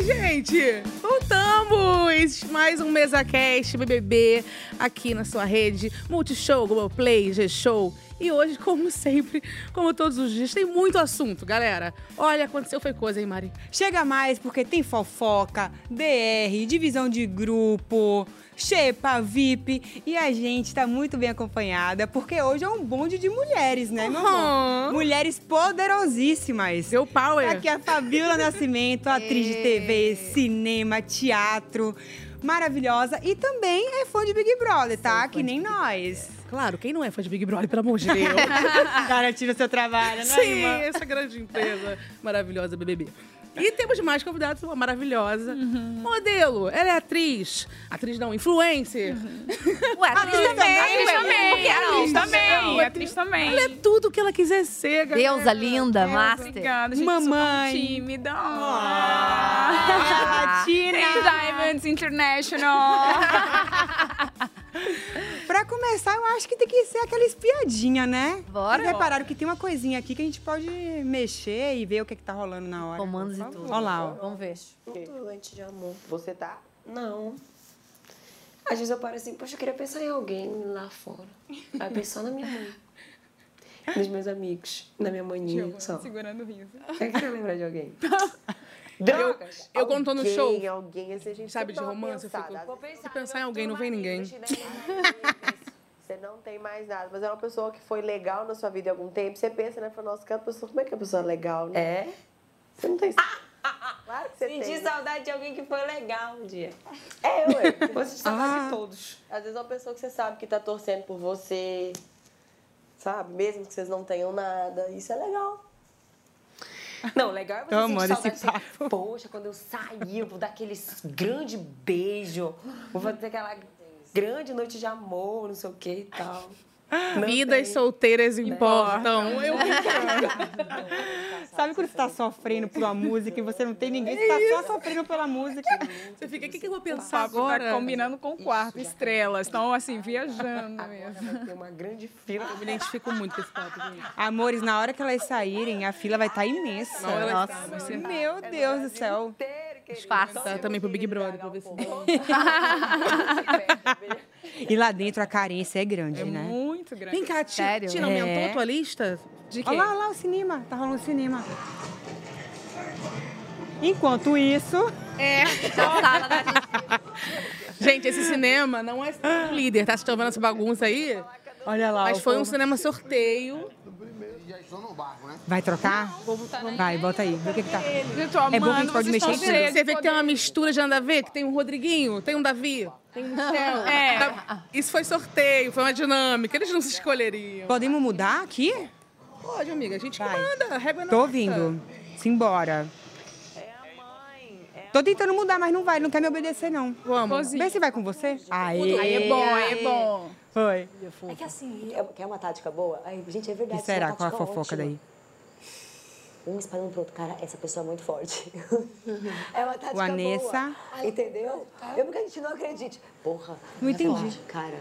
gente! Voltamos! Mais um MesaCast BBB aqui na sua rede. Multishow, Globoplay, G-Show. E hoje, como sempre, como todos os dias, tem muito assunto, galera. Olha, aconteceu foi coisa, hein, Mari? Chega mais porque tem fofoca, DR, divisão de grupo, xepa, VIP. E a gente tá muito bem acompanhada porque hoje é um bonde de mulheres, né, meu amor? Aham. Mulheres poderosíssimas. Tá Seu power. É. Aqui a Fabiola Nascimento, atriz de TV, cinema, teatro, maravilhosa. E também é fã de Big Brother, tá? Que nem nós. Claro, quem não é fã de Big Brother, pelo amor de Deus? Garantir o seu trabalho, né, Sim, irmã? essa grande empresa maravilhosa, BBB. E temos mais convidados, uma maravilhosa. Uhum. Modelo, ela é atriz. Atriz não, influencer. Ué, atriz Atriz também, Uhum. também, ué, também, por que não? Atriz também, atriz também. Ela é tudo o que ela quiser ser, galera. Deusa linda, master. Obrigada, gente. Mamãe. Super tímida. Ah, Tem Latina! Diamonds International. Pra começar, eu acho que tem que ser aquela espiadinha, né? Bora. Vocês repararam que tem uma coisinha aqui que a gente pode mexer e ver o que, que tá rolando na hora. Comandos e Por favor. tudo. Olha lá, ó. Vamos ver. doente de amor. Você tá? Não. Às vezes eu paro assim, poxa, eu queria pensar em alguém lá fora. Aí penso só na minha mãe. Nos meus amigos, na minha maninha só. Segurando o riso. É que eu lembrar de alguém. Drogas! eu quando tô no Alguém, show, alguém, assim, a gente sabe, sempre de dá uma romance, eu fico, pensada. "Vou pensar se pensar no em alguém, teu não vem marido, ninguém." te dá uma- Você não tem mais nada, mas é uma pessoa que foi legal na sua vida há algum tempo. Você pensa, né? Fala, nossa, que pessoa, como é que é uma pessoa legal, né? É? Ah! Você não tem. Ah, Claro que você tem. Sentir saudade de alguém que foi legal um dia. É, ué. Você Você saudade de todos. Às vezes é uma pessoa que você sabe que tá torcendo por você, sabe? Mesmo que vocês não tenham nada. Isso é legal. Não, legal é você Tô sentir amando esse saudade. de- Poxa, quando eu sair, eu vou dar aquele grande beijo. Vou fazer aquela grande noite de amor, não sei o que e tal. Não Vidas tem. solteiras importam. Eu Sabe quando você tá sofrendo por uma música e você não tem ninguém? Você tá só sofrendo pela música. Você fica, o que, que eu vou pensar Sabe, agora? tá combinando com o quarto. Estrelas. Estão, assim, viajando mesmo. Vai ter uma grande fila. Eu me identifico muito com esse papo, gente. Amores, na hora que elas saírem, a fila vai estar imensa. Na hora elas Nossa, saem, vai ser- Meu Deus do céu. Disfarça também pro Big Brother, pra ver se- E lá dentro a carência é grande, É né? muito grande. Vem cá, Tina, Sério? Tina aumentou É. tua lista? De quê? Olha lá, olha lá o cinema. Tá rolando cinema. Enquanto isso, É. Na sala da gente. Gente, esse cinema não é um líder, tá? Vocês estão vendo essa bagunça aí? olha lá. Mas o foi um povo. cinema sorteio. Vai trocar? Vai, bota aí. Vê o que, que tá. Eu tô É bom que a gente amando, pode vocês estão mexer em tudo. cheios de Você vê que tem uma poder. mistura de nada a ver, que tem um Rodriguinho, tem um Davi, tem um Michel. É. Tá- Isso foi sorteio, foi uma dinâmica. Eles não se escolheriam. Podemos mudar aqui? Pode, amiga, a gente que Vai. manda. a Régua é Tô nossa. ouvindo. Simbora. Tô tentando mudar, mas não vai, não quer me obedecer, não. Vamos. Vê se vai com você. Aê. Aí é bom, um aí é bom. Foi. É que assim, É, quer uma tática boa? Ai, gente, é E verdade. isso é será? uma Qual a tática fofoca ótima. daí? Um espalhando pro outro. Cara, essa pessoa é muito forte. é uma tática O Anessa. boa. Entendeu? É. Eu não acredito, não acredite. Porra. Não é entendi. forte, Cara,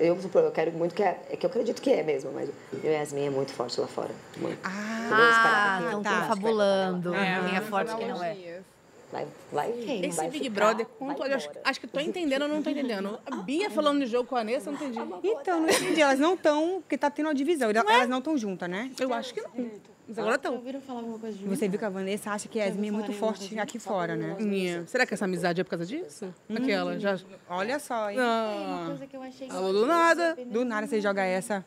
eu, eu quero muito que é, é que eu acredito que é mesmo, mas eu e Yasmin é muito forte lá fora. Muito. Ah, então Tá. tô fabulando. Quem é As forte, um quem não é. analogias. Vai, vai, Esse vai Big ficar, Brother, vai quanto, acho, embora. acho que tô entendendo ou não tô entendendo. A Bia falando de jogo com a Anessa, eu não entendi. Então, não entendi. Elas não estão, porque tá tendo uma divisão. Elas não estão juntas, né? Eu acho que não. Mas agora estão. E tá. você viu que a Vanessa acha que a Yasmin é muito forte aqui fora, né? Uhum. Será que essa amizade é por causa disso? Aquela, já. Olha só, hein? Não. coisa que eu achei Falou do nada. Do nada você joga essa.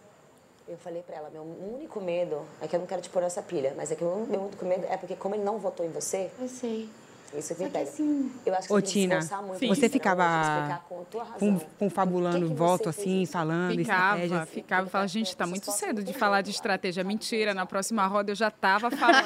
Eu falei pra ela, meu único medo é que eu não quero te pôr nessa pilha, mas é que o meu único medo é porque como ele não votou em você, Eu sei. isso que Só me que pega. assim, Eu acho que Ô, você tem que Tina, esforçar muito sim. pra você explicar ficava com a tua razão. Com, com fabulando Por que que voto, você fez assim, isso? falando, Ficava, estratégias. ficava. Falava, gente, tá muito cedo de falar de estratégia. Mentira, na próxima roda eu já tava falando.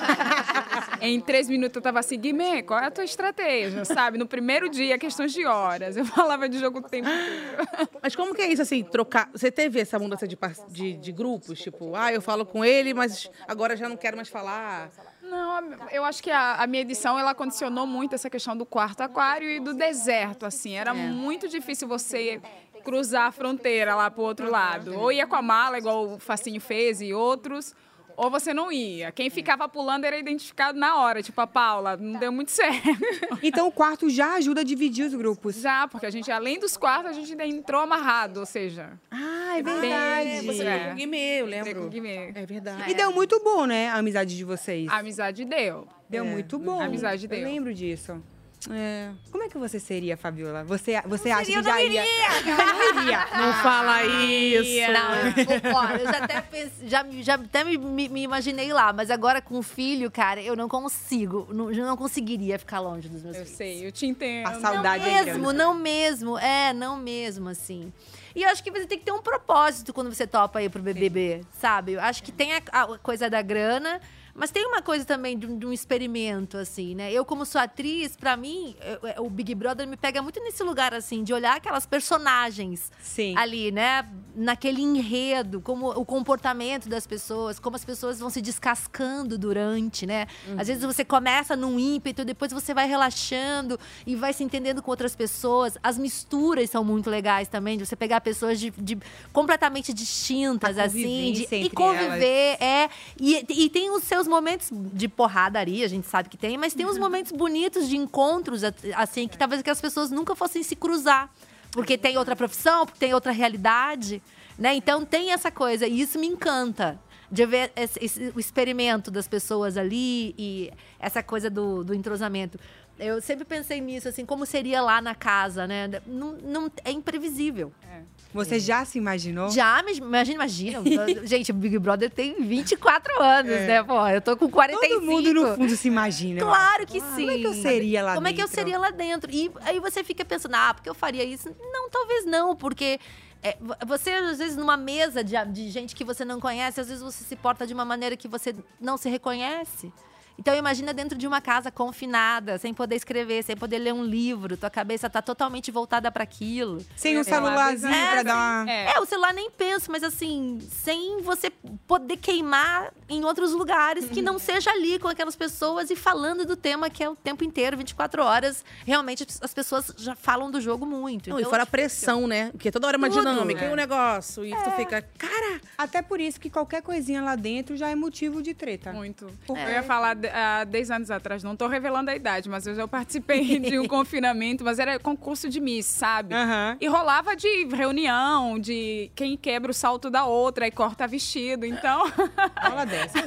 em três minutos eu tava assim, Guimê, qual é a tua estratégia, sabe? No primeiro dia, questões de horas. Eu falava de jogo o tempo inteiro. Mas como que é isso, assim, trocar? Você teve essa mudança de, par- de, de grupos? Tipo, ah, eu falo com ele, mas agora já não quero mais falar. Não, eu acho que a, a minha edição, ela condicionou muito essa questão do quarto aquário e do deserto, assim. É. Era muito difícil você cruzar a fronteira lá pro outro lado. Ou ia com a mala, igual o Facinho fez e outros... ou você não ia. Quem ficava pulando era identificado na hora, tipo a Paula, não deu muito certo. Então o quarto já ajuda a dividir os grupos. Já, porque a gente, além dos quartos, a gente ainda entrou amarrado, ou seja. Ah, é verdade. Você É. veio com o Guimê, eu entrei com o lembro. Guimê. É verdade. E deu muito bom, né? A amizade de vocês. A amizade deu. Deu É. muito bom. A amizade Eu deu. lembro disso. Como é que você seria, Fabiola? Você, você acha seria, que já eu não iria? Ela não iria. Não fala isso. Não, eu, ó, eu já até, pense- já, me- já até me, me- me imaginei lá, mas agora com o filho, cara, eu não consigo, não, eu não conseguiria ficar longe dos meus Eu filhos. sei, eu te entendo. A Não saudade é grande. mesmo, né? não mesmo, é, não mesmo, assim. E eu acho que você tem que ter um propósito quando você topa ir pro BBB, sabe? Eu acho que tem a, a coisa da grana, mas tem uma coisa também de, um- de um experimento, assim, né? Eu, como sou atriz, pra mim, eu- eu- o Big Brother me pega muito nesse lugar, assim, de olhar aquelas personagens Sim. ali, né? Naquele enredo, como o comportamento das pessoas, como as pessoas vão se descascando durante, né? Uhum. Às vezes você começa num ímpeto, depois você vai relaxando e vai se entendendo com outras pessoas. As misturas são muito legais também, de você pegar pessoas de, de- completamente distintas, A assim, de, convivência e entre conviver, é. E, e tem os seus momentos de porradaria, a gente sabe que tem, mas tem uns momentos bonitos de encontros, at- assim, que talvez que as pessoas nunca fossem se cruzar porque tem outra profissão, porque tem outra realidade, né? Então tem essa coisa e isso me encanta de ver esse- esse- o experimento das pessoas ali e essa coisa do, do entrosamento. Eu sempre pensei nisso, assim, como seria lá na casa, né? Não, não- é imprevisível. Você já se imaginou? É. Já, me- imagina, imagina. gente, o Big Brother tem 24 anos, né? Pô, eu tô com 45. É. Todo mundo no fundo se imagina. eu acho. Claro que sim. Como é que eu seria lá Como é que eu dentro? seria lá dentro? E aí você fica pensando, ah, porque eu faria isso? Não, talvez não, porque é, vo- você, às vezes, numa mesa de, a- de gente que você não conhece, às vezes você se porta de uma maneira que você não se reconhece. Então imagina dentro de uma casa confinada, sem poder escrever, sem poder ler um livro, tua cabeça tá totalmente voltada para aquilo. Sem É, um celularzinho é, pra dar uma. É. É, o celular nem penso, mas assim, sem você poder queimar em outros lugares que Uhum. não seja ali com aquelas pessoas e falando do tema que é o tempo inteiro, 24 horas. Realmente as- as pessoas já falam do jogo muito. Não, e Então, fora a pressão, né? Porque toda hora é uma Tudo. dinâmica né? e um negócio. E tu fica, cara, Até por isso que qualquer coisinha lá dentro já é motivo de treta. Muito. É. Eu ia falar de- há 10 anos atrás, não tô revelando a idade, mas eu já participei de um confinamento, mas era concurso de Miss, sabe? Aham. E rolava de reunião, de quem quebra o salto da outra e corta vestido. Então, Fala dessa.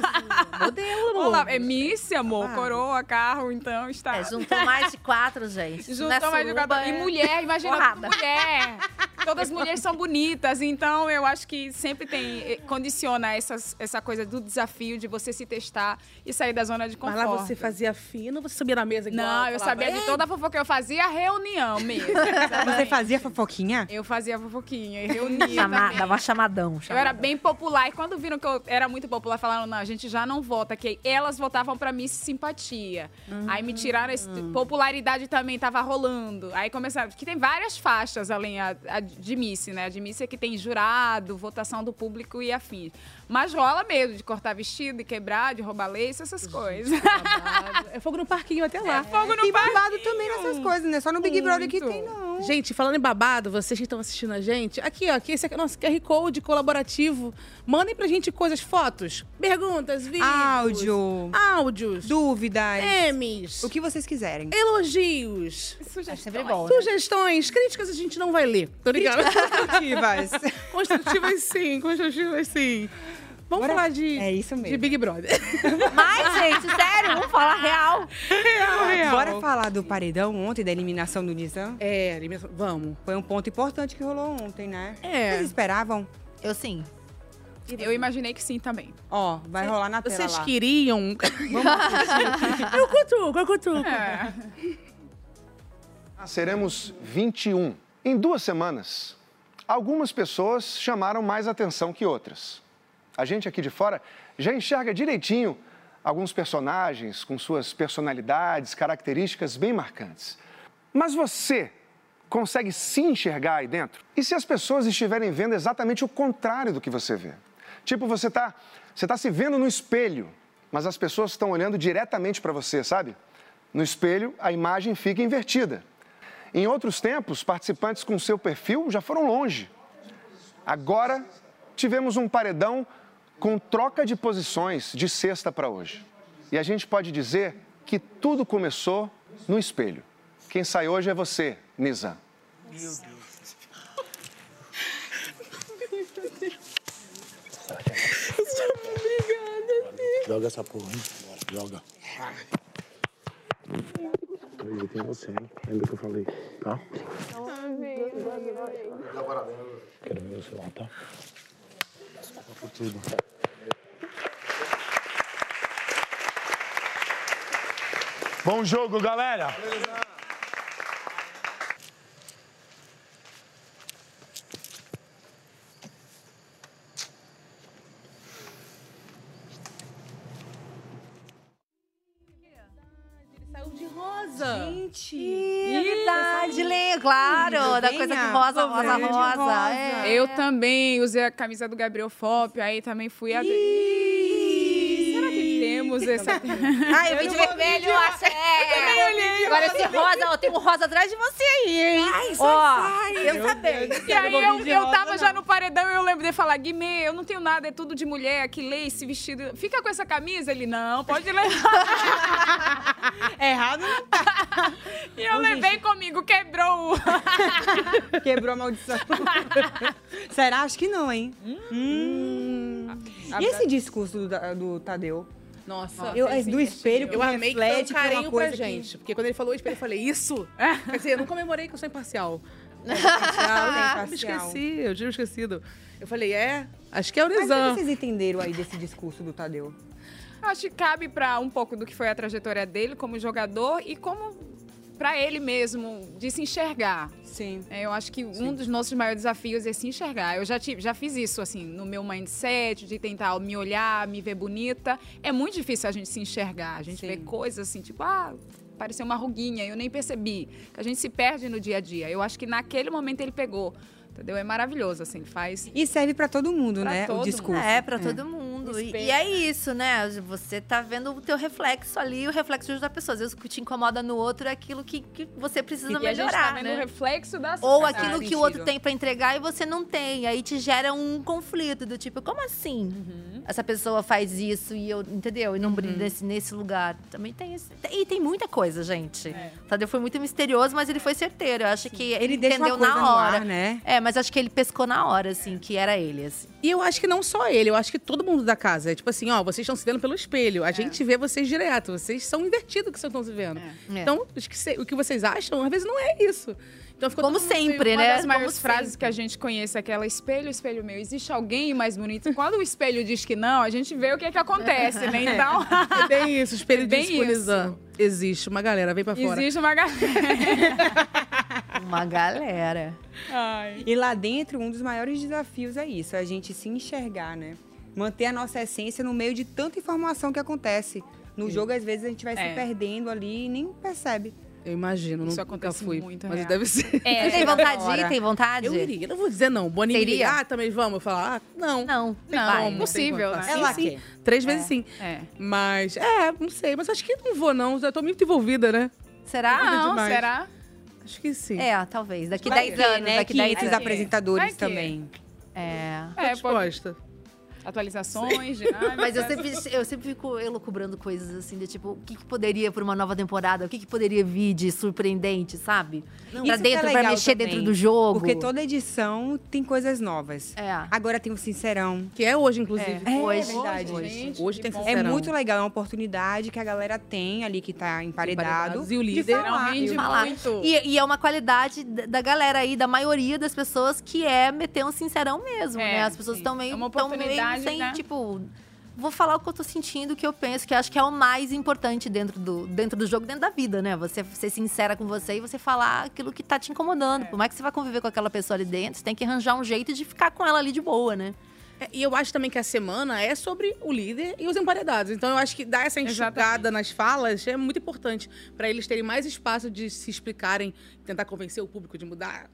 modelo, amor. rolava. É Miss, amor, Tá. coroa, carro, então está. é, juntou mais de quatro, gente. Juntou Não é mais de suruba, quatro. E é- mulher, imagina porrada. mulher. Todas as mulheres são bonitas, então eu acho que sempre tem. eh, Condiciona essas, essa coisa do desafio de você se testar e sair da zona de Mas conforto. lá você fazia fino, você subia na mesa igual. Não, eu falava, sabia de toda a fofoca. Eu fazia reunião mesmo. Você fazia fofoquinha? Eu fazia fofoquinha e reunia Chamada, também. dava chamadão. Eu era bem popular e quando viram que eu era muito popular, falaram: não, a gente já não vota, que elas votavam pra mim simpatia. Aí me tiraram esse. Popularidade também tava rolando. Aí começaram. Que tem várias faixas além a, a de Miss, né? A de Miss é que tem jurado, votação do público e afins. Mas rola mesmo de cortar vestido, de quebrar, de roubar lace, essas coisas. "Ah, É fogo no parquinho até lá. Fogo no Tem bar. babado também nessas coisas, né? Só no Big Brother que Muito. tem, não. Gente, falando em babado, vocês que estão assistindo a gente, aqui, ó, aqui esse é o nosso QR Code colaborativo. Mandem pra gente coisas, fotos, perguntas, vídeos. Áudio, Áudios. dúvidas, memes. o que vocês quiserem. Elogios. É sempre bom. né? Sugestões, críticas a gente não vai ler, tô ligado? Ativas. construtivas sim, construtivas sim. Vamos Bora- falar de, É isso mesmo. de Big Brother. Mas, gente, sério, Ah, vamos falar real. Bora falar do paredão ontem, da eliminação do Nizam. É, alimentação- vamos. Foi um ponto importante que rolou ontem, né? É. Vocês esperavam? Eu sim. Eu imaginei que sim também. Ó, vai rolar na tela Vocês lá. queriam. eu cutuco, eu cutuco. Ah, Seremos 21. Em duas semanas, algumas pessoas chamaram mais atenção que outras. A gente aqui de fora já enxerga direitinho alguns personagens com suas personalidades, características bem marcantes. Mas você consegue se enxergar aí dentro? E se as pessoas estiverem vendo exatamente o contrário do que você vê? Tipo, você tá, você tá se vendo no espelho, mas as pessoas estão olhando diretamente para você, sabe? No espelho, a imagem fica invertida. Em outros tempos, participantes com seu perfil já foram longe. Agora, tivemos um paredão com troca de posições de sexta para hoje. E a gente pode dizer que tudo começou no espelho. Quem sai hoje é você, Nizam. Joga essa porra, hein? Joga. Acredita em você, hein? Lembra que eu falei, tá? Quero ver o celular, tá? Desculpa por tudo. Bom jogo, galera! Saiu de rosa. é Ih, é Verdade, lembro, tá claro, da coisa que Venha, rosa, vou rosa, ver de rosa. rosa. é. Eu também usei a camisa do Gabriel Fop, aí também fui a. Será que temos esse. Ah, eu vim de vermelho, eu acho. É. Agora esse rosa, ó, tem um rosa atrás de você aí, hein? Ai, ó, eu também. E aí eu, eu tava já no paredão e eu lembro de falar, Guimê, eu não tenho nada, é tudo de mulher, que lei esse vestido. Fica com essa camisa? Ele, não, pode levar. Errado não E eu levei comigo, quebrou. o- Quebrou a maldição. Será? Acho que não, hein? Hum. Ah, tá. E esse discurso do, da- do Tadeu? Nossa. Eu, do espelho, Eu amei que foi um reflete, foi uma carinho pra coisa que- gente. Porque quando ele falou isso, eu falei, isso? Quer dizer, eu não comemorei que eu sou imparcial. eu me imparcial. esqueci, eu tinha esquecido. Eu falei, é, acho que é o Mas o que Nizam. vocês entenderam aí desse discurso do Tadeu? Acho que cabe pra um pouco do que foi a trajetória dele como jogador e como pra ele mesmo, de se enxergar. Sim. É, eu acho que um dos nossos maiores desafios é se enxergar. Eu já, tive, já fiz isso, assim, no meu mindset, de tentar me olhar, me ver bonita. É muito difícil a gente se enxergar. A gente Sim. vê coisas assim, tipo, ah, pareceu uma ruguinha, eu nem percebi. Que a gente se perde no dia a dia. Eu acho que naquele momento ele pegou, entendeu? É maravilhoso, assim, ele faz... E serve pra todo mundo, Pra né? todo o mundo. discurso. É, pra todo mundo. E, Espelho, e é isso, né? Você tá vendo o teu reflexo ali, o reflexo da pessoa. Às vezes o que te incomoda no outro é aquilo que, que você precisa e a gente tá melhorar, vendo né? o reflexo da Ou sociedade. aquilo que o sentido. outro tem pra entregar e você não tem. Aí te gera um conflito do tipo, como assim? Essa pessoa faz isso e eu, entendeu? E não brilha nesse, nesse lugar. Também tem isso. E tem muita coisa, gente. O Tadeu foi muito misterioso, mas ele foi certeiro. Eu acho que ele, Ele deixa uma entendeu coisa na no hora. ar, né? É, mas acho que ele pescou na hora, assim, que era ele, assim. E eu acho que não só ele, eu acho que todo mundo da casa. É tipo assim, ó, vocês estão se vendo pelo espelho. A gente vê vocês direto. Vocês são invertidos que vocês estão se vendo. É. Então, os que se- o que vocês acham, às vezes não é isso. Então ficou Como todo mundo meio- sempre, Uma né? das Como maiores sempre. frases que a gente conhece é aquela espelho, espelho meu. Existe alguém mais bonito? Quando o espelho diz que não, a gente vê o que é que acontece, né? Então, Tá É bem isso, espelho É de bem escurizão. Existe uma galera, vem pra fora. existe uma galera. Uma galera. Ai. E lá dentro, um dos maiores desafios é isso, é a gente se enxergar, né? Manter a nossa essência no meio de tanta informação que acontece. No jogo, às vezes, a gente vai É. se perdendo ali e nem percebe. Eu imagino, Isso nunca acontece fui. muito, mas real. deve ser. É, tem vontade? de ir? hora. Tem vontade? Eu iria, eu não vou dizer não. Boninho Você iria? iria? Ah, também vamos. Eu falar, ah, não. Não, Tem não. vai. como, Impossível, tem como. né? Sim, Ela sim. Três vezes sim. É. Mas, é, não sei. Mas acho que não vou, não. Já tô muito envolvida, né? Será? Não, Não, demais. será? Acho que sim. É, talvez. Daqui Vai 10 ver, anos, né? daqui que 10 esses anos. apresentadores Vai que- também. É. É, pode... Resposta. Atualizações, dinâmicas. Mas eu sempre, eu sempre fico elucubrando coisas assim, de tipo, o que, que poderia pra uma nova temporada? O que, que poderia vir de surpreendente, sabe? pra Isso que é dentro, pra legal mexer também, dentro do jogo. Porque toda edição tem coisas novas. É. Agora tem o Sincerão. Que é hoje, inclusive. É, Hoje, hoje, verdade, hoje. gente, Hoje que tem bom. sincerão. É muito legal, é uma oportunidade que a galera tem ali que tá emparedado. Emparedados. E o líder de falar. rende falar. muito. E, e é uma qualidade da da galera aí, da maioria das pessoas, que é meter um sincerão mesmo, É, né? As pessoas sim. estão meio, É uma tão meio oportunidade, sem, né? tipo... Vou falar o que eu tô sentindo, o que eu penso, que eu acho que é o mais importante dentro do, dentro do jogo, dentro da vida, né? Você ser sincera com você e você falar aquilo que tá te É. incomodando. Por mais que você vá conviver com aquela pessoa ali dentro, você tem que arranjar um jeito de ficar com ela ali de boa, né? É, E eu acho também que a semana é sobre o líder e os emparedados. Então eu acho que dar essa enxugada nas falas é muito importante pra eles terem mais espaço de se explicarem, tentar convencer o público de mudar.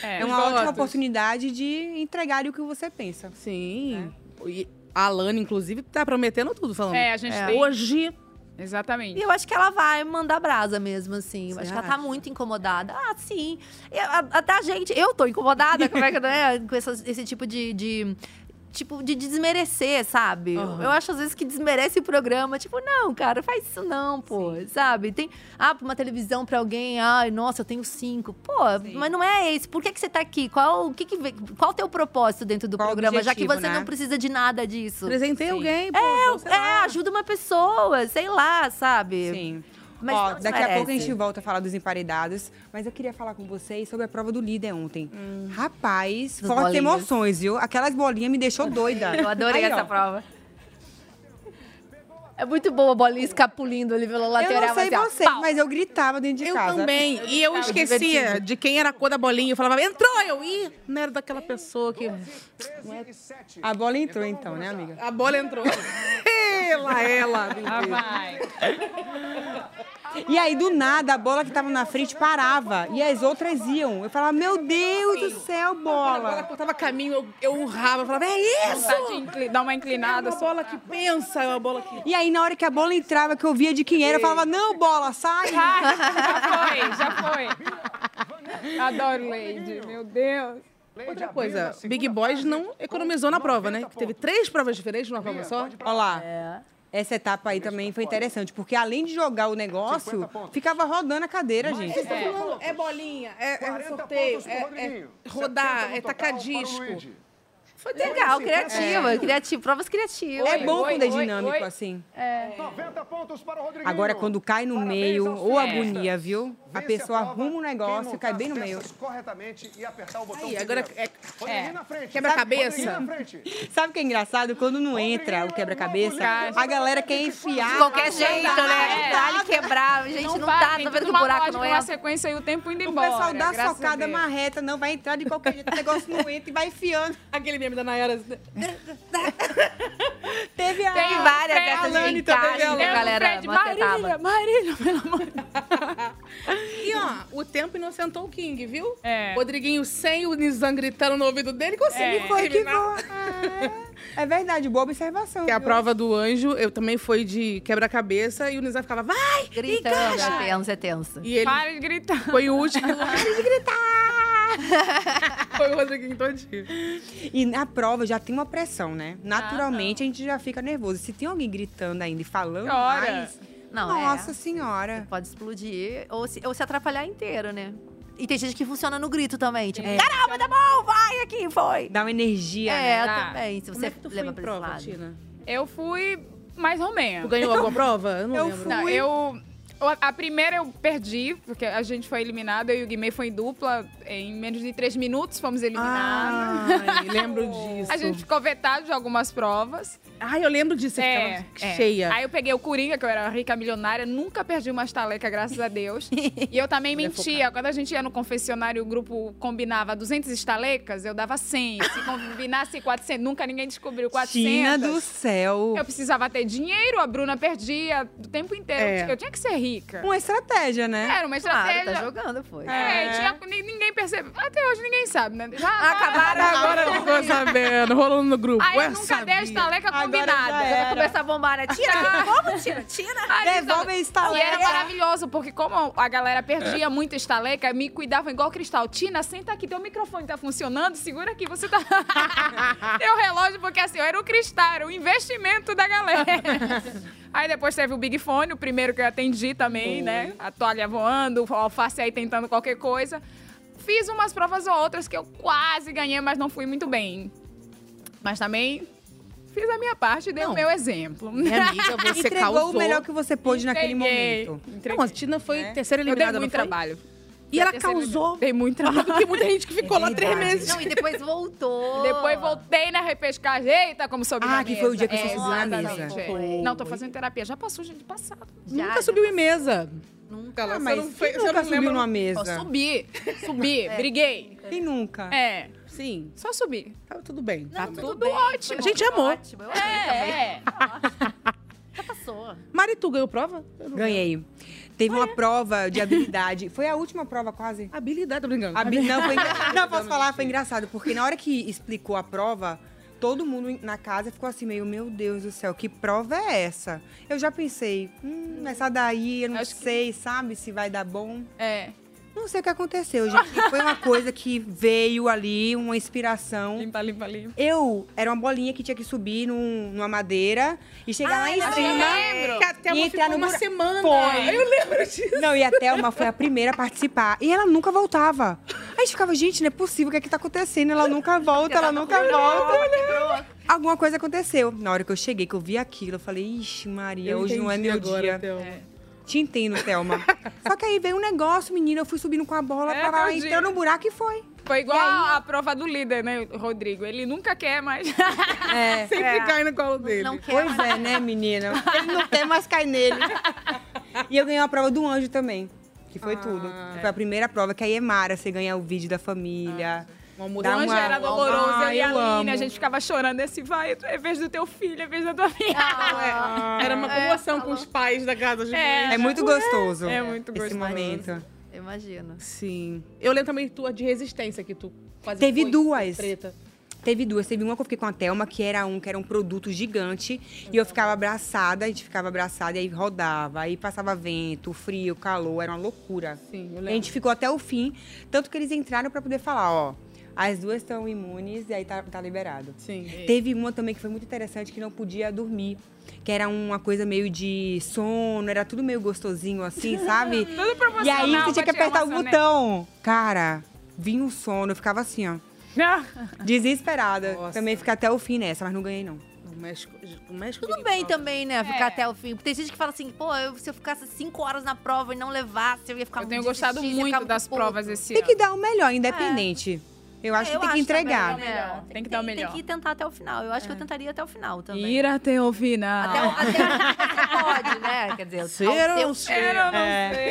É. É uma Os ótima votos. oportunidade de entregar o que você pensa. Né? Sim. E a Alana, inclusive, tá prometendo tudo, falando. É, a gente tem... Hoje. E Exatamente. eu acho que ela vai mandar brasa mesmo, assim. Eu acho que ela tá acha? muito incomodada. Ah, sim. Eu- a- até a gente, eu tô incomodada, como é que né, com essas- esse tipo de. de tipo, de desmerecer, sabe? Eu acho, às vezes, que desmerece o programa. Tipo, não, cara, faz isso não, pô, sabe? Tem, ah, pra uma televisão pra alguém, ai, nossa, eu tenho cinco. Pô, mas não é esse. Por que, que você tá aqui? Qual o que que, vem- qual o teu propósito dentro do Qual o programa? Já que objetivo, você né? não precisa de nada disso. Apresentei alguém, pô, então, sei É, lá. ajuda uma pessoa, sei lá, sabe? Sim. Mas Ó, não daqui a desmerece. pouco a gente volta a falar dos emparedados, mas eu queria falar com vocês sobre a prova do líder ontem. Hum. Rapaz, Dos fortes bolinhas. emoções, viu? Aquelas bolinhas me deixou doida. Eu adorei Aí, ó, essa prova. É muito boa a bolinha escapulindo ali pela Eu lateral. não sei assim, ó, vocês, pau. mas eu gritava dentro de Eu casa. também. E eu esquecia de quem era a cor da bolinha. Eu falava, entrou eu! Ih, não era daquela pessoa que. é? A bola entrou então, né, amiga? A bola entrou. ela, ela. Ah, vai. E aí, do nada, a bola que tava na frente parava. E as outras iam. Eu falava, meu Deus do céu, Ela bola. cortava caminho, eu, eu urrava. Eu falava, é isso! Vontade de incli- dar uma É inclinada. uma só. bola que pensa, é uma bola que. E aí, na hora que a bola entrava, que eu via de quem era, eu falava, não, bola, sai. Ai, já foi, já foi. Adoro Lady, meu Deus. Outra coisa, Big Boys não economizou na prova, né? Que teve três provas diferentes numa prova só. Olha lá. É. Essa etapa aí também foi interessante, porque além de jogar o negócio, ficava rodando a cadeira, gente. Tá falando, é bolinha, é, é 40 sorteio, pontos pro é, Rodriguinho. é rodar, 70 é no total tacar para o disco. Luigi. Foi assim, Legal, né? criativa, criativa, provas criativas. É bom oi, quando é oi, dinâmico oi. assim. É. 90 pontos para o Rodriguinho. Agora, quando cai no Parabéns meio, aos ou finalistas. agonia, viu? A Vence pessoa prova, arruma um quem tá negócio e montar cai as bem no meio. peças corretamente e apertar o botão Aí, agora primeiro. é- Rodriguinho na frente. Quebra-cabeça. Rodriguinho na frente. Sabe o que é engraçado? Quando não entra o quebra-cabeça, a galera quer enfiar. De qualquer jeito, né? É. Detalhe quebrar, gente, não, vai, tá, tem tá tudo vendo que o uma buraco lógica, não uma é. sequência e o tempo indo O embora. pessoal dá graças a socada Deus. marreta, não vai entrar de qualquer jeito. O negócio não entra e vai enfiando. Aquele meme da Nayara. assim, né? Teve a. Tem várias dessas Alane de também, encaixe, Lembra né, do galera? Fred, Marília, Macetaba. Marília, pelo amor de Deus. E ó, o tempo inocentou o King, viu? É. Rodriguinho sem o Nizam gritando no ouvido dele, conseguiu É. Foi que terminar. boa. É verdade, boa observação. Que a viu? prova do anjo eu também foi de quebra-cabeça e o Nizam ficava, vai! Gritando, é tenso, é tenso. E ele Para de gritar. foi o último. Para de gritar! foi o Rodriguinho todinho. E na prova já tem uma pressão, né? Ah, tá. Naturalmente a gente já fica nervoso. Se tem alguém gritando ainda e falando Ora. mais, Não, é. nossa senhora. Pode explodir ou se, ou se atrapalhar inteiro, né? E tem gente que funciona no grito também. Tipo, caramba, tá bom, vai aqui, foi. Dá uma energia, É, né? Tá. também. Se Como você é que tu foi leva em pra prova, esse lado. Tina? Eu fui mais ou Tu menos. ganhou alguma prova? Eu não Eu lembro. fui. Não, eu. eu- A primeira eu perdi, porque a gente foi eliminado, eu e o Guimê foi em dupla, em menos de três minutos fomos eliminados. Ai, lembro disso. a gente ficou vetado de algumas provas. Ai, eu lembro disso. É, É, é. cheia. Aí eu peguei o Coringa, que eu era rica milionária, nunca perdi uma estaleca, graças a Deus. e eu também é mentia. Quando a gente ia no confessionário, o grupo combinava 200 estalecas, eu dava 100. Se combinasse 400, nunca ninguém descobriu 400. Tina do céu. Eu precisava ter dinheiro, a Bruna perdia o tempo inteiro. É. Eu ti- Eu tinha que ser rica. Uma estratégia, né? Era uma Claro, tá estratégia. jogando, foi. é, tinha- ni- ninguém percebeu. Até hoje ninguém sabe, né? Já Acabaram agora. Agora eu ficou sabendo, rolando no grupo. Aí Ué, eu nunca sabia. dei a estaleca Agora já combinada. era. Vai começar a bombar, né? Tira aqui, vamos, tira, tira. Aí eles Devolve né? davam- a estaleca. E era maravilhoso, porque como a galera É. perdia muito estaleca, me cuidavam igual cristal. Tina, senta aqui, teu microfone tá funcionando, segura aqui, você tá... teu relógio, porque assim, eu era o cristal, era o investimento da galera. Aí depois teve o Big Fone, o primeiro que eu atendi também, né? A toalha voando, o alface aí tentando qualquer coisa. Fiz umas provas ou outras que eu quase ganhei, mas não fui muito bem. Mas também fiz a minha parte e dei o Não. meu exemplo. Minha amiga, você Entregou causou. o melhor que você pôde naquele Entreguei. momento. Não, a Tina foi terceira Eu dei eliminada, muito não foi? trabalho. E ela causou. Dei muito trabalho. Porque muita gente que ficou lá três meses. Não, e depois voltou. Depois voltei né, na repescagem. Eita, como soube Ah, na que mesa. foi o dia que você É, subiu na exatamente, mesa. é. Não, tô fazendo terapia. Já passou gente, passado. Já, nunca já subiu em mesa. Nunca. Ela Ah, só mas não quem foi- só nunca não subiu lembra- numa Só mesa? É. subi, subi, briguei. Quem nunca? É, Sim, só subi. tava tudo bem. Não, Tá- tudo tudo bem, ótimo. foi A gente bom, foi amou. Ótimo, eu amei também. É, é. Já passou. É Mari, tu ganhou prova? Eu não- Ganhei. Teve uma prova de habilidade. Foi a última prova quase? Habilidade, tô brincando. Habi- Não, foi engra- não, posso falar, foi engraçado, porque na hora que explicou a prova, todo mundo em- na casa ficou assim, meio, meu Deus do céu, que prova é essa? Eu já pensei, hum, essa daí, eu não Acho que- sei, sabe, se vai dar bom. é. Não sei o que aconteceu, gente. Foi uma coisa que veio ali, uma inspiração. Limpa, limpa, limpa. Eu era uma bolinha que tinha que subir num- numa madeira e chegar lá em Ah, eu cima. lembro. Que a Thelma e entrar ficou no uma bura- semana. Foi. Eu lembro disso. Não, e a Thelma foi a primeira a participar. E ela nunca voltava. Aí a gente ficava, gente, não é possível, o que é que tá acontecendo? Ela nunca volta, ela nunca volta. Alguma coisa aconteceu. Na hora que eu cheguei, que eu vi aquilo, eu falei, ixi, Maria, hoje não é meu dia. É. Te entendo, Thelma. Só que aí veio um negócio, menina, eu fui subindo com a bola, É, para lá, teu dia. entrou no buraco e foi. Foi igual a prova do líder, né, Rodrigo? Ele nunca quer mais. É. Sempre cai Ah, no colo dele. Não quer. Pois é, né, menina? Ele não quer mais cair nele. E eu ganhei uma prova do anjo também, que Ah, foi tudo. Foi a primeira prova, que aí é Mara, você ganha o vídeo da família. Uma Ah, O mudança. Dá anjo uma- era doloroso, Ah, eu e a eu Aline, a amo. gente ficava chorando assim, vai, é vez do teu filho, é vez da tua filha. tá Era uma comoção com os pais da casa de É. É muito gostoso. É muito Esse gostoso. momento. Eu imagino. Sim. Eu lembro também tua de resistência que tu quase Teve foi duas. Preta. Teve duas. Teve uma que eu fiquei com a Thelma, que era um, que era um produto gigante. E eu ficava abraçada, a gente ficava abraçada, e aí rodava, aí passava vento, frio, calor, era uma loucura. Sim, eu A gente ficou até o fim, tanto que eles entraram pra poder falar, ó, as duas estão imunes e aí tá, tá liberado. Sim. Teve uma também que foi muito interessante, que não podia dormir. Que era uma coisa meio de sono, era tudo meio gostosinho assim, sabe? Tudo proporcional. E aí você tinha que pra te apertar o emocionar. botão. Cara, vinha o sono, eu ficava assim, ó. Desesperada. Nossa. Também fica até o fim nessa, mas não ganhei, não. O México. O México Tudo ele bem fala. também, né? Ficar até o fim. Tem gente que fala assim, pô, eu- se eu ficasse cinco horas na prova e não levasse, eu ia ficar Eu muito tenho gostado desistida, ia ficar muito das puta. provas esse Tem ano. que dar o É. melhor, independente. Eu acho É, que eu tem que acho também, entregar. é melhor. Tem que dar o melhor. É. Tem que tentar até o final. Eu acho que eu tentaria até o final também. Ir até o final. Até, o- até o que você pode, né? Quer dizer, ao Ser ou teu não tempo. Eu não É. sei.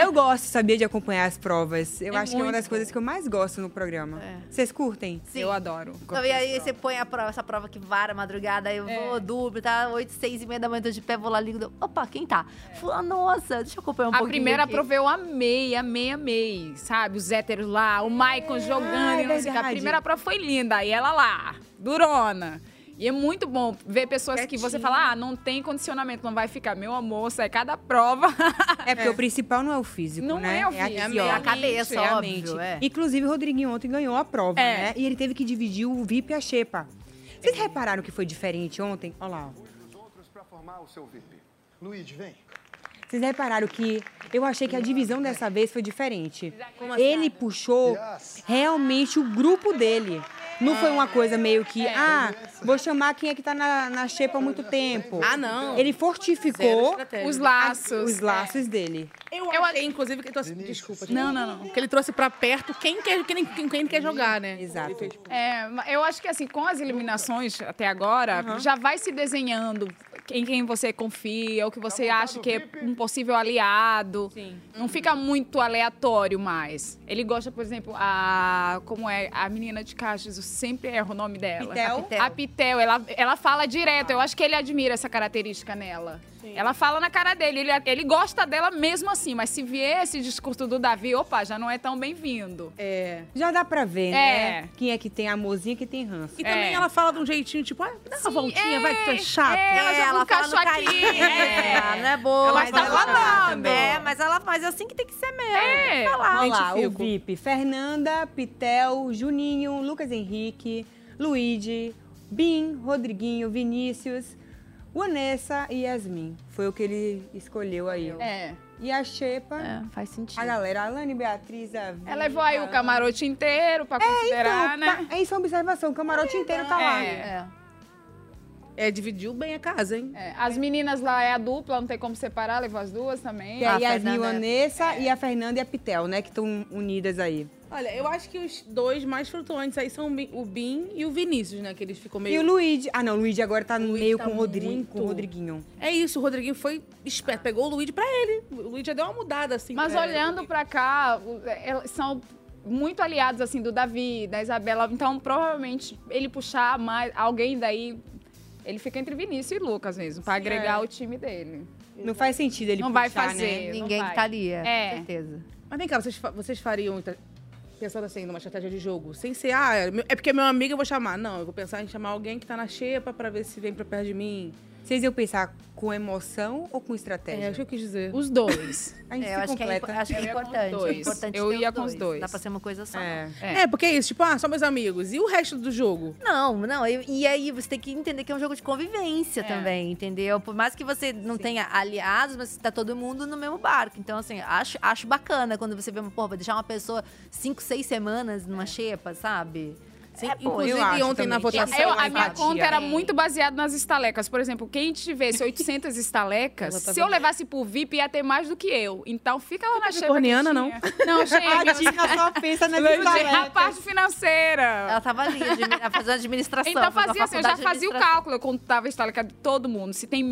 É. Eu gosto, sabia, de acompanhar as provas. Eu acho que é uma das coisas que eu mais gosto no programa. É. Vocês curtem? Sim. Eu adoro. Então, e aí você põe a prova, essa prova que vara madrugada, aí eu É. vou, dublo, tá? Oito, seis e meia da manhã, tô de pé, vou lá, ligo. dou- Opa, quem tá? Fula, nossa, deixa eu acompanhar um É. A pouquinho primeira aqui. prova eu amei, amei, amei. Sabe, os héteros lá, o Maicon jogando é e não sei o que. A verdade. primeira prova foi linda, e ela lá, durona. E é muito bom ver pessoas que você fala, ah, não tem condicionamento, não vai ficar. Meu amor, sai cada prova. É porque o principal não é o físico, Não né? é o físico, a é a fisiologia. cabeça, É a óbvio, mente. é. Inclusive, o Rodriguinho ontem ganhou a prova, É. né? E ele teve que dividir o VIP e a xepa. Vocês repararam que foi diferente ontem? Olha lá, ó. Cuide dos outros para formar o seu VIP. Luigi, vem. Vocês repararam que eu achei que a divisão dessa vez foi diferente. Ele puxou Yes. realmente o grupo dele. Não foi uma coisa meio que, ah, vou chamar quem é que tá na, na xepa há muito tempo. Ah, não. Ele fortificou Os os laços. laços dele. Eu, achei, inclusive, que ele trouxe. Desculpa, Não, não, não. Que ele trouxe pra perto quem quer, quem, quem, quem quer jogar, né? Exato. É, ma- eu acho que assim, com as eliminações até agora, já vai se desenhando em quem você confia, o Tá que você acha que é um possível aliado. Não fica muito aleatório mais. Ele gosta, por exemplo, a como é a menina de Cachos, eu sempre erro o nome dela. Pitel? A Pitel, A Pitel, ela, ela fala direto. Eu acho que ele admira essa característica nela. Ela fala na cara dele, ele, ele gosta dela mesmo assim, mas se vier esse discurso do Davi, opa, já não é tão bem-vindo. É. Já dá pra ver, né? É. Quem é que tem amorzinho e quem tem ranço. E também É. ela fala de um jeitinho, tipo, ah, dá uma voltinha, vai, que tu é chato. É, ela joga um fala no cacho aqui. carinho, É. é, Não é boa. Ela tá fala- falando. É, mas ela mas é assim que tem que ser mesmo. É. tem que falar. Olha lá, o identifico. VIP. Fernanda, Pitel, Juninho, Lucas Henrique, Luigi, Bim, Rodriguinho, Vinícius, Vanessa e Yasmin. Foi o que ele escolheu aí. É. E a Xepa, faz sentido. a galera, Alane, Beatriz, a Vini, Ela levou aí o Alan. camarote inteiro pra considerar, Então, né? tá, é isso é uma observação, o camarote inteiro tá lá. É. É, dividiu bem a casa, hein? É, As meninas lá é a dupla, não tem como separar, levou as duas também. Que é Ah, a Yasmin, Fernanda. Vanessa e a Fernanda e a Pitel, né? Que estão unidas aí. Olha, eu acho que os dois mais flutuantes aí são o Bi- o Bim e o Vinícius, né? Que eles ficam meio. E o Luigi. Ah, não, o Luigi agora tá no Luigi meio tá com, o Rodrigo, muito- com o Rodriguinho. É isso, o Rodriguinho foi esperto, pegou o Luigi pra ele. O Luigi já deu uma mudada, assim. Mas pra- olhando pra cá, o- elas são muito aliados, assim, do Davi, da Isabela. Então, provavelmente, ele puxar mais alguém daí, ele fica entre Vinícius e Lucas mesmo, pra agregar o time dele. Não faz sentido ele não puxar, vai né? fazer. não Ninguém vai. que tá ali, é, É. com certeza. Mas vem cá, vocês, fa- vocês fariam, então, pensando assim, numa estratégia de jogo, sem ser, ah, é meu- é porque é meu amigo, eu vou chamar. Não, eu vou pensar em chamar alguém que tá na xepa pra ver se vem pra perto de mim. Vocês iam pensar com emoção ou com É, acho que estratégia? eu quis dizer. Os dois. A gente É, eu se acho que é, impo- completa. acho que é Eu ia com os importante. dois. é importante Eu ter ia os com os dois. Dá pra ser uma coisa só. É. É, porque é isso, tipo, ah, só meus amigos. E o resto do jogo? Não, não. E, e aí você tem que entender que é um jogo de convivência também, entendeu? Por mais que você não tenha aliados, mas tá todo mundo no mesmo barco. Então, assim, acho, acho bacana quando você vê, uma- pô, vou deixar uma pessoa cinco, seis semanas É. numa xepa, sabe? Sim, Inclusive, É eu acho ontem na também. votação. Eu- Essa a minha empatia. conta era muito baseada nas estalecas. Por exemplo, quem tivesse 800 estalecas, tá se eu levasse por VIP, ia ter mais do que eu. Então fica tá lá na cheia. Capricorniana, não. Não, A gente. Tina só pensa nas A estaletas. parte financeira. Ela tava ali admi- fazendo administração. Então fazendo fazia assim, eu já faculdade de fazia o administração. cálculo. Eu contava a estaleca de todo mundo. Se tem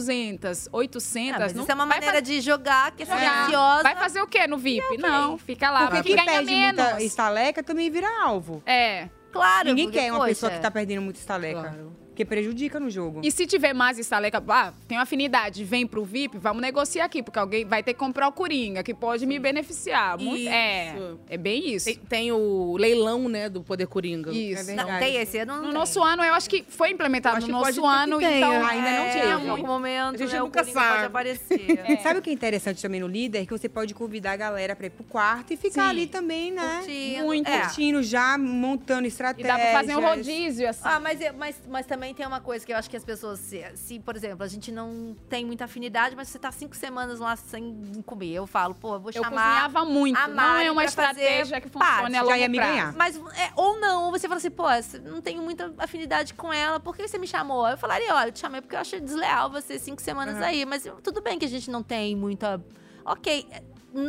1.200, 800... Ah, mas não- isso é uma vai maneira de jogar, que é fazer- silenciosa. Vai fazer o quê no VIP? Não, fica Ah lá. Porque porque quem ganha perde muita menos. estaleca também vira alvo. É. Claro, Ninguém porque, quer uma poxa, pessoa que tá perdendo muita estaleca. Porque prejudica no jogo. E se tiver mais estaleca, ah, tem uma afinidade, vem pro VIP, vamos negociar aqui, porque alguém vai ter que comprar o Coringa, que pode me beneficiar. Muito, é, Isso. é bem isso. Tem, tem o leilão, né, do Poder Coringa. Isso. É Não verdade. tem esse ano, não No tem. nosso ano, eu acho que foi implementado Acho no que pode nosso ter que ano, tenha. então Ah, ainda não É, um tinha. Em algum momento, A gente né, o nunca Coringa sabe. pode aparecer. E Sabe o que é interessante também no líder? Que você pode convidar a galera pra ir pro quarto e ficar Sim. ali também, né? Curtindo. Muito É. curtindo já, montando E estratégias. dá pra fazer um rodízio, assim. Ah, mas, eu- mas, mas também tem uma coisa que eu acho que as pessoas, se, se, por exemplo, a gente não tem muita afinidade, mas você tá cinco semanas lá sem comer. Eu falo, pô, eu vou eu chamar. cozinhava muito. a não Mari é uma pra fazer estratégia que funcione parte. a longo Já ia me prazo. ganhar. mas, é, ou não, ou você fala assim, pô, essa- não tenho muita afinidade com ela, por que você me chamou? Eu falaria, ó, eu te chamei porque eu achei desleal você cinco semanas aí, mas eu- tudo bem que a gente não tem muita. Ok,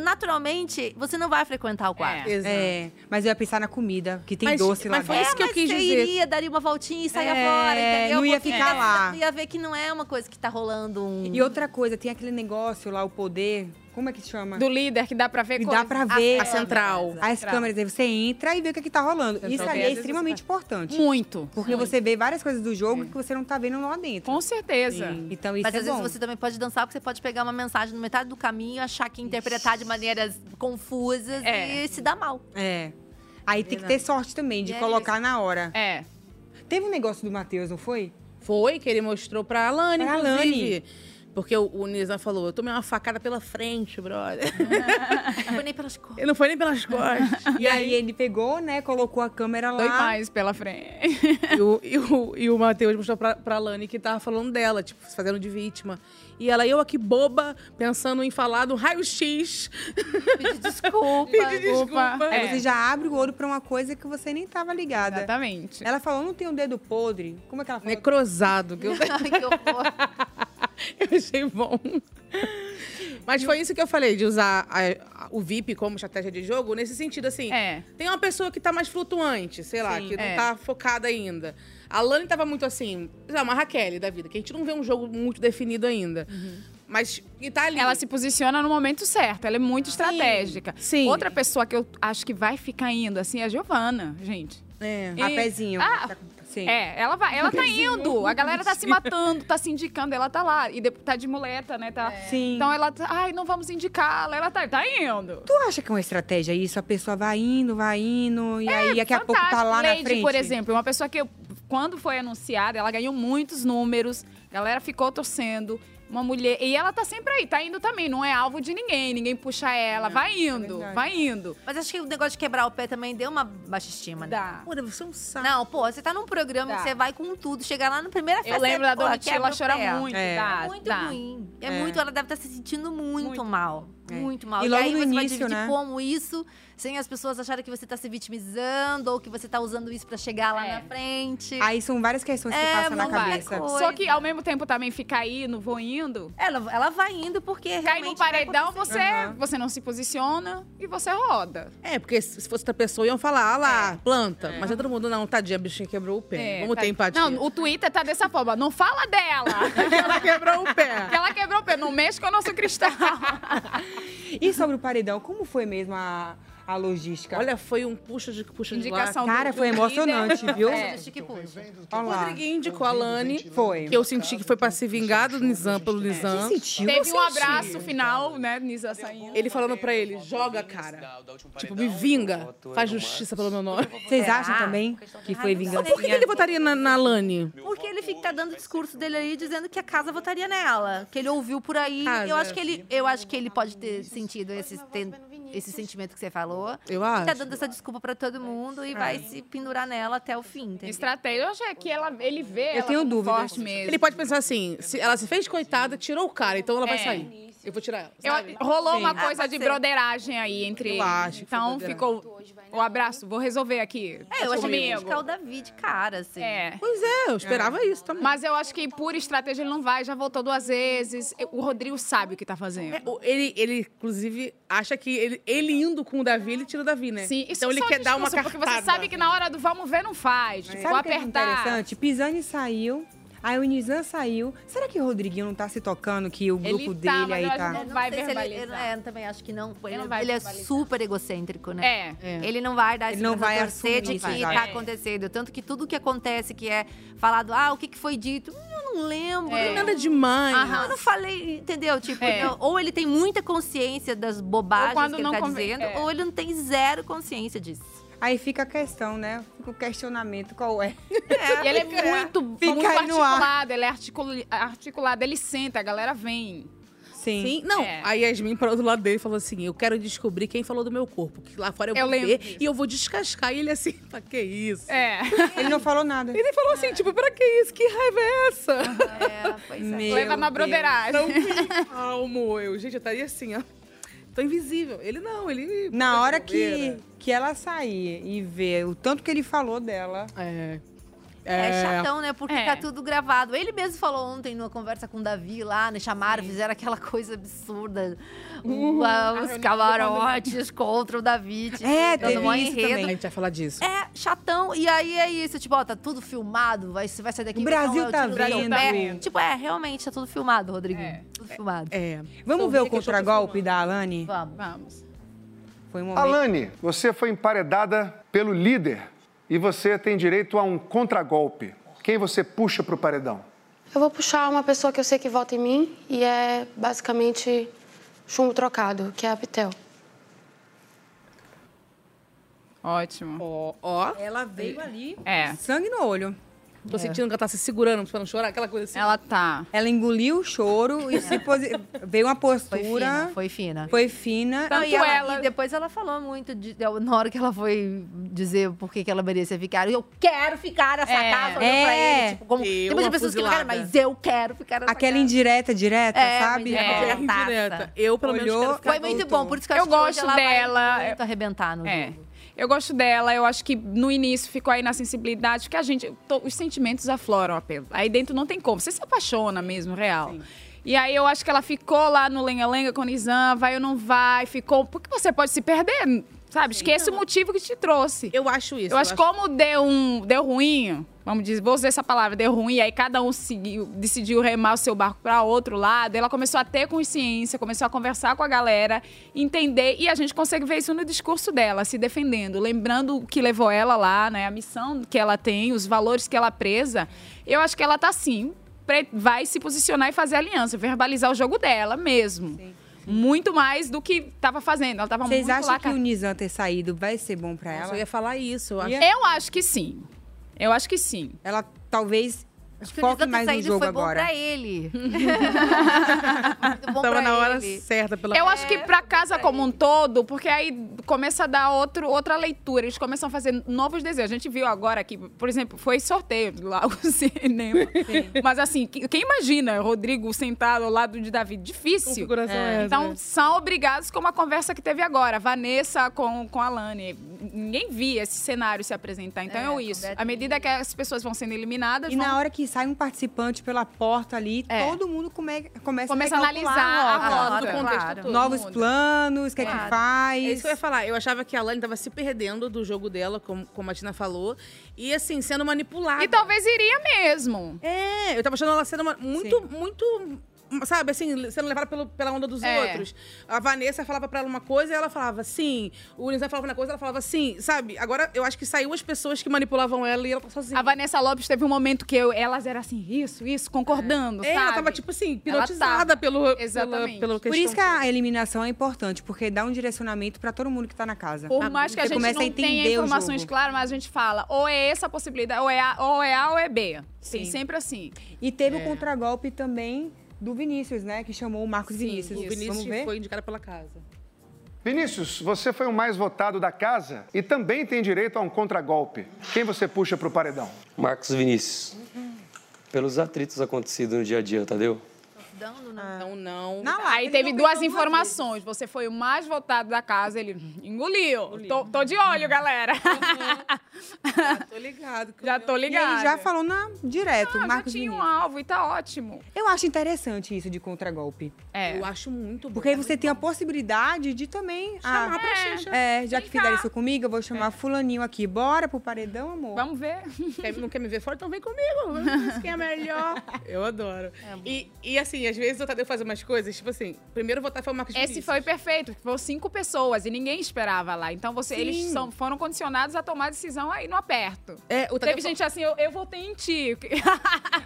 naturalmente, você não vai frequentar o quarto. É. Exato. É, mas eu ia pensar na comida, que tem Mas- doce lá mas foi dentro. isso que eu É, mas quis você dizer. iria, daria uma voltinha e saia É, fora, entendeu? não ia Porque ficar você lá. Ia ver que não é uma coisa que tá rolando um... E outra coisa, tem aquele negócio lá, o poder. Como é que chama? Do líder, que dá pra ver E coisa. dá pra ver é. A central. as câmeras. Aí você entra e vê o que, é que tá rolando. Isso Central. ali é extremamente importante. Muito. Porque você vê várias coisas do jogo que você não tá vendo lá dentro. Com certeza. Então isso É. Mas é às bom. vezes você tá- também pode dançar, porque você pode pegar uma mensagem no metade do caminho, achar que interpretar de maneiras confusas É. e se dar mal. É. Aí tem que ter sorte também de E é colocar na hora. É. Teve um negócio do Matheus, não foi? Foi que ele mostrou pra Alane, Pra inclusive. Porque o, o Nizam falou, eu tomei uma facada pela frente, brother. Não foi nem pelas costas. Eu não foi nem pelas costas. E aí ele pegou, né? Colocou a câmera lá. Dói mais pela frente. E o, e o, e o Matheus mostrou pra, pra Lani que tava falando dela, tipo, se fazendo de vítima. E ela, eu aqui boba, pensando em falar do raio-x. Pedir desculpa. Pedir desculpa. Opa. Aí É. você já abre o olho pra uma coisa que você nem tava ligada. Exatamente. Ela falou, não tem um dedo podre. Como é que ela falou? Necrosado, que eu, Ai, que horror. eu achei bom. Mas foi isso que eu falei, de usar a- a- o VIP como estratégia de jogo, nesse sentido, assim. É. Tem uma pessoa que tá mais flutuante, sei lá, que não é. tá focada ainda. A Lani tava muito assim, sei lá, uma Raquel da vida, que a gente não vê um jogo muito definido ainda. Mas e tá ali. Uhum. Ela se posiciona no momento certo, ela é muito estratégica. sim. Outra pessoa que eu acho que vai ficar indo, assim, é a Giovana, gente. É. A pezinho. Ah, Sim. É, ela vai, ela tá indo. A galera tá se matando, tá se indicando, ela tá lá. E de- tá de muleta, né? Tá... É. Sim. Então ela tá. Ai, não vamos indicá-la. Ela tá, tá indo. Tu acha que é uma estratégia isso? A pessoa vai indo, vai indo, e aí daqui a pouco tá É Fantástico. lá Lady, na frente. por exemplo, é uma pessoa que, eu- quando foi anunciada, ela ganhou muitos números, a galera ficou torcendo. Uma mulher. E ela tá sempre aí, tá indo também. Não é alvo de ninguém, ninguém puxa ela. vai indo, É, verdade. vai indo. Mas acho que o negócio de quebrar o pé também deu uma baixa estima, né? Dá. Pô, você é um saco. Não, pô, você tá num programa Dá. que você vai com tudo, chegar lá na primeira festa. Eu lembro da pô, Domitila, quebra ela o chora pé. muito. É. Dá, muito dá. ruim. É, É. muito, ela deve estar se sentindo muito, Muito. mal. É. Muito mal. E E, logo aí no você vai início, dividir né? como isso, sem as pessoas acharem que você tá se vitimizando ou que você tá usando isso pra chegar lá É. na frente. Aí são várias questões que É, passam na vão várias cabeça. coisas. Só que ao mesmo tempo também ficar aí, não vou indo. Ela, ela vai indo porque Cai no realmente vai paredão, você, Aham. você não se posiciona e você roda. É, porque se se fosse outra pessoa, iam falar, ah lá, planta. Mas é todo mundo, não, tadinha, a bichinha quebrou o pé. É, Vamos tá- ter empatia. Não, o Twitter tá dessa forma. Não fala dela! ela quebrou o pé. que ela quebrou o pé. Não mexe com o nosso cristal. E sobre o paredão, como foi mesmo a, a logística? Olha, foi um puxa de puxa Indicação de lá. Cara, do- foi do emocionante, líder. viu? É. Chique puxa. Olha O lá. Rodriguinho indicou a Lani, Foi. que eu senti que foi pra se vingar do Nizam pelo Nizam. É, Sentiu? Teve um abraço final, né, Nisa saindo. Ele falando pra ele, joga, cara. Tipo, me vinga, faz justiça pelo meu nome. Vocês acham Será? também que foi Ai, não sei. vingança? Por que, que ele votaria na, na Lani? Porque ele que tá dando o discurso dele aí dizendo que a casa votaria nela. Que ele ouviu por aí. Casa. Eu acho que ele, eu acho que ele pode ter sentido esse, ten- esse sentimento que você falou. Eu E Tá acho. dando essa desculpa pra todo mundo e vai se pendurar nela até o fim, entendeu? Estratégia, eu acho é que ela, ele vê ela tenho como dúvidas. forte mesmo. Ele pode pensar assim, se ela se fez coitada, tirou o cara, então ela vai É. sair. Eu vou tirar ela, Eu- sabe? rolou uma Ah, coisa pode de ser. broderagem aí entre eles. acho que então foi ficou o abraço, vou resolver aqui. É, eu acho que ele comigo. ia indicar o Davi de cara, assim. É. Pois é, eu esperava isso também. Mas eu acho que por estratégia ele não vai, já voltou duas vezes. O Rodrigo sabe o que tá É, fazendo. o- ele, ele, inclusive, acha que ele, ele indo com o Davi, ele tira o Davi, né? Sim, isso então ele só quer dar uma discurso, cartada. Porque você sabe que na hora do vamos ver não faz. Tipo, Sabe vou o que é apertar. interessante? Pisani saiu, aí o Nizam saiu. Será que o Rodriguinho não tá se tocando que o grupo Ele tá, dele mas aí eu acho tá... que Eu não não sei vai se ele- eu- verbalizar. é, eu também acho que não. Ele, não vai ele é verbalizar. super egocêntrico, né? É. Ele não vai dar Ele esse não vai torcer de assumir, que vai. tá É. acontecendo. Tanto que tudo que acontece que é falado, ah, o que, que foi dito? Hum, Eu não lembro. É. Eu não Nada de mãe. Não, Eu não falei, entendeu? Tipo, É. não, ou ele tem muita consciência das Ou bobagens quando que ele não tá conven- dizendo, é. ou ele não tem zero consciência disso. Aí fica a questão, né? Fica o questionamento qual é. E ele é muito, Fica muito aí no ar. articulado, ele é articuli- articulado, ele senta, a galera vem. Sim. Sim, não. É. A Yasmin parou do lado dele e falou assim: Eu quero descobrir quem falou do meu corpo. Que lá fora eu, Eu vou lembro ver disso. e eu vou descascar. E ele assim, pra que isso? É. Ele não falou nada. Ele falou assim, tipo, pra que isso? Que raiva é essa? É, pois é. Meu Leva na Deus. Então, broderagem. Calmo, eu. Gente, eu estaria assim, ó. Tô invisível. Ele não, ele. tá Na hora que, bobeira. que ela sair e ver o tanto que ele falou dela, É. É chatão, né? Porque É. tá tudo gravado. Ele mesmo falou ontem numa conversa com o Davi lá, né? Chamaram, fizeram aquela coisa absurda. Uhum. O- Ah, a- os camarotes contra o Davi. Tipo, É, dando teve mó isso enredo. também. A gente vai falar disso. É, chatão. E aí é isso, tipo, ó, tá tudo filmado, vai, você vai sair daqui. O vai tomar Brasil um tá tiro no seu vendo. pé. Tipo, é, realmente, tá tudo filmado, Rodrigo. Tudo filmado. É. vamos Sou ver o rica, estou contragolpe da Alane? Vamos. Vamos. Foi um momento. Alane, você foi emparedada pelo líder e você tem direito a um contragolpe. Quem você puxa pro paredão? Eu vou puxar uma pessoa que eu sei que vota em mim e é basicamente chumbo trocado, que é a Pitel. Ótimo. Ó, ó. Ela veio ali. É. um Sangue no olho. Tô É. sentindo que ela tá se segurando pra não chorar, aquela coisa assim. Ela tá. Ela engoliu o choro e se posi... veio uma Foi postura. fina, foi fina. foi fina. Não, Tanto e, ela- ela- e depois ela falou muito de- na hora que ela foi dizer por que que ela merecia ficar. Eu quero ficar nessa É. casa, olhando pra É. ele. Tipo, como, Eu, tem muitas uma pessoas que não fuzilada. querem, mas eu quero ficar nessa Aquela casa. indireta direta, É, sabe? uma é, indireta. direta. Eu, pelo menos, Olhou, quero ficar Foi muito voltou. bom, por isso que eu, Eu acho que hoje gosto ela vai dela. muito arrebentar no É. jogo. Eu gosto dela, eu acho que no início ficou aí na sensibilidade, porque a gente. to- os sentimentos afloram, ó, Pedro. Aí dentro não tem como. Você se apaixona mesmo, real. E aí eu acho que ela ficou lá no lenga-lenga com o Nizam, vai ou não vai, ficou. Porque você pode se perder, sabe? Esquece o motivo que te trouxe. Eu acho isso. Eu acho que como deu um, deu ruim, vamos dizer, vou usar essa palavra, deu ruim, aí cada um seguiu- decidiu remar o seu barco para outro lado, ela começou a ter consciência, começou a conversar com a galera, entender, e a gente consegue ver isso no discurso dela, se defendendo, lembrando o que levou ela lá, né, a missão que ela tem, os valores que ela presa. Eu acho que ela tá assim, pre- vai se posicionar e fazer aliança, verbalizar o jogo dela mesmo. Muito mais do que estava fazendo. Ela estava muito Vocês acham lá, que o Nizam ter saído vai ser bom pra Eu ela? só ia falar isso. Eu acho Eu acho que sim. Eu acho que sim. Ela talvez Acho que o Nizam foque ter mais no saído foi jogo bom agora. pra ele. muito bom Tava pra na hora ele. certa, pela Eu acho que É, pra casa como um todo, porque aí começa a dar outro, outra leitura, eles começam a fazer novos desenhos. A gente viu agora aqui, por exemplo, foi sorteio lá o cinema. Mas assim, que- quem imagina Rodrigo sentado ao lado de Davi? Difícil. configuração é. essa. Então, são obrigados, como a conversa que teve agora, Vanessa com, com a Lane. Ninguém via esse cenário se apresentar. Então, é, isso. conversa- À medida que as pessoas vão sendo eliminadas, E vão- na hora que sai um participante pela porta ali, É. todo mundo come- começa, Começa a recalcular analisar logo. a Ah, rota. do contexto claro. todo. Novos mundo. planos, o que é que Claro. faz. É isso que eu ia falar. Eu achava que a Lani tava se perdendo do jogo dela, como, como a Tina falou, e assim, sendo manipulada. E talvez iria mesmo. É, eu tava achando ela sendo uma- muito, muito sabe, assim, sendo levada pelo, pela onda dos É. outros. A Vanessa falava pra ela uma coisa e ela falava sim. O Nizam falava uma coisa e ela falava sim. Sabe, agora eu acho que saiu as pessoas que manipulavam ela e ela tá sozinha. A Vanessa Lopes teve um momento que eu- elas eram assim, isso, isso, concordando, É, ela sabe? tava, tipo assim, Ela hipnotizada tava. pelo, pelo, Exatamente. pelo Por questão. isso que a eliminação é importante, porque dá um direcionamento pra todo mundo que tá na casa. Por mais que a Você gente começa a não tenha entender o informações jogo. claras, mas a gente fala, ou é essa a possibilidade, ou é A ou é, a, ou é B. Sim. sempre assim. E É. teve o contragolpe também do Vinícius, né? Que chamou o Marcos Vinícius. O Vinícius Vamos ver? foi indicado pela casa. Vinícius, você foi o mais votado da casa e também tem direito a um contragolpe. Quem você puxa pro paredão? Marcos Vinícius, pelos atritos acontecidos no dia a dia, Tadeu, Dando, né? Então, não. Na live, Aí ele teve não duas pensou informações. Você foi o mais votado da casa, ele hum, engoliu. Tô, tô de olho, galera. Tô ligado. que já o tô duas vezes. E ligada. ele já falou na, direto, Ah, já Marcos tinha um Vinícius. alvo e tá ótimo. Eu acho interessante isso de contragolpe. meu- É. Eu acho é muito bom. Porque aí você tem a possibilidade de também. Chamar ah, pra Xuxa. É, já que Vem cá. É. fizeram isso comigo, eu vou chamar fulaninho aqui. Bora pro paredão, amor. Vamos ver. Quer- não quer me ver fora, então vem comigo. Vamos ver quem é melhor. Eu adoro. É, E, e assim, às vezes o Tadeu faz umas coisas, tipo assim, primeiro votar foi o Marcos Esse Vinícius. foi perfeito, porque foram cinco pessoas e ninguém esperava lá. Então você, eles são- foram condicionados a tomar decisão aí no aperto. É, o Tadeu Teve fa- gente assim, eu, eu votei em ti.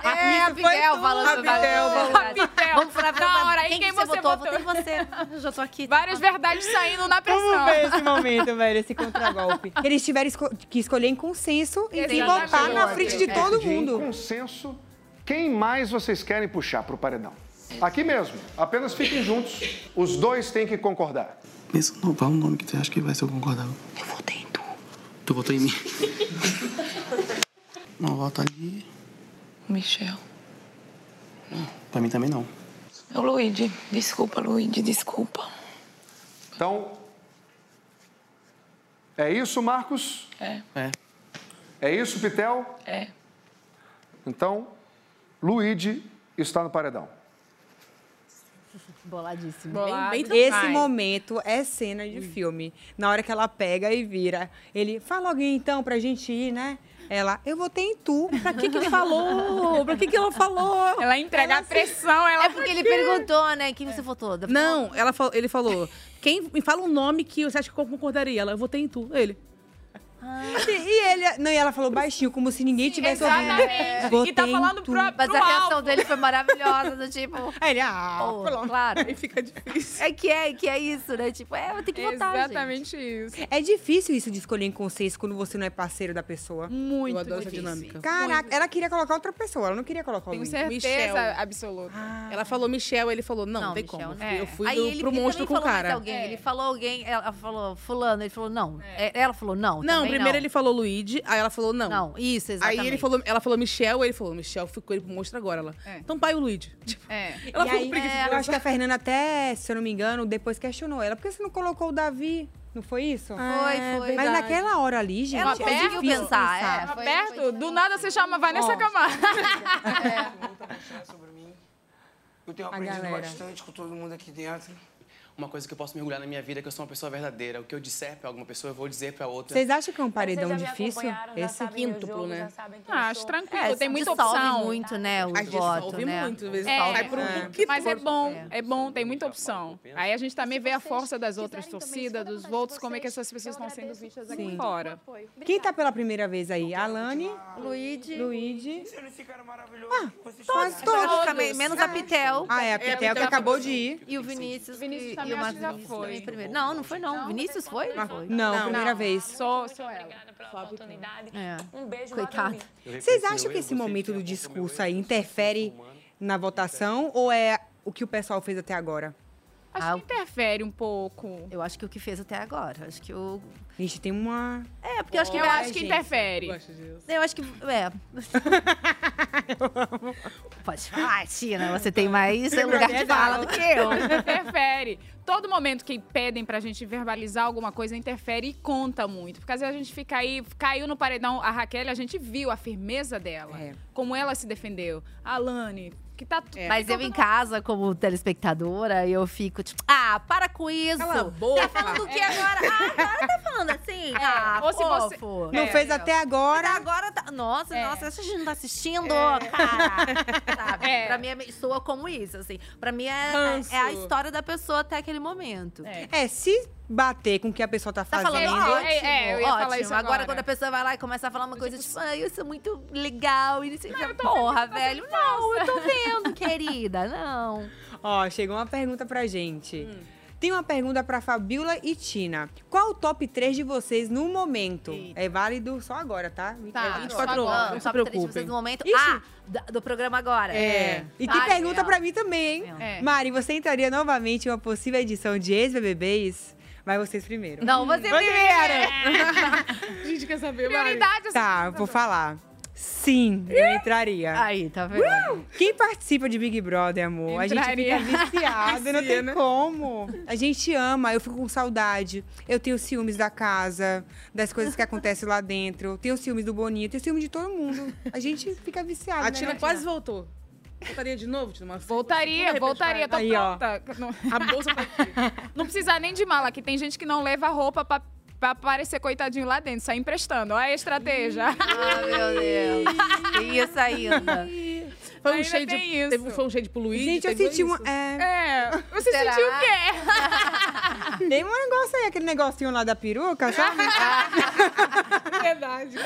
É, a Fidel falando da Abidel, Abidel. Vamos falar a Na hora, verdade. aí Quem, quem que você você votou? votou? Votei em você. Eu já tô aqui. Várias verdades saindo na pressão. Vamos ver esse momento, velho, esse contragolpe. Eles tiveram esco- que escolher em consenso e se Exatamente. botar na frente de É. todo Decidir Em mundo. consenso, quem mais vocês querem puxar pro paredão? Aqui mesmo, apenas fiquem juntos. Os dois têm que concordar. Pensa no qual é nome que você acha que vai ser o concordado. Eu votei em tu. Tu votou em mim? não, vota ali. Michel. Pra mim também não. É o Luigi. Desculpa, Luigi, desculpa. Então, é isso, Marcos? É. É. É isso, Pitel? É. Então, Luigi está no paredão. Boladíssimo. Bolado. Bem- bem Esse Vai. momento é cena de Hum. filme. Na hora que ela pega e vira. Ele, fala alguém então pra gente ir, né? Ela, eu votei em tu. Pra que que falou? Pra que que ela falou? Ela entrega a pressão, ela. É porque ele perguntou, né? Quem você votou? Da- Não, ela fal- ele falou, quem me fala um nome que você acha que eu concordaria? Ela, eu votei em tu. Ele. Ah. E, e ele, não, e ela falou baixinho, como se ninguém tivesse ouvido. Exatamente. E tá Votei em falando pro, tu. pro Mas a reação alvo. dele foi maravilhosa, do tipo. Aí ele, ah, pô, pelo claro. Aí fica difícil. É que é, que é isso, né? Tipo, é, eu tenho que votar. gente. Exatamente isso. É difícil isso de escolher em consenso quando você não é parceiro da pessoa. Muito eu adoro difícil. essa dinâmica. Caraca, ela queria colocar outra pessoa, ela não queria colocar o Tenho Luiz. certeza Michel. absoluta. é. Ela falou Michel, ele falou, não, Não, não tem Michel, como. não. Eu fui É. Aí do- ele- pro ele também monstro com o falou mais cara. Alguém. Ele falou alguém, ela falou fulano, ele falou não. É, Ela falou não. Não, também primeiro ele falou Luigi, aí ela falou não. Não, isso, Aí exatamente. ele falou, ela falou Michel, ele falou, Michel ficou ele pro monstro agora. Ela, É. então pai o Luigi. Tipo, É. ela E ficou aí, com preguiça de eu acho que conversar. a Fernanda até, se eu não me engano, depois questionou ela. Por que você não colocou o Davi? Não foi isso? Ah, Foi, foi. Mas naquela hora ali, gente, Ela é conseguiu difícil pensar, é. Tava Foi- perto, foi do nada você chama Vanessa Camargo. sobre mim. Eu tenho É. A aprendido galera. bastante com todo mundo aqui dentro. Uma coisa que eu posso mergulhar na minha vida é que eu sou uma pessoa verdadeira. O que eu disser pra alguma pessoa, eu vou dizer pra outra. Vocês acham que é um paredão difícil? Esse quíntuplo, né? Ah, Acho tranquilo, É, tem muita dissolve opção. muito, né, o A gente voto, dissolve né? muito, às vezes É, sai por um pouquinho. Mas é bom, é bom, tem muita opção. Aí a gente também vê a força das outras torcidas, dos votos, como é que essas pessoas estão sendo vistas aqui fora. Quem tá pela primeira vez aí? Alane, Luigi, Luigi. Eles ficaram Ah, maravilhosos. Vocês Quase todos. também, menos a É, tipo, Pitel. tá Ah, é, a Pitel que acabou de ir. E o Vinícius, Vinícius que- também e o acho Marcos que já Vinícius foi. também primeiro. Não, não foi não. Vinícius foi? Foi. Não, primeira vez. Só, só ela. É. Um beijo, Coitado. Vocês acham que esse momento do discurso aí interfere na votação ou é o que o pessoal fez até agora? Acho que interfere um pouco. Ah, Eu acho que o que fez até agora. Acho que o. Gente, tem uma. É, porque eu acho que. Eu acho que gente. interfere. Eu acho que. É. Pode falar, Tina. Você tem mais lugar de é fala do que eu. É Interfere. todo momento que pedem pra gente verbalizar alguma coisa interfere e conta muito. Porque às vezes a gente fica aí, caiu no paredão. A Raquel, a gente viu a firmeza dela. É. Como ela se defendeu. A Lani, que tá tudo. Mas eu em casa, como telespectadora, eu fico tipo, ah, para com isso. Cala a Tá falando o que agora? Ah, agora tá falando assim. Ah, Ou se você- fofo. Não fez até agora. Agora tá. Nossa, nossa, essa gente não tá assistindo, cara. Sabe? Pra mim é- soa como isso, assim. Pra mim é, Ranço. é a história da pessoa até aquele momento. É, se bater com o que a pessoa tá Tá fazendo. falando ótimo, É, ótimo. agora, quando a pessoa. pessoa vai lá e começa a falar uma coisa tipo, ai, eu sou muito legal. E você fica, porra, velho, não, eu tô vendo, querida, não. Ó, chegou uma pergunta pra gente. Hum. Tem uma pergunta pra Fabiola e Tina. Qual o top 3 de vocês no momento? É válido só agora, tá? Tá, É só agora, não só pra três de se preocupem. vocês no momento. Ixi. Ah, da- do programa agora. É. E tem Ai, pergunta Gabriela. pra mim também, hein? É. Mari, você entraria novamente em uma possível edição de ex-BBBs? Mas vocês primeiro. Não, você primeiro. Gente, quer saber, Prioridade, assim. Tá, vou falar. Sim, eu entraria. Aí, tá vendo? Quem participa de Big Brother, amor? A Entraria. gente fica viciado, não Vicia, tem né? como. A gente ama, eu fico com saudade. Eu tenho ciúmes da casa, das coisas que acontecem lá dentro. Tenho ciúmes do Boninho, tenho ciúmes de todo mundo. A gente fica viciado. A né, Tina Tina? quase voltou. Voltaria de novo, Tina? Uma Voltaria, voltaria, tô Aí, ó. pronta. A bolsa tá aqui. Não precisa nem de mala, que tem gente que não leva roupa pra, pra parecer coitadinho lá dentro, sai emprestando. Olha a estratégia. Ah, meu Deus. Tem isso ainda. Foi um Ainda shade. tem isso. Teve, foi um shade pro Luiz. Gente, eu teve senti isso. uma. É. Você Será? sentiu o quê? Tem um negócio aí, aquele negocinho lá da peruca, sabe? Verdade.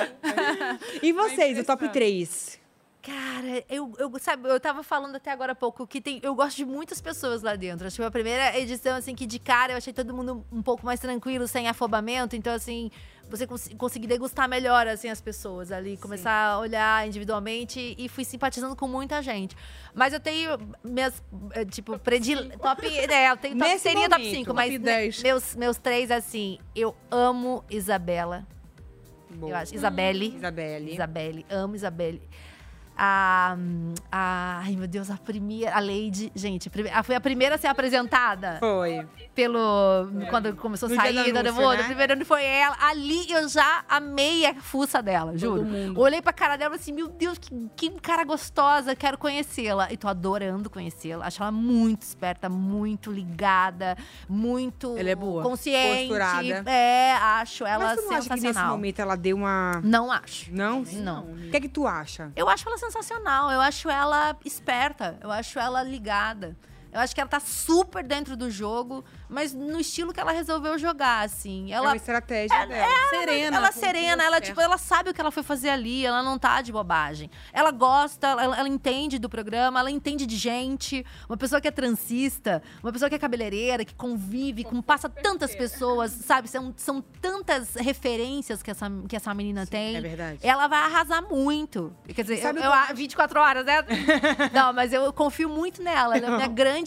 E vocês, o top 3? Cara, eu, eu, sabe, eu tava falando até agora há pouco que tem, eu gosto de muitas pessoas lá dentro. Acho que foi a primeira edição, assim, que de cara eu achei todo mundo um pouco mais tranquilo, sem afobamento. Então, assim, você cons conseguir degustar melhor, assim, as pessoas ali. Começar a olhar individualmente e fui simpatizando com muita gente. Mas eu tenho minhas, eh, tipo, predile... Top, é, eu tenho top, Nesse seria top momento, 5, top mas né, 10. meus, meus três, assim, eu amo Isabela. Eu acho. Isabelle. Isabelle. Isabelle. Amo Isabelle. A, a- ai, meu Deus, a primeira. A Lady. Gente, a prime- a- foi a primeira a ser apresentada. Foi. É. Pelo. Quando começou a No dia do sair da anúncio, Demora, né? o primeiro ano foi ela. Ali eu já amei a fuça dela, juro. mundo. Olhei pra cara dela e falei assim: meu Deus, que, que cara gostosa, quero conhecê-la. E tô adorando conhecê-la. Acho ela muito esperta, muito ligada, muito Ela é boa. consciente. Posturada. É, acho ela Mas tu não acha que nesse sensacional. momento ela deu uma. Não acho. Não? Não. O que é que tu acha? Eu acho ela sensacional, eu acho ela esperta, eu acho ela ligada. Eu acho que ela tá super dentro do jogo, mas no estilo que ela resolveu jogar, assim. Ela, é uma estratégia dela. serena. ela é com- serena, com ela, certo. tipo, ela sabe o que ela foi fazer ali, ela não tá de bobagem. Ela gosta, ela, ela entende do programa, ela entende de gente. Uma pessoa que é transista, uma pessoa que é cabeleireira, que convive, com, passa tantas pessoas, sabe? São, são tantas referências que essa, que essa menina tem. é verdade. Ela vai arrasar muito. Quer dizer, Sabe eu, o que eu eu a- 24 horas, né? não, mas eu confio muito nela. Ela é a minha grande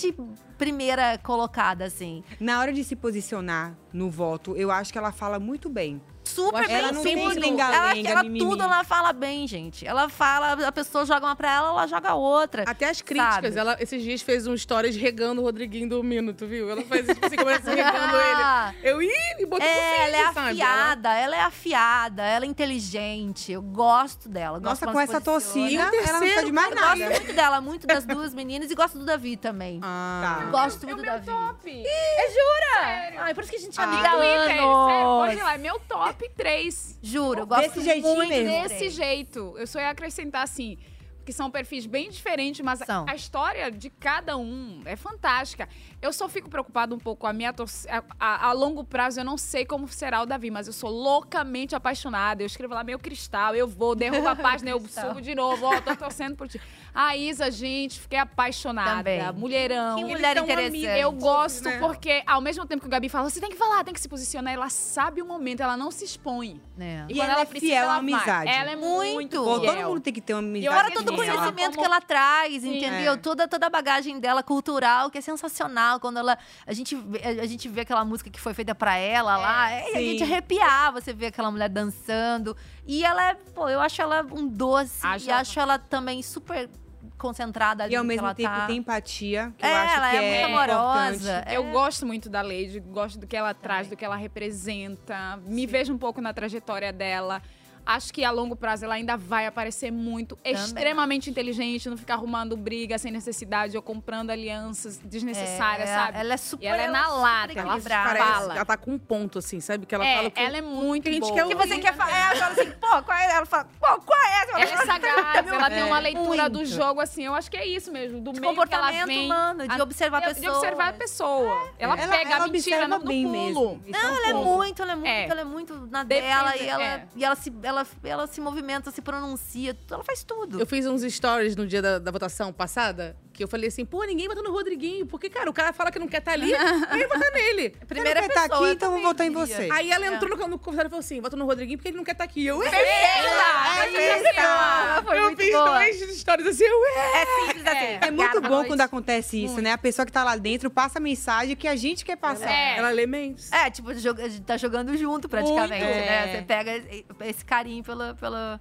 primeira colocada, assim. Na hora de se posicionar no voto, eu acho que ela fala muito bem. super Ela bem não tem simples. Ela, lenga-lenga, ela mimimi. tudo ela fala bem, gente. Ela fala, a pessoa joga uma pra ela, ela joga outra. Até as críticas. Ela, esses dias fez um stories regando o Rodriguinho do Mino, tu viu? Ela faz isso assim, começa regando Ah. ele. Eu ih, e botei É, ela é sabe? afiada, ela... é afiada, ela é inteligente. Eu gosto dela. eu Nossa, gosto com essa torcida, torcida ela não precisa de mais Eu nada. gosto muito dela, muito das duas meninas e gosto do Davi também. Ah, Eu Gosto muito do Davi. top. Ah, É, jura? Ai, por isso que a gente é Ah, amiga há Twitter, sério, hoje anos. lá, é meu top 3. Juro, eu gosto Desse jeitinho muito mesmo. dos Desse três. jeito. Eu só ia acrescentar assim. Que são perfis bem diferentes, mas a- São. a história de cada um é fantástica. Eu só fico preocupada um pouco com a minha torcida. A, a longo prazo, eu não sei como será o Davi, mas eu sou loucamente apaixonada. Eu escrevo lá meu cristal, eu vou, derrubo a página, eu Cristal. subo de novo. Ó, tô torcendo por ti. A Isa, gente, fiquei apaixonada. Também. Mulherão. Que Eles mulher são interessante. amigos. Eu gosto Né? porque, ao mesmo tempo que o Gabi fala, você tem que falar, tem que se posicionar, ela sabe o momento, ela não se expõe. É. E ela é fiel à vai. amizade. Ela é muito, Pô, todo fiel. mundo tem que ter uma amizade. eu Fora acho todo o que ela- conhecimento como- que ela traz, Sim. entendeu? É. Toda, toda a bagagem dela cultural, que é sensacional. Quando ela. A gente, vê- a gente vê aquela música que foi feita pra ela lá. E a Sim. gente arrepiar, você vê aquela mulher dançando. E ela é. Pô, eu acho ela um doce. Acho e ela acho ela também super concentrada ali E ao no que mesmo ela tempo tá. tem empatia, que eu É, acho ela que é muito amorosa, importante. Eu gosto muito da Lady, gosto do que ela traz, do que ela representa. Me vejo um pouco na trajetória dela. Acho que a longo prazo ela ainda vai aparecer muito. É Também. Extremamente inteligente, não fica arrumando briga sem necessidade ou comprando alianças desnecessárias, É, ela- sabe? ela é super- E ela é na ela é lata, super ela equilibrada. fala. Ela tá com um ponto, assim, sabe? Que ela É, fala que ela é muito tem gente boa. Que, é Que você quer falar? ela fala assim, pô, qual é? Ela fala, pô, qual é? Ela é sagaz, ela tem uma É, leitura do muito. jogo, assim, eu acho que é isso mesmo, do De meio que ela comportamento vem. humano, de a- observar de- De pessoas. observar a pessoa. Ela- Ela pega ela a mentira observa no, no bem pulo. mesmo. Isso é um Não, ela é pulo. muito, ela é muito, ela é muito na dela e ela, é. e ela se ela, ela se movimenta, se pronuncia, tudo, ela faz tudo. Eu fiz uns stories no dia da, da votação passada, que eu falei assim, pô, ninguém votou no Rodriguinho, porque, cara, o cara fala que não quer estar ali, aí votar nele. Primeira quer tá pessoa, aqui, eu então vou também votar em diria. você. Aí ela entrou no, no comentário e falou assim, vota no Rodriguinho porque ele não quer estar aqui. Eu, Perfeita! "Ué!" assim, Perfeita! Foi assim, Eu muito fiz boa. dois stories assim, ué! É simples assim. É muito Obrigada, bom boa quando acontece isso, né? A pessoa que tá lá dentro passa a mensagem que a gente quer passar. É. Ela lê mentes. É, tipo, joga- tá jogando junto praticamente, Muito. né? É. Você pega esse- esse carinho pela, pela,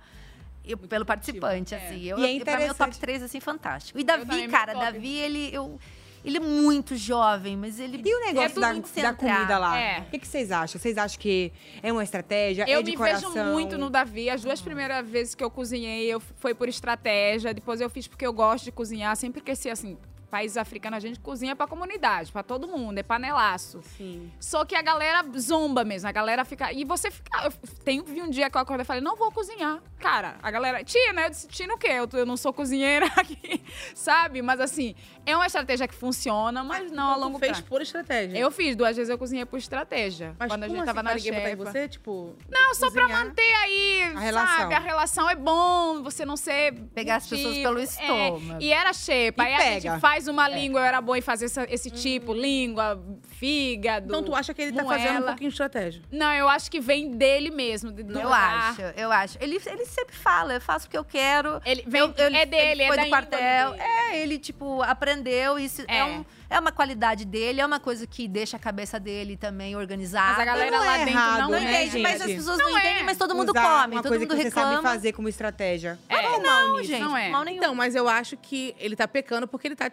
e- pelo participante, assim. Eu, E é eu- pra mim, o top interessante. 3, assim, fantástico. E também, Davi, muito cara, top. Davi, ele... Eu, ele é muito jovem, mas ele. é E o negócio da, da comida lá? É. O que, que vocês acham? Vocês acham que é uma estratégia? Eu é de me coração? Ah, vejo muito no Davi. As duas primeiras vezes que eu cozinhei eu, foi por estratégia. Depois eu fiz porque eu gosto de cozinhar. Sempre cresci assim. País africano, a gente cozinha pra comunidade, pra todo mundo, é panelaço. Sim. Só que a galera zomba mesmo, a galera fica. E você fica. Eu tenho, vi um dia que eu acordei e falei, não vou cozinhar. Cara, a galera. Tina, eu disse, Tina o quê? Eu, tô- eu não sou cozinheira aqui, sabe? Mas assim, é uma estratégia que funciona, mas não a longo É, então fez prazo. por estratégia. Eu fiz, duas vezes eu cozinhei por estratégia. Mas quando a como gente tava assim? na Ninguém botar em xepa. você, tipo... Não, só pra cozinhar? manter aí, A relação. sabe? A relação é bom, você não ser... Pegar as pessoas pelo estômago. E era xepa, E aí a gente pega. faz uma É. língua, eu era bom em fazer essa- esse tipo, língua, fígado, Hum. Então tu acha que ele tá fazendo um moela. pouquinho de estratégia. Não, eu acho que vem dele mesmo. do Eu lugar. acho, eu acho. Ele, ele sempre fala, eu faço o que eu quero. Ele vem- é dele, é foi da do índole quartel. dele. É, ele, tipo, aprendeu. Isso é. É. um- é uma qualidade dele, é uma coisa que deixa a cabeça dele também organizada. Mas a galera Não lá é dentro errado, não né, entende. gente? Mas as pessoas não, Não é. entendem, mas todo mundo Usar come, uma todo coisa mundo que reclama. você sabe fazer como estratégia. É. Qual o mal nisso? Então, mas eu acho que ele tá pecando porque ele tá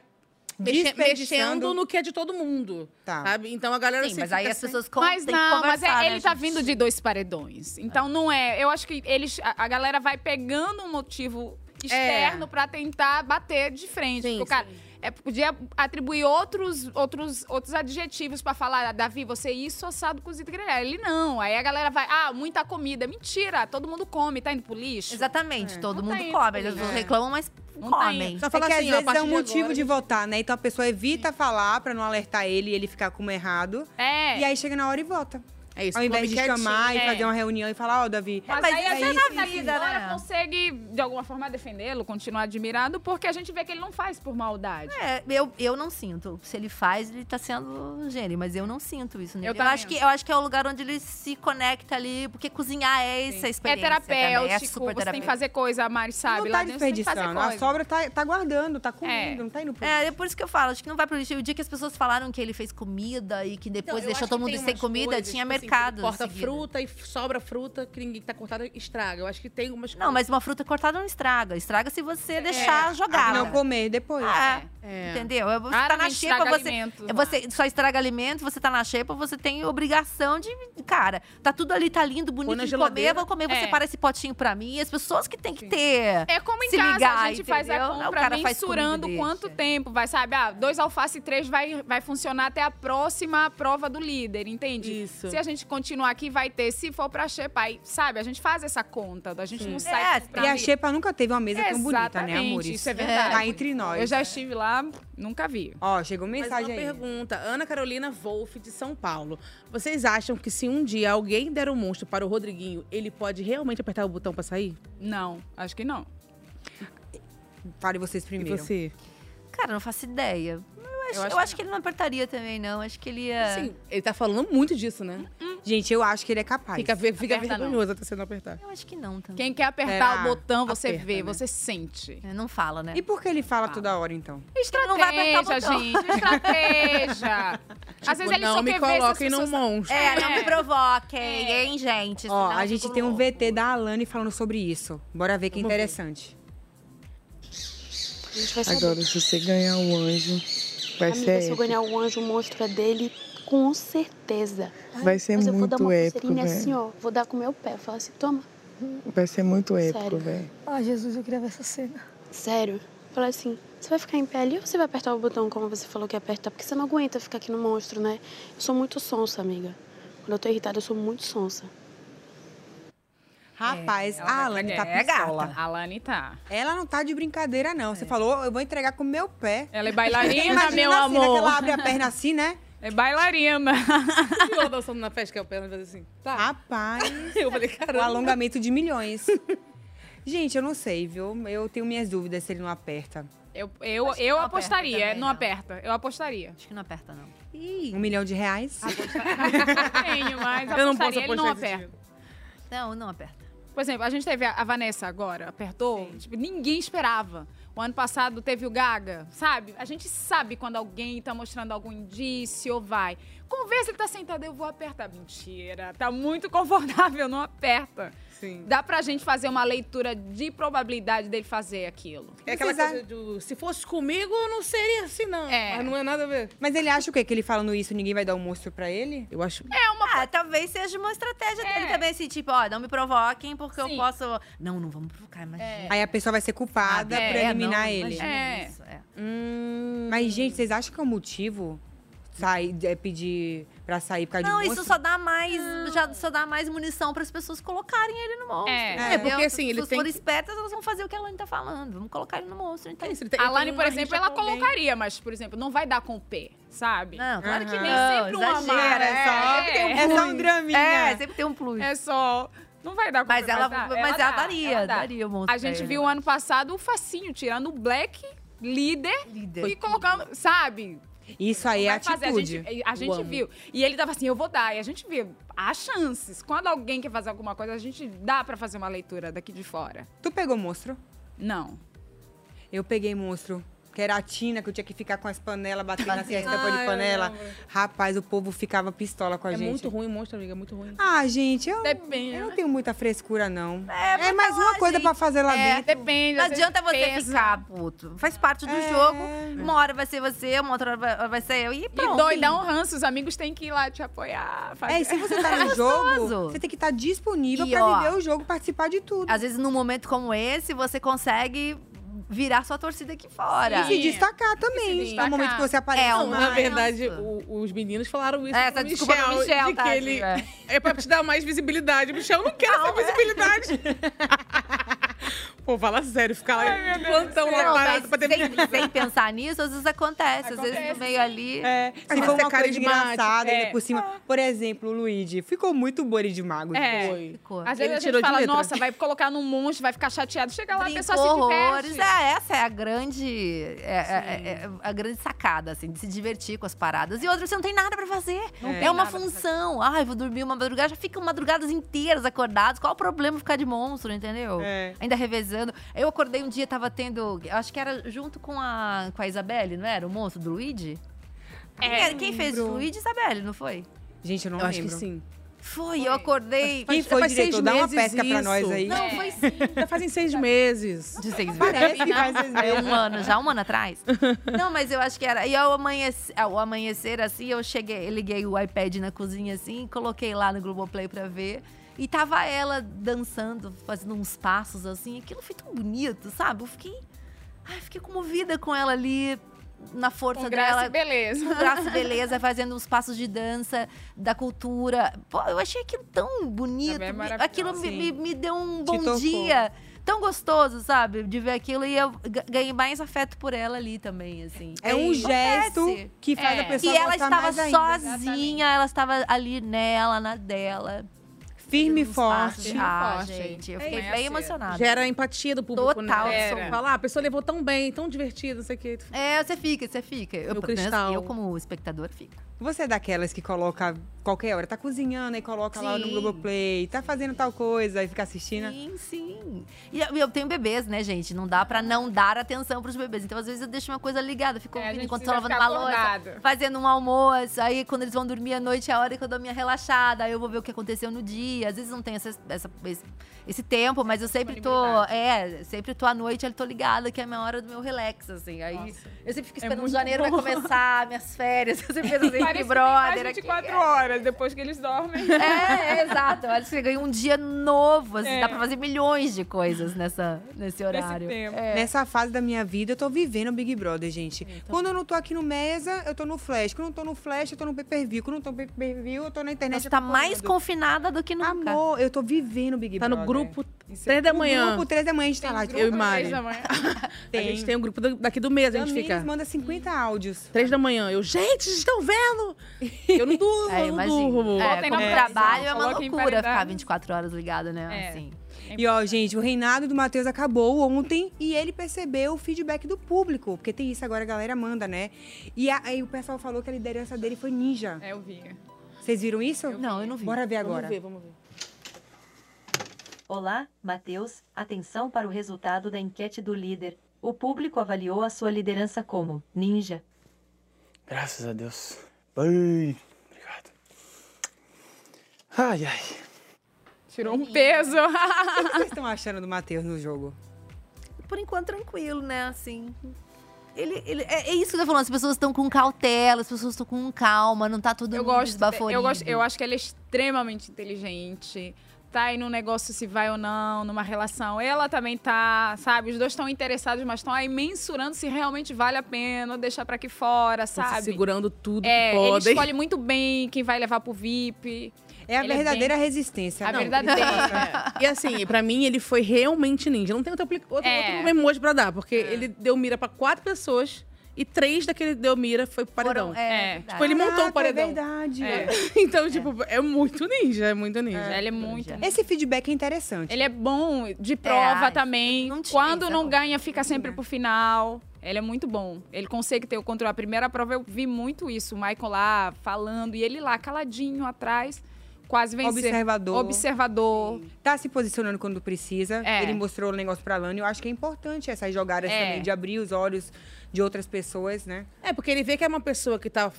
mexe- Desperdiçando. mexendo no que é de todo mundo. Sabe? Então a galera Tá. Sim, se mas fica aí as assim- pessoas con- Mas têm que não, mas é- conversar, ele né, tá gente? vindo de dois paredões. Então não é. Eu acho que eles, a, a galera vai pegando um motivo É. externo pra tentar bater de frente. Porque o cara é, podia atribuir outros, outros, outros adjetivos pra falar, "Ah, Davi, você é isso assado cozido grelhado. Ele não. Aí a galera vai, ah, muita comida. Mentira, todo mundo come, tá indo pro lixo. Exatamente, todo Não tá mundo indo come. pro Eles lixo. não reclamam, mas Não tá comem. indo. Só falar assim, às vezes é um motivo de votar, né? Então a pessoa evita falar pra não alertar ele e ele ficar como errado. É. E aí chega na hora e vota. É isso, Ao invés de come quietinho. chamar É. e fazer uma reunião e falar, ó, Davi, Mas, aí, é a isso, gente na isso, né? vida isso. né? agora consegue, de alguma forma, defendê-lo, continuar admirado, porque a gente vê que ele não faz por maldade. É, eu, eu não sinto. Se ele faz, ele tá sendo gênio, mas eu não sinto isso. nele. Eu eu, também acho que, eu acho que é o lugar onde ele se conecta ali, porque cozinhar é essa É experiência. terapêutico, também, é super você tem que terapêutico. fazer coisa, a Mari sabe. Não tá lá dentro você tem que fazer desperdiçando, a coisa. É. sobra tá, tá guardando, tá comendo, não tá indo pro É, é por isso que eu falo, acho que não vai pro lixo. O dia que as pessoas falaram que ele fez comida e que Então, depois Então, eu deixou acho todo que mundo tem sem umas comida, coisas, tinha tipo assim, que mercado. em corta seguida. fruta e sobra fruta que ninguém que tá cortada estraga. Eu acho que tem umas Não, mas uma fruta cortada não estraga. Estraga se você deixar jogada. É. Ah, Não comer depois. É. É. Entendeu? Você tá na Raramente xepa, estraga você, é, alimento, você só estraga alimento, você tá na xepa, você tem obrigação de. Cara, tá tudo ali, tá lindo, bonito na de comer, geladeira. vou comer, você É. para esse potinho pra mim. As pessoas que têm que ter. É como em se casa, ligar, a gente faz a entendeu? Não, compra o cara faz mensurando comida, quanto tempo vai, sabe? Ah, dois alface e três vai, vai funcionar até a próxima prova do líder, entende? Isso. Se a gente continuar aqui, vai ter. Se for pra xepa, aí, sabe? A gente faz essa conta, a gente É, não sai... É, pra um e a mim. Xepa nunca teve uma mesa tão bonita, né, Exatamente, amores? isso é verdade. Tá entre nós. Eu já estive lá, nunca vi. Ó, chegou Mas mensagem uma aí. pergunta. Ana Carolina Wolff, de São Paulo. Vocês acham que se um dia alguém der um monstro para o Rodriguinho, ele pode realmente apertar o botão pra sair? Não, acho que não. Fale vocês primeiro. E você? Cara, eu não faço ideia. Eu acho, Eu eu acho acho, que que ele não apertaria também, não. Acho que ele ia. Sim, ele tá falando muito disso, né? Gente, eu acho que ele é capaz. Fica, ver- fica Aperta não. vergonhoso até você não apertar. Eu acho que não também. Quem quer apertar o botão, você vê, você sente. Não fala, né? né? E por que ele fala toda hora, então? Estratégia, não vai apertar o botão. gente. Estratégia. Às Tipo, vezes ele só quer ver se as pessoas- tá- É, não me provoquem, hein, gente. É. Ó, senão a eu gente fico tem um louca. VT da Alane falando sobre isso. Bora ver que é Vamos ver. interessante. A gente vai saber. Agora, se você ganhar um anjo, vai Amiga, ser se eu épico. ganhar o anjo, o monstro é dele, com certeza. Vai ser Mas eu vou dar muito uma épico, né? pulseirinha velho. assim, ó. Vou dar com o meu pé. Falar assim, toma. Vai ser muito épico, Sério. velho. Ah, Jesus, eu queria ver essa cena. Sério? Falar assim, você vai ficar em pé ali ou você vai apertar o botão como você falou que ia apertar? Porque você não aguenta ficar aqui no monstro, né? Eu sou muito sonsa, amiga. Quando eu tô irritada, eu sou muito sonsa. Rapaz, a Alane tá É, pistola. gata. A Alane tá. Ela não tá de brincadeira, não. Você falou, eu vou entregar com o meu pé. Ela é bailarina, Imagina meu a cena amor. que ela abre a perna assim, né? É bailarina. E ela dançando na festa que é o pé, ela faz assim. Tá. Rapaz. eu falei, caramba. O alongamento de milhões. Gente, eu não sei, viu? Eu tenho minhas dúvidas se ele não aperta. Eu, eu, Acho que eu não aperta apostaria. também, não, aperta. Eu apostaria. Acho que não aperta, não. Um milhão de reais? Tenho, mas Eu não posso apostaria, ele não apostar esse aperta. Não, não aperta. Por exemplo, a gente teve a- a Vanessa agora, apertou. Tipo, ninguém esperava. O ano passado teve o Gaga, sabe? A gente sabe quando alguém tá mostrando algum indício ou vai. Conversa, ele tá sentado, eu vou apertar. Mentira, tá muito confortável, não aperta. Sim. Dá pra gente fazer uma leitura de probabilidade dele fazer aquilo. É aquela coisa do, se fosse comigo, eu não seria assim, não. É. Mas não é nada a ver. Mas ele acha o quê? Que ele falando isso, ninguém vai dar um monstro pra ele? Eu acho. É uma. É. Ah, talvez seja uma estratégia dele também, assim, tipo, ó, não me provoquem, porque eu posso. Não, não vamos provocar, imagina. É. Aí a pessoa vai ser culpada Ah, é, pra eliminar não, ele. imagina né? É. isso, é. Hum. Mas, gente, vocês acham que é um motivo sair, é pedir pra sair por causa Não, de um isso monstro? só dá mais. Já só dá mais munição para as pessoas colocarem ele no monstro. É. entendeu? É, porque, Se as assim, ele pessoas tem forem que- É espertas, elas vão fazer o que a Alane tá falando. Vamos colocar ele no monstro, então. a Lani, por exemplo, ela colocaria, mas, por exemplo, não vai dar com o P, sabe? tá Não, claro que Nem não, sempre uma exagera, mara. é só- sempre tem um É só um plus. draminha. É, sempre tem um plus. É só... Não vai dar com Mas o P, ela- dá, mas ela dá, daria, dá. daria né? o monstro A gente pra viu ano passado o facinho tirando o Black, líder, e colocando, sabe... Isso aí é Vai fazer, atitude. A gente, a gente Eu amo. viu. E ele tava assim, eu vou dar. E a gente viu. Há chances. Quando alguém quer fazer alguma coisa, a gente dá pra fazer uma leitura daqui de fora. Tu pegou monstro? Não. Eu peguei monstro. Que era a tina, que eu tinha que ficar com as panelas, batendo assim, as tampas Ah, de eu panela. lembro. Rapaz, o povo ficava pistola com a É gente. muito ruim o monstro, amiga, é muito ruim. Ah, gente, eu, eu né? não tenho muita frescura, não. É, mais uma coisa pra fazer lá É, dentro. Depende. Não às vezes adianta você pesa. ficar puto. Faz parte do É. jogo. Uma hora vai ser você, uma outra hora vai, vai ser eu. E pronto. E doidão ranço, os amigos têm que ir lá te apoiar. É, e se você tá no jogo, você tem que estar disponível pra viver o jogo, participar de tudo. Às vezes, num momento como esse, você consegue virar sua torcida aqui fora. E se destacar também. destacar. É o momento que você aparece. É, mais. uma- Na Ah, verdade, o- os meninos falaram isso É, essa pro desculpa pro Michel, de que tadinho, ele... é. É pra te dar mais visibilidade. O Michel não quer essa visibilidade. Pô, fala sério, ficar lá em plantão lá Não, parado mas pra ter sem, sem pensar nisso, às vezes acontece. Às vezes no meio ali. É, Às vezes se for é uma coisa carismático, engraçada, é. ainda por cima. Por exemplo, o Luigi. Ficou muito bom ele de mago. Ah. É. Foi. Às vezes a gente fala, nossa, vai colocar num monstro, vai ficar chateado. Chega lá, a pessoa se horrores. diverte. É, essa é a grande. é- é- é- é a grande sacada, assim, de se divertir com as paradas. E outra, você não tem nada pra fazer. Não é tem uma nada pra função. Ai, vou dormir uma madrugada, já ficam madrugadas inteiras acordados. Qual o problema ficar de monstro, entendeu? É. Ainda revezando. Eu acordei um dia, tava tendo. eu Acho que era junto com a, com a Isabelle, não era? O monstro do Luigi? Quem É, era- quem fez o lembro. Luigi? Isabelle, não foi? Gente, eu não Eu acho lembro. que sim. Foi, eu acordei. Quem foi, diretor? Dá uma pesca pra nós aí. Não, foi É. sim. Já fazem seis meses. De seis meses. Parece que faz seis É meses. um ano, já um ano atrás. Não, mas eu acho que era. E ao amanhecer, ao amanhecer assim, eu cheguei, eu liguei o iPad na cozinha assim, coloquei lá no Globoplay pra ver. E tava ela dançando, fazendo uns passos assim. Aquilo foi tão bonito, sabe? Eu fiquei. Ai, fiquei comovida com ela ali. Na força Com graça dela. e beleza. Com graça e beleza, fazendo uns passos de dança, da cultura. Pô, eu achei aquilo tão bonito. Também é me- maravilhoso. aquilo me, Sim. me- me deu um Te bom tocou. dia tão gostoso, sabe? De ver aquilo e eu ga- ganhei mais afeto por ela ali também, assim. É um gesto que faz a pessoa E ela gostar estava mais ainda. sozinha, ela estava ali nela, na dela. um Firme e passos. forte. Ah, gente, É eu fiquei bem emocionada. Gera a empatia do público, Total, né? Gera. Falar, a pessoa levou tão bem, tão divertido, não sei o que. É, você fica, você fica. Eu, Meu pelo menos, cristal. eu como espectador, fico. Você é daquelas que coloca qualquer hora, tá cozinhando e coloca lá no Sim. Globoplay, tá fazendo tal coisa e fica assistindo. Sim, sim. E eu, eu tenho bebês, né, gente? Não dá pra não dar atenção pros bebês. Então, às vezes, eu deixo uma coisa ligada. Fico ouvindo É, gente enquanto tô precisa lavando ficar uma louça, acordado. fazendo um almoço. Aí, quando eles vão dormir à noite, é a hora que eu dou minha relaxada. Aí, eu vou ver o que aconteceu no dia. Às vezes, não tem essa, essa- esse, esse tempo, mas eu sempre tô... É, sempre tô à noite, eu tô ligada, que é a minha hora do meu relax, assim. Aí, eu sempre fico É esperando muito janeiro vai bom. começar, minhas férias. Eu sempre penso assim, Big Parece que tem Brother. mais aqui. 24 horas depois que eles dormem. É, é, exato. Olha, você ganha um dia novo, assim, É. dá pra fazer milhões de coisas nessa, nesse horário. É. então Nessa fase da minha vida, eu tô vivendo o Big Brother, gente. Quando eu tá. não tô aqui no mesa, eu tô no Flash. Quando eu não tô no Flash, eu tô no pay-per-view. Quando eu não tô no pay-per-view, eu tô na internet. Você tá mais confinada do que nunca. Amor, eu tô vivendo o Big Tá no Brother. grupo três da No manhã. grupo três da manhã, a gente é tá lá. Eu e Mari. A Tem. gente tem um grupo da- daqui do mês, a gente Tamires fica. manda 50 áudios. Três da manhã. Eu, gente, vocês estão vendo? Eu não durmo, É, eu não imagino. durmo. É, como trabalho é uma Coloca em loucura ficar paridade. 24 horas ligado, né? É. Assim. E ó, gente, o reinado do Matheus acabou ontem e ele percebeu o feedback do público. Porque tem isso agora, a galera manda, né? E a- aí o pessoal falou que a liderança dele foi ninja. É, eu vi. Vocês viram isso? não, eu não vi. Bora ver agora. vamos ver. Olá, Matheus. Atenção para o resultado da enquete do líder. O público avaliou a sua liderança como ninja. Graças a Deus. Ai, obrigado. Ai, ai. Tirou um peso. O que vocês estão achando do Matheus no jogo? Por enquanto, tranquilo, né? Assim. Ele, ele, é, é isso que eu tô falando, as pessoas estão com cautela, as pessoas estão com calma, não tá todo Eu mundo gosto, de- esbaforido. eu gosto. Eu acho que ela é extremamente inteligente. Tá aí num negócio se vai ou não, numa relação. Ela também tá, sabe? Os dois estão interessados, mas estão aí mensurando se realmente vale a pena ou deixar pra aqui fora, Tão se sabe? Tá segurando tudo é, que ele podem. escolhe muito bem quem vai levar pro VIP. É a Ele verdadeira bem- resistência. A é né? verdadeira. E assim, pra mim, ele foi realmente ninja. Não tem outro, apli- outro, É. outro emoji pra dar, porque ele deu mira pra quatro pessoas e três daquele deu mira foi pro paredão. é, Ah, tipo, ele montou o Caraca, é paredão. verdade. É. Então, tipo, é muito ninja, é muito ninja. Ele é muito Esse feedback é interessante. Ele é bom de prova ai, também. Quando não ganha, fica sempre pro final. Ele é muito bom. Ele consegue ter o controle. A primeira prova eu vi muito isso, o Michael lá falando e ele lá caladinho atrás, quase vencer. Observador. Observador. Tá se posicionando quando precisa. É. Ele mostrou o negócio pra Lana. Eu acho que é importante essas jogadas É. também, de abrir os olhos de outras pessoas, né? É, porque ele vê que é uma pessoa que tá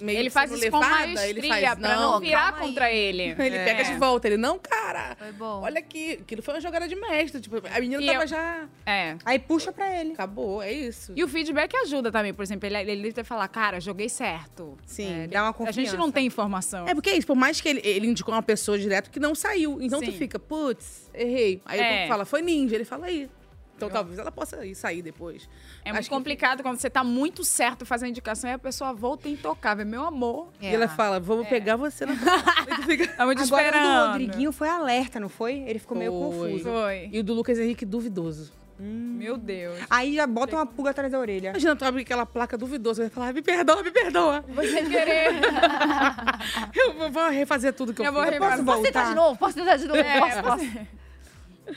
meio Ele faz sendo isso com levada, maestria, ele faz, pra não virar contra ele. Ele É. pega de volta, ele, não, cara. Foi bom. Olha aqui, aquilo foi uma jogada de mestre. Tipo, a menina E tava eu- já. É. Aí puxa pra ele. Acabou, é isso. E o feedback ajuda também, por exemplo, ele, ele deve ter falar, cara, joguei certo. Sim, É, dá uma A gente não confiança. tem informação. É porque é isso, por mais que ele, ele indicou uma pessoa direto que não saiu. Então tu Sim. fica, putz, errei. Aí É. tu fala, foi ninja, ele fala aí. Então talvez ela possa ir sair depois. É muito complicado quando você tá muito certo fazendo indicação e a pessoa volta intocável. Meu amor. É. E ela fala, vou É. pegar você na Tava te Agora, o do esperando. Rodriguinho foi alerta, não foi? Ele ficou meio confuso. Foi. E o do Lucas Henrique duvidoso. Meu Deus. Aí já bota uma pulga atrás da orelha. Imagina, tu abre aquela placa duvidosa, vai falar, me perdoa, me perdoa. Foi sem querer. Eu vou- vou refazer tudo que eu, Eu vou fiz. refazer. posso Posso tentar de novo? Posso tentar de novo? É, posso, posso.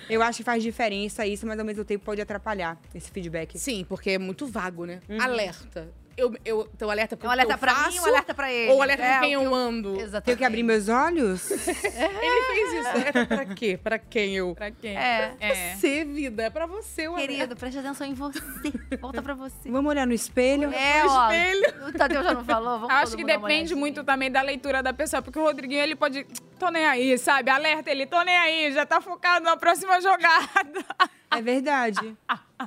Eu acho que faz diferença isso, mas ao mesmo tempo pode atrapalhar esse feedback. Uhum. Sim, porque é muito vago, né? Alerta. Eu, eu tenho alerta pro Uhum. Um alerta que eu pra mim, faço, um alerta pra ele. Ou alerta É, pra o quem que eu, eu- ando. Tenho que abrir meus olhos? Ele fez isso. né? Alerta pra quê? Pra quem eu. Pra quem? É. Pra você, vida. É pra você, o Querido, preste atenção em você. Volta pra você. Vamos olhar no espelho? Ah, É, No ó. espelho. O Tadeu já não falou? Vamos todo Acho que mundo dar uma depende olhadinha. muito também da leitura da pessoa, porque o Rodriguinho, ele pode. Tô nem aí, sabe? Alerta ele, tô nem aí, já tá focado na próxima jogada. ah, É verdade.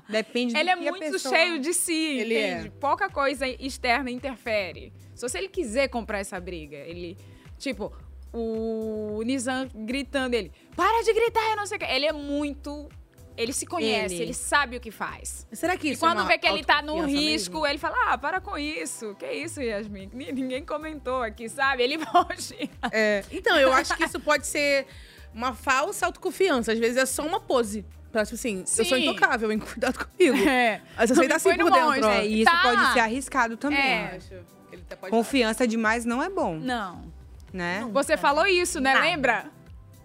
Depende Ele do é que a muito pessoa- cheio de si, Ele é. entende? Pouca coisa externa interfere. Só se ele quiser comprar essa briga. Ele, tipo, o Nizam gritando ele, para de gritar, eu não sei o quê. Ele é muito... Ele se conhece, Ele. ele, sabe o que faz. Será que E isso é quando uma vê que ele tá no autoconfiança risco, mesmo? ele fala, ah, para com isso. Que isso, Yasmin? Ni- Ninguém comentou aqui, sabe? Ele foge. É. Então, eu acho que isso pode ser uma falsa autoconfiança. Às vezes é só uma pose. Pra, tipo assim, eu sou Sim. intocável, hein? Cuidado comigo. É. Mas Não você me tá põe assim no por dentro. monstro. ó. É, e isso Tá. pode ser arriscado também. É. Ele tá- pode- Confiança demais não é bom, Não. né? Você falou isso, né? Nada. Lembra?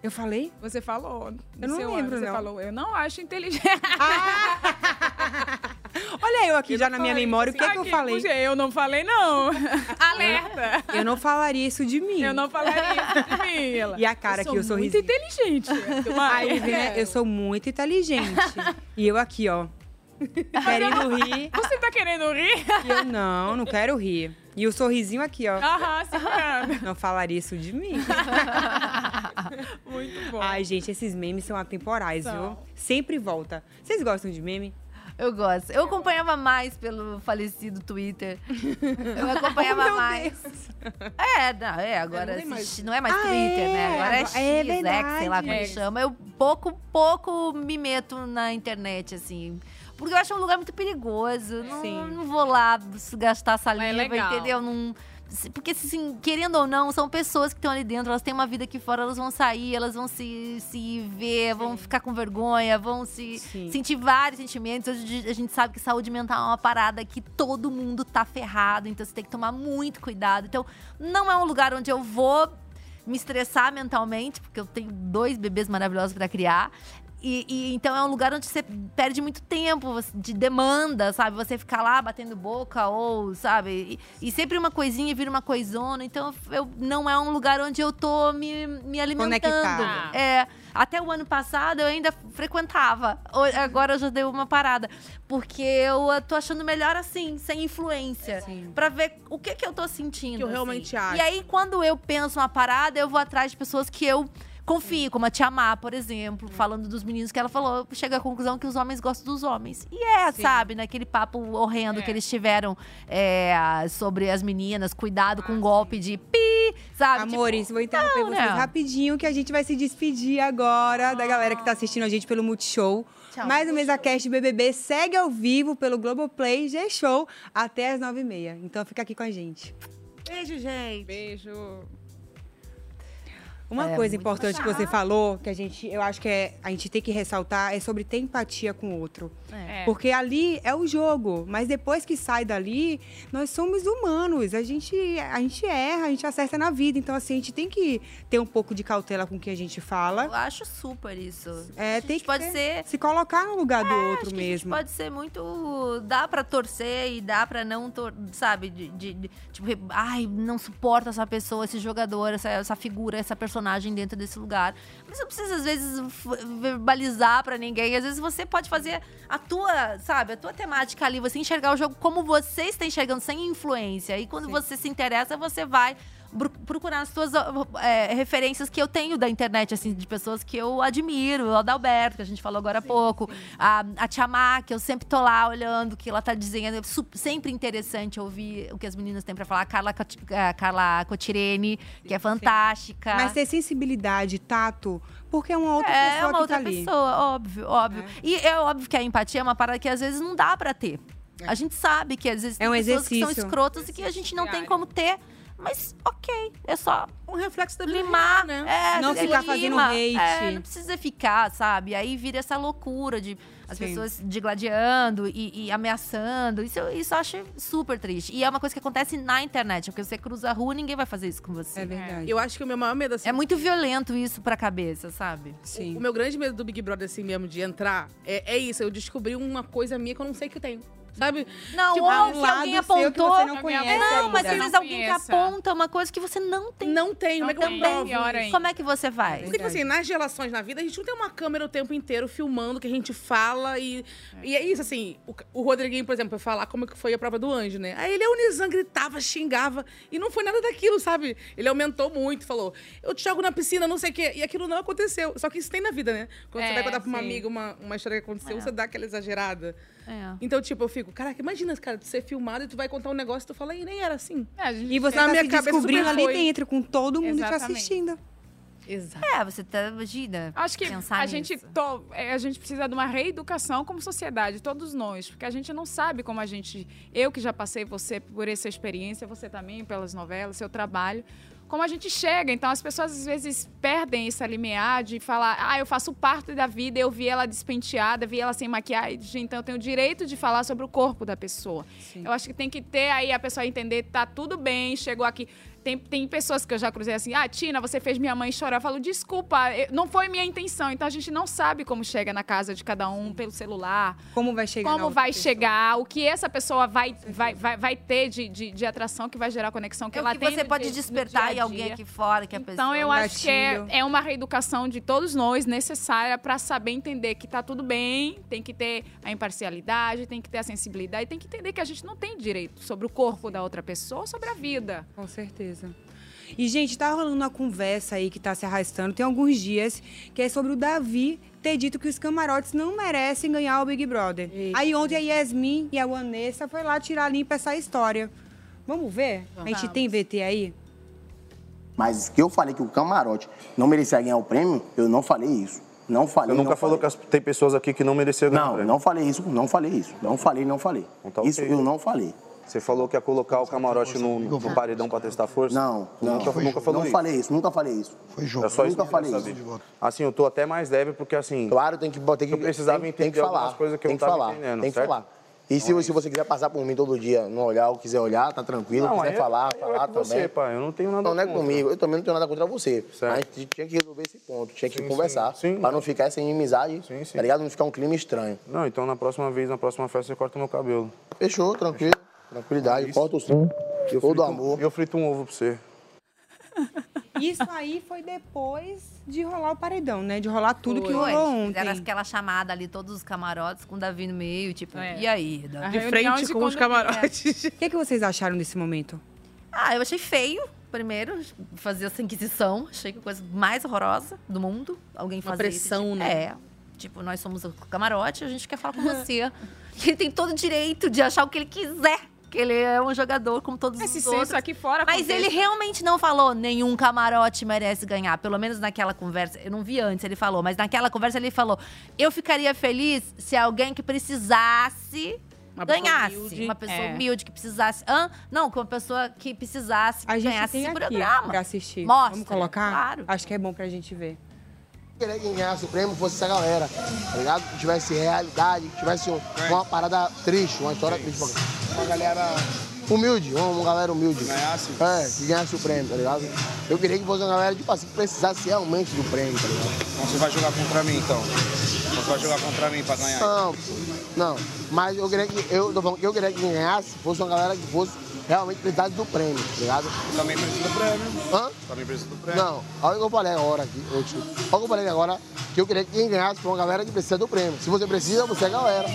Eu falei? Você falou. no Eu não seu lembro, ano, Você não. falou, eu não acho inteligente. Olha eu aqui já na minha memória o que, é que eu falei. Eu não falei, não. Alerta! Eu não falaria isso de mim. Eu não falaria isso de mim. Ela. E a cara aqui, eu sou muito inteligente. Aí ele vem, É. né? Eu sou muito inteligente. E eu aqui, ó. Querendo rir. Você tá querendo rir? E eu, não, não quero rir. E o sorrisinho aqui, ó. Aham, segurando. Não falaria isso de mim. Muito bom. Ai, gente, esses memes são atemporais, São. viu? Sempre volta. Vocês gostam de meme? Eu gosto. Eu acompanhava mais pelo falecido Twitter. Eu Oh, Oh, acompanhava mais. É, não, é, agora tem mais. existe- não é mais Ah, Twitter, é, né? Agora é X, agora- é X, sei lá como verdade. chama. Eu pouco, pouco me meto na internet, assim. Porque eu acho um lugar muito perigoso. Não, não vou lá s- gastar saliva, legal. entendeu? Não- se- porque, assim, querendo ou não, são pessoas que estão ali dentro, elas têm uma vida aqui fora, elas vão sair, elas vão se, se ver, vão ficar com vergonha, vão se sentir vários sentimentos. Hoje em dia, a gente sabe que saúde mental é uma parada que todo mundo tá ferrado, então você tem que tomar muito cuidado. Então, não é um lugar onde eu vou me estressar mentalmente, porque eu tenho dois bebês maravilhosos para criar. E, e então é um lugar onde você perde muito tempo você- de demanda, sabe? Você ficar lá batendo boca ou, sabe? E, e sempre uma coisinha vira uma coisona. Então eu, não é um lugar onde eu tô me, me alimentando. Conectada. É, até o ano passado eu ainda frequentava. Ho- Agora eu já dei uma parada. Porque eu eh, tô achando melhor assim, sem influência. Pra ver o que que eu tô sentindo. Que eu assim. realmente acho. E aí, quando eu penso uma parada, eu vou atrás de pessoas que eu confio, como a Tia Má, por exemplo, falando dos meninos que ela falou, chega à conclusão que os homens gostam dos homens. E é, sabe, naquele papo horrendo que eles tiveram é, sobre as meninas, cuidado com golpe de pi, sabe? Tipo, Amores, vou interromper não, vocês né? rapidinho, que a gente vai se despedir agora da galera que tá assistindo a gente pelo Multishow. Ah. Tchau. Mais um MesaCast BBB segue ao vivo pelo Globoplay G-Show até às 9h30. Então fica aqui com a gente. Beijo, gente. Beijo. Então, Uma É, coisa muito importante que você bacana. falou, que a gente, eu acho que é, a gente tem que ressaltar, é sobre ter empatia com o outro. É. Porque ali é o jogo, mas depois que sai dali, nós somos humanos, a gente, a gente erra, a gente acerta na vida. Então, assim, a gente tem que ter um pouco de cautela com o que a gente Eu fala. acho super isso. É, tem que pode ter- ser- se colocar no lugar do É, outro acho que a gente mesmo. pode ser muito. Dá pra torcer e dá pra não tor sabe? De, de- de- tipo, ai, não suporta essa pessoa, esse jogador, essa, essa figura, essa personagem dentro desse lugar. Mas não precisa, às vezes, f- verbalizar pra ninguém. Às vezes você pode fazer a tua, sabe, a tua temática ali, você enxergar o jogo como você está enxergando, sem influência. E quando você se interessa, você vai. bru- Procurar as tuas ó, é, referências que eu tenho da internet, assim, de pessoas que eu admiro. O Adalberto, que a gente falou agora há pouco. A, a Tia Má, que eu sempre tô lá olhando o que ela tá dizendo. É su- sempre interessante ouvir o que as meninas têm pra falar. A Carla, Coti- a Carla Cotirene, que é fantástica. Mas ter sensibilidade, tato, porque é uma outra É pessoa uma que outra tá ali. pessoa, óbvio, óbvio. E é óbvio que a empatia é uma parada que às vezes não dá pra ter. A gente sabe que às vezes É um tem pessoas que exercício. são escrotas e que a gente não tem como ter. Mas ok, é só um reflexo da limar, né? É, Não você ficar fazendo lima. hate. É, não precisa ficar, sabe? Aí vira essa loucura de as Sim. pessoas digladiando e, e ameaçando. Isso, eu- isso eu acho super triste. E é uma coisa que acontece na internet, porque você cruza a rua, ninguém vai fazer isso com você. É verdade. Eu acho que o meu maior medo assim. É muito violento isso pra cabeça, sabe? Sim. O meu grande medo do Big Brother, assim mesmo, de entrar, é, é isso. Eu descobri uma coisa minha que eu não sei que eu tenho. Sabe? Não, Tipo, ou ah, um que lado alguém seu que apontou. você não conhece Não, mas ainda. às vezes alguém que Conheça. aponta uma coisa que você não tem. Não tem, como é que eu provo isso? Como é que você vai? Porque, tipo assim, nas relações na vida, a gente não tem uma câmera o tempo inteiro filmando o que a gente fala. E é, e é isso, assim. O, o Rodriguinho, por exemplo, foi falar como é que foi a prova do anjo, né? Aí ele, a Unizan, gritava, xingava. E não foi nada daquilo, sabe? Ele aumentou muito, falou, eu te jogo na piscina, não sei o quê. E aquilo não aconteceu. Só que isso tem na vida, né? Quando É, você vai contar pra uma sim. amiga uma, uma história que aconteceu, É. você dá aquela exagerada. É. Então, tipo, eu fico, caraca, imagina, cara, tu ser filmado e tu vai contar um negócio e tu fala, e nem era assim. É, E você tá assim se descobrindo ali dentro, com todo mundo te Exatamente. assistindo. Exato. É, você tá, imagina. Acho que pensar a gente, nisso. to- é, a gente precisa de uma reeducação como sociedade, todos nós, porque a gente não sabe como a gente, eu que já passei você por essa experiência, você também pelas novelas, seu trabalho, como a gente chega. Então as pessoas às vezes perdem esse limiar de falar, ah, eu faço parte da vida, eu vi ela despenteada, vi ela sem maquiagem, então eu tenho o direito de falar sobre o corpo da pessoa. Eu acho que tem que ter aí a pessoa entender, tá tudo bem, chegou aqui. Tem, tem pessoas que eu já cruzei assim, ah, Tina, você fez minha mãe chorar. Eu falo, desculpa, eu- não foi minha intenção. Então a gente não sabe como chega na casa de cada um pelo celular. Como vai chegar? na Como outra vai pessoa? chegar, o que essa pessoa vai, vai, vai, vai ter de, de, de atração que vai gerar conexão que É o ela que tem. você no pode dia- no despertar dia a em alguém dia. aqui fora, que a pessoa... Então eu acho que é, é uma reeducação de todos nós necessária para saber entender que tá tudo bem, tem que ter a imparcialidade, tem que ter a sensibilidade, tem que entender que a gente não tem direito sobre o corpo da outra pessoa, sobre a vida. Com certeza. E, gente, tá rolando uma conversa aí que tá se arrastando tem alguns dias, que é sobre o Davi ter dito que os camarotes não merecem ganhar o Big Brother. Aí ontem a Yasmin e a Vanessa foi lá tirar limpa essa história. Vamos ver? A gente tem VT aí? Mas que eu falei que o camarote não merecia ganhar o prêmio, eu não falei isso. Não falei. Você nunca não falou que as- tem pessoas aqui que não mereceram ganhar o falei. prêmio? Não falei isso, não falei isso. Não falei, não falei. Isso eu não falei. Você falou que ia colocar o camarote no, no paredão pra testar a força? Não, não. Nunca, Foi nunca jogo. falou Não isso? falei isso, nunca falei isso. Foi jogo. É só isso Nunca que eu queria falei isso. saber. Assim, eu tô até mais leve porque assim... Claro, tem que botar que... Eu precisava Tem- entender tem que falar. algumas coisas que eu tem que não tava falar. entendendo, Tem que certo? falar. E se, se você quiser passar por mim todo dia, não olhar, ou quiser olhar, tá tranquilo. Não, quiser aí é- falar, aí é falar com também. você, pai, eu não tenho nada Não, não é contra. comigo. Eu também não tenho nada contra você. Mas tinha que resolver esse ponto. Tinha que conversar. pra não ficar essa inimizade, tá ligado? Não ficar um clima estranho. Não, então na próxima vez, na próxima festa, você corta meu cabelo. Fechou, tranquilo. Tranquilidade, corta o som. Eu Todo frito- amor. Eu frito um ovo pra você. Isso aí foi depois de rolar o paredão, né? De rolar tudo que Foi. rolou ontem. Fizeram aquela chamada ali, todos os camarotes, com o Davi no meio, tipo, É. e aí? Davi? O que, é que vocês acharam desse momento? Ah, eu achei feio, primeiro, fazer essa inquisição. Achei que a coisa mais horrorosa do mundo. Alguém Uma fazer pressão, isso, tipo, né? É. Tipo, nós somos o camarote, a gente quer falar com você. ele tem todo o direito de achar o que ele quiser. Que ele é um jogador como todos Esse os senso outros. aqui fora Mas acontece. ele realmente não falou nenhum camarote merece ganhar. Pelo menos naquela conversa. Eu não vi antes, ele falou. Mas naquela conversa ele falou. Eu ficaria feliz se alguém que precisasse Uma pessoa ganhasse. humilde, uma pessoa é. humilde que precisasse. Hã? Não, que uma pessoa que precisasse A gente ganhasse tem esse aqui programa. pra assistir. Mostra, Vamos colocar? claro. Acho que é bom pra gente ver. querer que ganhasse o prêmio fosse essa galera, tá ligado? Que tivesse realidade, que tivesse um- uma parada triste, uma história triste. pra- Uma galera humilde, um, uma, uma galera humilde. Ganhasse? É, que ganhasse o prêmio, tá ligado? Eu queria que fosse uma galera, tipo assim, que precisasse realmente do prêmio, tá ligado? Então você vai jogar contra mim, então. Você vai jogar contra mim pra ganhar. Ah. Não, não. Mas eu queria que, eu tô falando que eu queria que ganhasse fosse uma galera que fosse realmente precisasse do prêmio, tá ligado? Também precisa do prêmio. Hã? Também precisa do prêmio. Não, olha o que eu falei agora aqui. Eu, te- olha o que eu falei agora, que eu queria que quem ganhasse foi uma galera que precisa do prêmio. Se você precisa, você é a galera.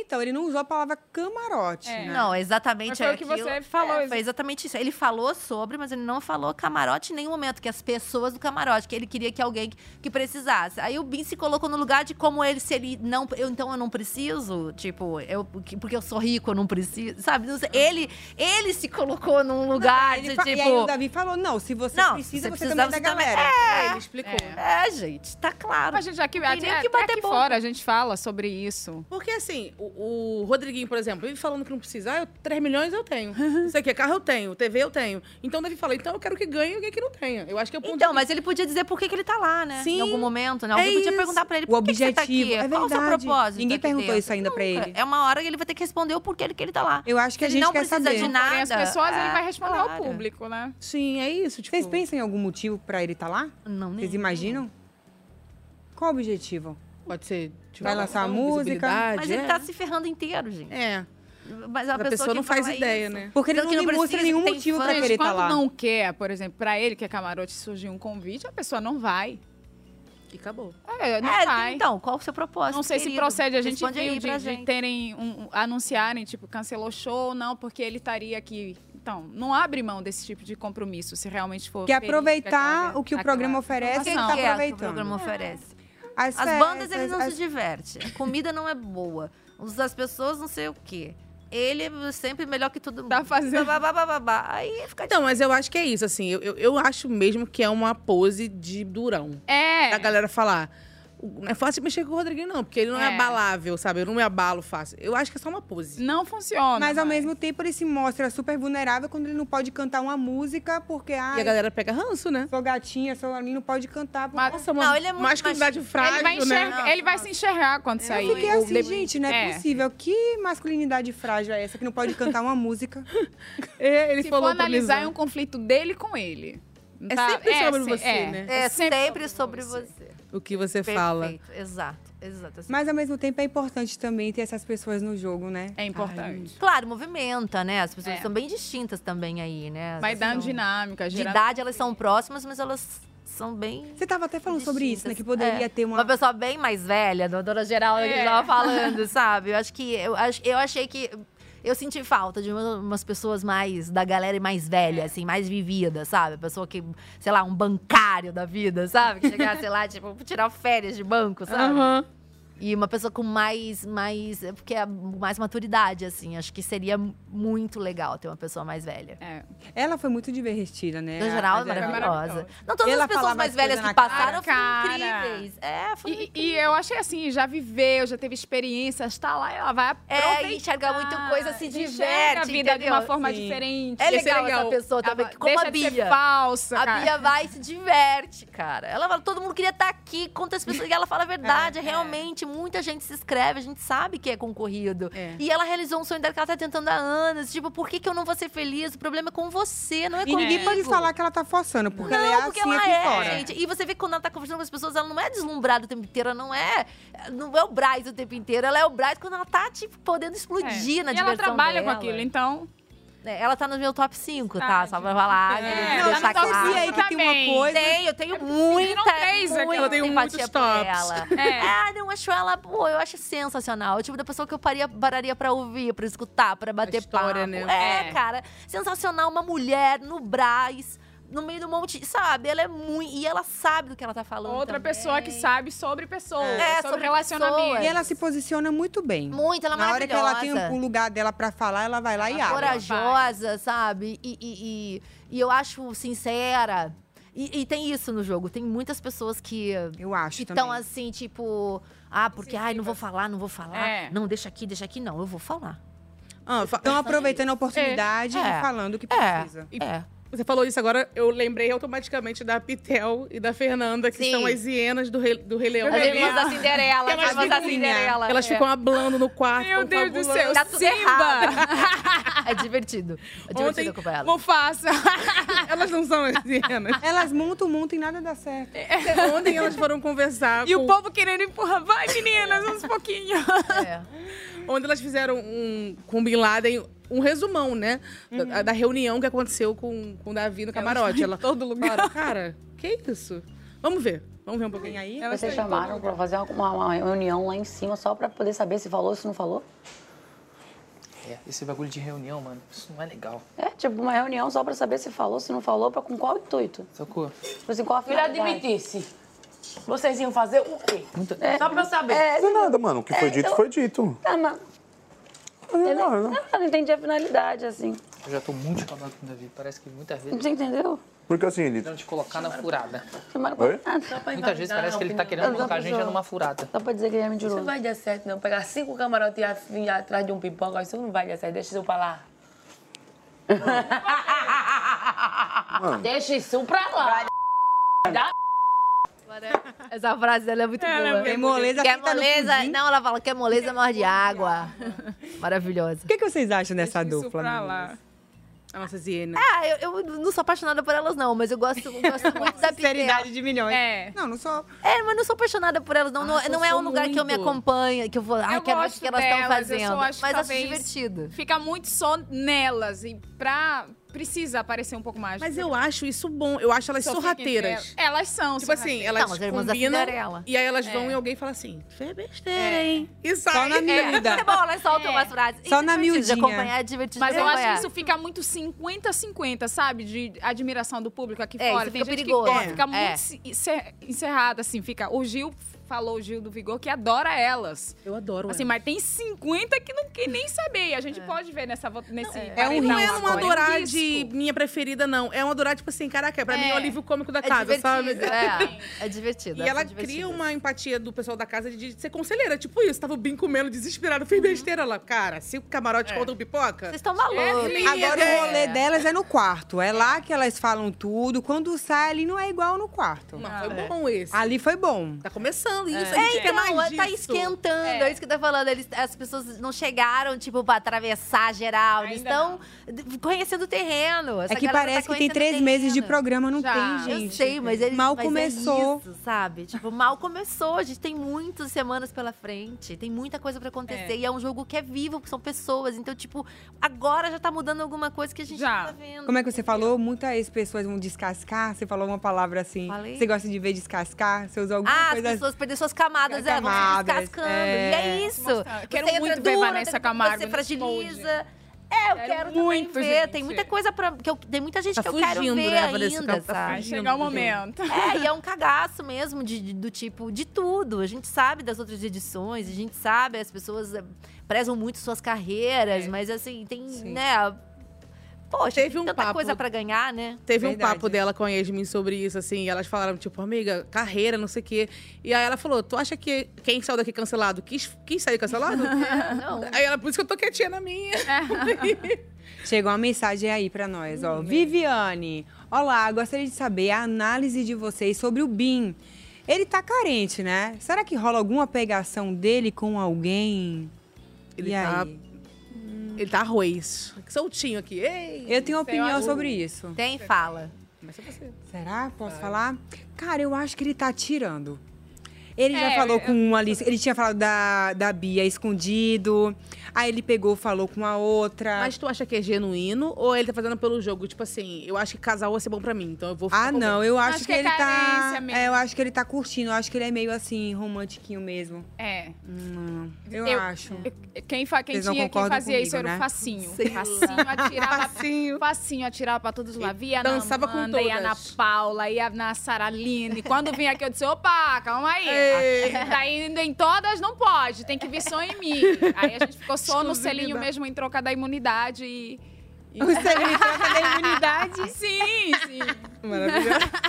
Então, ele não usou a palavra camarote. É. né? Não, exatamente Mas foi o que aquilo. você falou, É, foi exatamente isso. Ele falou sobre, mas ele não falou camarote em nenhum momento, que as pessoas do camarote, que ele queria que alguém que, que precisasse. Aí o Bin se colocou no lugar de como ele, se ele não. Eu, então eu não preciso, tipo, eu, que- porque eu sou rico, eu não preciso. Sabe? Não sei. Ele, ele se colocou num lugar Ele de fa- tipo. E aí o Davi falou, não, se você precisa, você, também é da galera. É, ele explicou. É, gente, tá claro. Mas, gente, aqui, Não tem até, nem o que até bater aqui ponto. fora a gente fala sobre isso. Porque, assim, o, o Rodriguinho, por exemplo, vive falando que não precisa. Ah, eu, 3 milhões eu tenho. Isso aqui é carro eu tenho, TV eu tenho. Então, deve falar, então eu quero que ganhe alguém que não tenha. Eu acho que é o ponto Então, de- mas ele podia dizer por que, que ele tá lá, né? Sim. Em algum momento, né? É Alguém podia isso. perguntar pra ele O por que, que você tá objetivo, aqui? é Qual o seu verdade. propósito? Ninguém aqui perguntou dentro? isso ainda pra Nunca. ele. É uma hora que ele vai ter que responder o porquê ele que ele tá lá. Eu acho Se que a ele gente não quer precisa saber. de nada. As pessoas, ele vai responder claro. ao público, né? Sim, é isso. Vocês pensam em algum motivo pra ele estar lá? Não, tipo- Vocês imaginam? Qual o objetivo? Pode ser... tipo, Vai lançar a atração, música? visibilidade, Mas ele é. tá se ferrando inteiro, gente. É. Mas a, Mas a pessoa que não faz fala ideia, isso- né? Porque ele Tanto não que demonstra precisa, nenhum tem motivo fã. pra Gente, querer tá quando lá. não quer, por exemplo, pra ele que é camarote surgir um convite, a pessoa não vai. E acabou. É, não É, vai. então, qual o seu propósito? Não sei se querido? procede, a gente Responde aí viu de, pra de gente. terem um, um- anunciarem, tipo, cancelou o show, não, porque ele estaria aqui. Então, não abre mão desse tipo de compromisso, se realmente for. Quer feliz com é aproveitar aquela- o que o aquela programa oferece, ele situação. tá O que é que o aproveitando. programa oferece? As As festas, bandas, ele não as- se diverte. A comida não é boa. Os- As pessoas, não sei o quê. Ele é sempre melhor que todo mundo. Tá fazendo. Aí fica Então, mas eu acho que é isso, assim. Eu, eu, eu acho mesmo que é uma pose de durão. É. Da galera falar. Não é fácil mexer com o Rodriguinho, não, porque ele não é, É. abalável, sabe? Eu não me abalo fácil. Eu acho que é só uma pose. Não funciona. Mas ao mesmo tempo ele se mostra super vulnerável quando ele não pode cantar uma música, porque. Ai, a galera pega ranço, né? Sou gatinha, sou ele não pode cantar. Mas, Nossa, uma Não, ele é muito um masculinidade machi- frágil, né? Ele vai, enxergar- né? ele vai se enxergar quando sair. Eu fiquei Ou assim, de- gente, não é, É. possível. Que masculinidade frágil é essa que não pode cantar uma música? ele Se falou for pra analisar, Lisan. é um conflito dele com ele. É Tá? sempre É, sobre se- você, é. né? É sempre sobre você. O que você fala. Perfeito, Exato, exato. assim. exato. Mas ao mesmo tempo é importante também ter essas pessoas no jogo, né? É Claro, movimenta, né? As pessoas É. são bem distintas também aí, né? Vai Elas dando são- dinâmica, De geral- idade elas são próximas, mas elas são bem. Você tava até falando sobre isso, né? Que poderia É. ter uma. Uma pessoa bem mais velha, dona geral, que É. tava falando, sabe? Eu acho que. Eu, ach- eu achei que. Eu senti falta de uma- umas pessoas mais. da galera mais velha, assim, mais vivida, sabe? Pessoa que, sei lá, um bancário da vida, sabe? Que chegar, sei lá, tipo, tirar férias de banco, sabe? Aham. E uma pessoa com mais. mais é porque é mais maturidade, assim. Acho que seria muito legal ter uma pessoa mais velha. É. Ela foi muito divertida, né? No A- geral, é a Geralda. maravilhosa. Não, todas Ela as pessoas falar mais coisa velhas na que passaram cara. foram incríveis. É, foi e, e eu achei assim, já viveu, já teve experiências, tá lá, ela vai aproveitar. É, enxergar muita coisa, se enxerga diverte, a vida de uma entendeu? forma Sim. diferente. É legal, essa pessoa também, Ela que como deixa a de ser Bia. falsa, A cara. Bia vai e se diverte, cara. Ela fala, todo mundo queria estar aqui, conta as pessoas. E ela fala a verdade, é realmente, muita gente se inscreve, a gente sabe que é concorrido. E ela realizou um sonho dela que ela tá tentando há anos. Tipo, por que, que eu não vou ser feliz? O problema é com você, não é E comigo. ninguém pode falar que ela tá forçando, porque não, ela é porque assim ela aqui é, fora. gente. E você vê que quando ela tá conversando com as pessoas, ela não é deslumbrada o tempo inteiro, ela não é. Não é o Braz o tempo inteiro. Ela é o Braz quando ela tá, tipo, podendo explodir É. na E diversão ela trabalha com dela. aquilo, então. É, Ela tá no meu top 5, tá? Só pra falar. É, queria tá É no deixar top claro. cinco aí que tem uma Também. coisa. Tem, eu tenho pediram muita, três aqui, muita ela tem muitos empatia por tops. ela. É. Ah, não, acho ela, pô, eu acho sensacional. O tipo da pessoa que eu paria, pararia pra ouvir, pra escutar, pra bater história, papo. né? É, É. cara, sensacional. Uma mulher no Brás, no meio do monte, sabe? Ela é muito, e ela sabe do que ela tá falando Outra também. pessoa que sabe sobre pessoas, É, sobre, sobre relacionamento. E ela se posiciona muito bem. Muito, ela é Na hora que ela tem maravilhosa. o lugar dela pra falar, ela vai lá e abre. é corajosa, sabe? E, e, e- e eu acho sincera. E, e tem isso no jogo. Tem muitas pessoas que. Eu acho. Então, também. assim, tipo. Ah, porque, ai, não vou falar, não vou falar. É. Não, deixa aqui, deixa aqui. Não, eu vou falar. Então, aproveitando a oportunidade É. e falando o que É. precisa. É. Você falou isso agora, eu lembrei automaticamente da Pitel e da Fernanda, que Sim. são as hienas do Rei, do Rei Leão. As irmãs da Cinderela, as Elas irmãs da ficam- Cinderela, Elas é. ficam ablando no quarto. Meu Deus do céu, Tá tudo Simba! errado. É divertido. É divertido Ontem, acompanhar elas. Mufasa. elas não são as hienas. Elas montam, montam e nada dá certo. É. Ontem elas foram conversar E com- o povo querendo empurrar. Vai, meninas, uns pouquinho. É. Onde elas fizeram um, com o Bin Laden um resumão, né? Da- Da, reunião que aconteceu com, com o Davi no camarote. Uhum. foi em Ela, todo lugar. Cara, que isso? Vamos ver. Vamos ver um pouquinho. aí? Vocês né? chamaram pra fazer uma, uma reunião lá em cima só pra poder saber se falou, se não falou? É, esse bagulho de reunião, mano, isso não é legal. É, tipo, uma reunião só pra saber se falou, se não falou, pra, com qual intuito? Socorro. Tipo assim, qual a Filha, finalidade? admitisse. Vocês iam fazer o quê? Só pra eu saber. É, Não é nada, mano. O que foi É, dito, eu- foi dito. Tá, mas... Eu não, eu não. entendi a finalidade, assim. Eu já tô muito acabado com o Davi, parece que muitas vezes... Você entendeu? Porque assim, ele... Querendo te colocar na furada. Oi? Muitas vezes parece que ele tá querendo colocar a gente já numa furada. Tá Só pra dizer que ele é Isso mentiroso. não vai dar certo, não. Pegar cinco camarotes e a- e atrás de um pipoca, isso não vai dar certo. Deixa isso pra lá. Mano. Deixa isso pra lá. Dá Essa frase dela é muito Ela é boa. bem moleza, Quer fica no moleza? pudim. Não, ela fala, quer moleza, morde água. Maravilhosa. O que, que vocês acham dessa dupla? pra meninas? A nossa hiena. Ah, eu, eu não sou apaixonada por elas, não, mas eu gosto, eu gosto muito da Sinceridade de milhões. É. Não, não sou. É, mas não sou apaixonada por elas, não. não eu não é um sou lugar que eu me muito. acompanho, que eu vou. Ai, eu quero ver o gosto que elas estão delas, eu fazendo. só acho mas acho talvez divertido. Fica muito só nelas e pra. Precisa aparecer um pouco mais. Mas eu acho isso bom. Eu acho elas Só fica entre sorrateiras. elas. Elas são Tipo assim, sorrateiras. elas Não, as irmãs da combinam. Cinderela. E aí elas vão É. e alguém fala assim: fez besteira, hein? E sai. Só na miúda. É bom, elas soltam umas frases. Só Isso é na divertido de miudinha. acompanhar, é divertido Mas de eu acho acompanhar. que isso fica muito 50-50, sabe? De admiração do público aqui É, fora. isso Tem fica gente perigoso. que gosta, É. fica É. muito se- encer- encerrada, assim. Fica, o Gil falou o Gil do Vigor que adora elas. Eu adoro Assim, mas tem 50 que não quer nem saber. E a É. gente pode ver nessa, vo- nesse É um, paredão não é uma agora, é um Dorade disco. minha preferida, não. É uma Dorade, tipo assim, caraca, pra É. mim é o livro cômico da É casa, sabe? divertido, é. É divertido, E é ela divertido. cria uma empatia do pessoal da casa de, de ser conselheira. Tipo isso, tava bem comendo, desesperado, fiz Uhum. besteira lá. Cara, se o camarote contam pipoca... É, Vocês estão Agora o rolê delas é no quarto. É lá que elas falam tudo. Quando sai ali não é igual no quarto. Não, foi Ah, bom esse. Ali foi bom. Tá começando É, então, tá esquentando. É. isso que eu tô falando. Eles, as pessoas não chegaram, tipo, pra atravessar geral. Eles estão d- conhecendo o terreno. Essa É que galera parece tá que tem conhecendo três o meses de terreno. programa, não tem, Eu gente. sei, mas eles Mal mas é começou. isso, sabe? Tipo, mal começou. A gente tem muitas semanas pela frente. Tem muita coisa pra acontecer. É. E é um jogo que é vivo, que são pessoas. Então, tipo, agora já tá mudando alguma coisa que a gente não tá vendo. Como é que você falou? Muitas pessoas vão descascar. Você falou uma palavra assim. Falei? Você gosta de ver descascar? Você usou alguma Ah, as coisa pessoas perderam suas camadas, é, vão se Camadas, descascando. é. E é isso. Mostrar. Eu né? quero Você entra muito ver dura, Vanessa você Camargo Você no fragiliza. É, eu quero, muito, também ver. gente. Tem muita coisa pra. Que eu, tem muita gente Tá que eu quero fugindo, ver né, Vanessa ainda, Camargo? Tá sabe? Vai fugindo, chegar o momento. É, e é um cagaço mesmo de, de- do tipo, de tudo. A gente sabe das outras edições, a gente sabe, as pessoas eh, prezam muito suas carreiras, É. mas assim, tem, né? Poxa, um tem tanta coisa pra ganhar, né? Teve um papo dela com a Yasmin sobre isso, assim, e elas falaram, tipo, amiga, carreira, não sei o quê. E aí ela falou: Tu acha que quem saiu daqui cancelado quis, quis sair cancelado? Não. Aí ela, por isso que eu tô quietinha na minha. Chegou uma mensagem aí pra nós, ó. Viviane, olá, gostaria de saber a análise de vocês sobre o Bim. Ele tá carente, né? Será que rola alguma pegação dele com alguém? Ele e tá- aí? Ele tá arroz. Soltinho aqui. Ei, Eu tenho Tem opinião algum? sobre isso. é Ah, Tem, fala. Começa é você. Será? Posso falar? Cara, eu acho que ele tá tirando. Ele É, já falou eu- com uma Alice. Ele tinha falado da, da Bia escondido. Aí ele pegou, falou com a outra. Mas tu acha que é genuíno ou ele tá fazendo pelo jogo? Tipo assim, eu acho que casal vai ser bom pra mim, então eu vou ficar Ah, com não, alguém. eu acho, que, é ele tá. É, eu acho que ele tá curtindo. Eu acho que ele é meio assim, romantiquinho mesmo. É. Hum, eu, acho. Quem, fa, quem Vocês não tinha, quem concordam fazia isso comigo, era o né? facinho. Sei facinho atirava. facinho. atirava pra todos lá. Via dançava na com Amanda, ia na todas. Paula, ia na Saraline. Quando vinha aqui, eu disse: opa, calma aí. Ei. Daí em todas não pode, tem que vir só em mim. Aí a gente ficou só no selinho Exclusividade. mesmo em troca da imunidade e. e- O Um selinho em troca da imunidade? Sim, sim. Maravilhoso.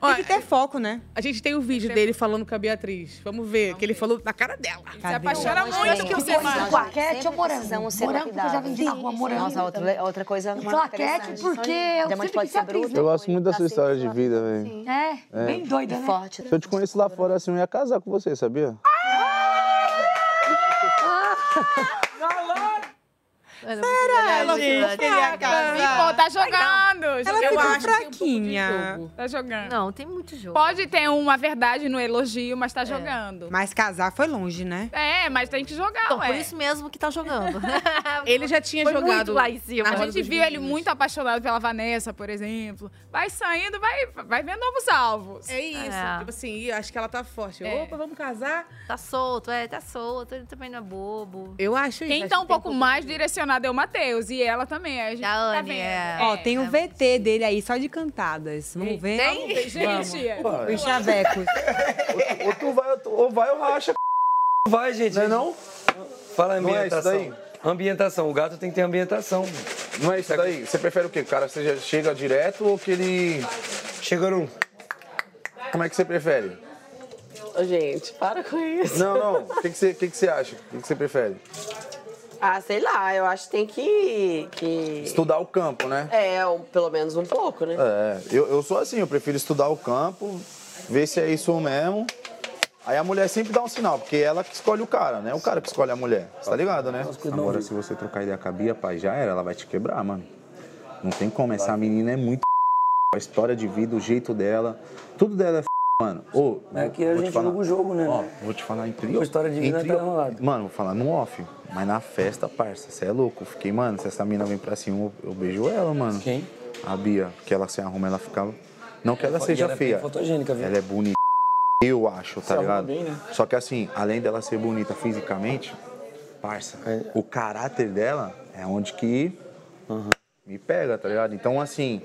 tem que ter foco, né? A gente tem o vídeo dele falando com a Beatriz. Vamos ver, que ele falou na cara dela. Se apaixona muito que eu sei mais. Claquete ou morango? Morango, porque eu já vendi na rua morango. Nossa, outra, outra coisa muito Claquete, interessante. porque eu Diamante pode sempre quis ser ser atriz, bruto. né? Eu gosto muito da sua história de vida, velho. É, bem doida, né? Forte. Se eu te conheço lá fora assim, eu ia casar com você, sabia? Será, Ela gente, é ficou que ele ia fraca. casar? Pô, tá jogando. Ela ficou Eu acho que tem um pouco de fraquinha. jogo. Tá jogando. Não, tem muito jogo. É. Pode ter uma verdade no elogio, mas tá jogando. Mas casar foi longe, né? É, mas tem que jogar, Então, ué. por isso mesmo que tá jogando. ele já tinha Foi jogado muito lá em cima. na A roda gente dos viu ele muito apaixonado pela Vanessa, por exemplo. Vai saindo, vai, vai vendo novos alvos. É isso. Tipo assim, "Ih, acho que ela tá forte. É. Opa, vamos casar. Tá solto, é, tá solto. Ele também não é bobo. Eu acho isso. Quem acho tá que um tem pouco mais direcionado é o Matheus. E ela também. aí A gente tá Anne, vendo. é. Ó, tem um VT dele aí, só de cantadas. Vamos ver? tem? Vamos ver, Gente, Vamos. é. Os chavecos. Ou tu vai, ou, tu- ou vai ou racha. Vai, gente. Não é não? Fala Não é isso ambientação. daí? Ambientação. O gato tem que ter ambientação. Não é isso daí? Você prefere o quê? Que O cara seja, chega direto ou que ele. Chega num. Como é que você prefere? Gente, para com isso. Não, não. O que, que, você, o que, que você acha? O que, que você prefere? Ah, sei lá, eu acho que tem que. que... Estudar o campo, né? É, um- pelo menos um pouco, né? Um É, eu, eu sou assim, eu prefiro estudar o campo, ver se é isso mesmo. Aí a mulher sempre dá um sinal, porque ela que escolhe o cara, né? O cara que escolhe a mulher. Você tá ligado, né? Agora, se você trocar ideia com a Bia, pai, já era, ela vai te quebrar, mano. Não tem como, essa menina é muito A história de vida, o jeito dela, tudo dela é mano. Ô, É que a vou te gente falar. julga o jogo, né? Ó, vou te falar em trio. A história de vida em tá trio- Mano, vou falar no off, mas na festa, parça, você é louco. Eu Fiquei, mano, se essa mina vem pra cima, eu, eu beijo ela, mano. Quem? A Bia, que ela se arruma, ela fica... Não que ela E seja ela é bem feia. fotogênica, viu? Ela é bonita, eu acho, tá Se arruma ligado? bem, né? Só que assim, além dela ser bonita fisicamente, parça, o caráter dela é onde que me pega, tá ligado? Então, assim,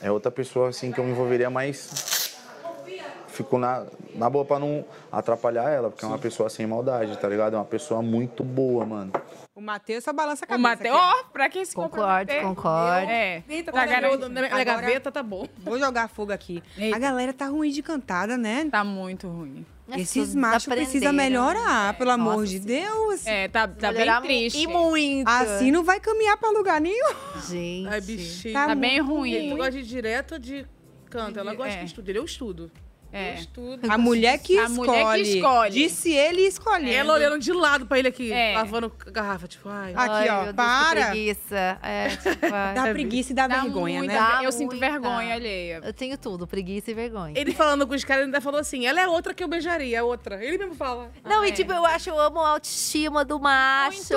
é outra pessoa assim que eu me envolveria mais. fi- fico na, na boa pra não atrapalhar ela, porque é uma pessoa sem maldade, tá ligado? É uma pessoa muito boa, mano. O Matheus só balança a O cabeça. Matheus, ó, pra quem se Concordo, concordo. É. Eita, tá tá garoto, garantido. na minha Agora- gaveta tá bom. Vou jogar fogo aqui. A galera tá ruim de cantada, né? Tá muito ruim. Esses machos precisam É. melhorar, pelo amor de Deus. É, tá, tá bem né? Melhorar mu- triste. e muito. Assim não vai caminhar pra lugar nenhum. Gente. Ai, bichinho. Tá Tá bem muito ruim. ruim. Tu gosta de ir direto ou de canto? Ela gosta É. que estuda. Eu estudo. Eu estudo. A mulher que A escolhe. mulher que escolhe. Disse ele escolhendo. Ela olhando de lado pra ele aqui, É. lavando garrafa, tipo, ai. Aqui, ó, para. É, tipo, Dá Tá preguiça e dá, vergonha, né? alheia. Eu tenho tudo, preguiça e vergonha. Ele falando com os caras, ele ainda falou assim: ela é outra que eu beijaria, é outra. Ele mesmo fala. Não, e tipo, eu acho, eu amo a autoestima do macho. Muito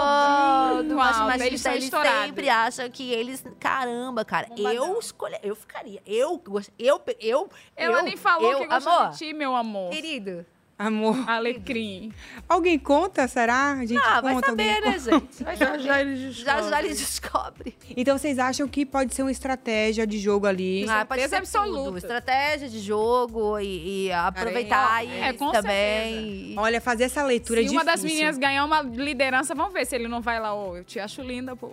alto, muito do macho alto. machista. Eles são Eles, estourados. sempre acham que eles. Caramba, cara, eu Bombadão. escolhi. Eu ficaria. Eu gost- Eu. eu Ela eu, nem falou eu, que gostava amor, de ti, meu amor. Querido. Amor. Alecrim. Alguém conta, será? A gente Ah, conta. vai saber, alguém né, conta. gente? Vai Já, saber. já ele Já, já ele descobre. descobre. Então vocês acham que pode ser uma estratégia de jogo ali? Ah, pode ser tudo. Estratégia de jogo e, e aproveitar e é, com também. Olha, fazer essa leitura Se uma das meninas ganhar uma liderança, vamos ver se ele não vai lá. Ô, eu te acho linda, pô.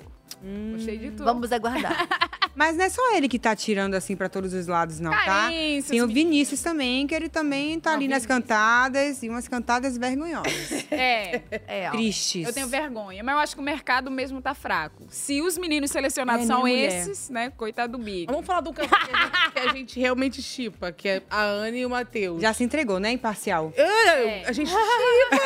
Gostei de tudo. Hum, Vamos aguardar. Mas não é só ele que tá tirando assim pra todos os lados, não, Carências, tá? Tem o Vinícius também, que ele também tá ali nas cantadas e umas cantadas vergonhosas. É. é Tristes. Eu tenho vergonha, mas eu acho que o mercado mesmo tá fraco. Se os meninos selecionados É, né, são mulher? esses, né? Coitado do Bi. Vamos falar do casal que, a gente- que a gente realmente chipa, que é a Anne e o Matheus. Já se entregou, né? Imparcial. É, A gente chipa!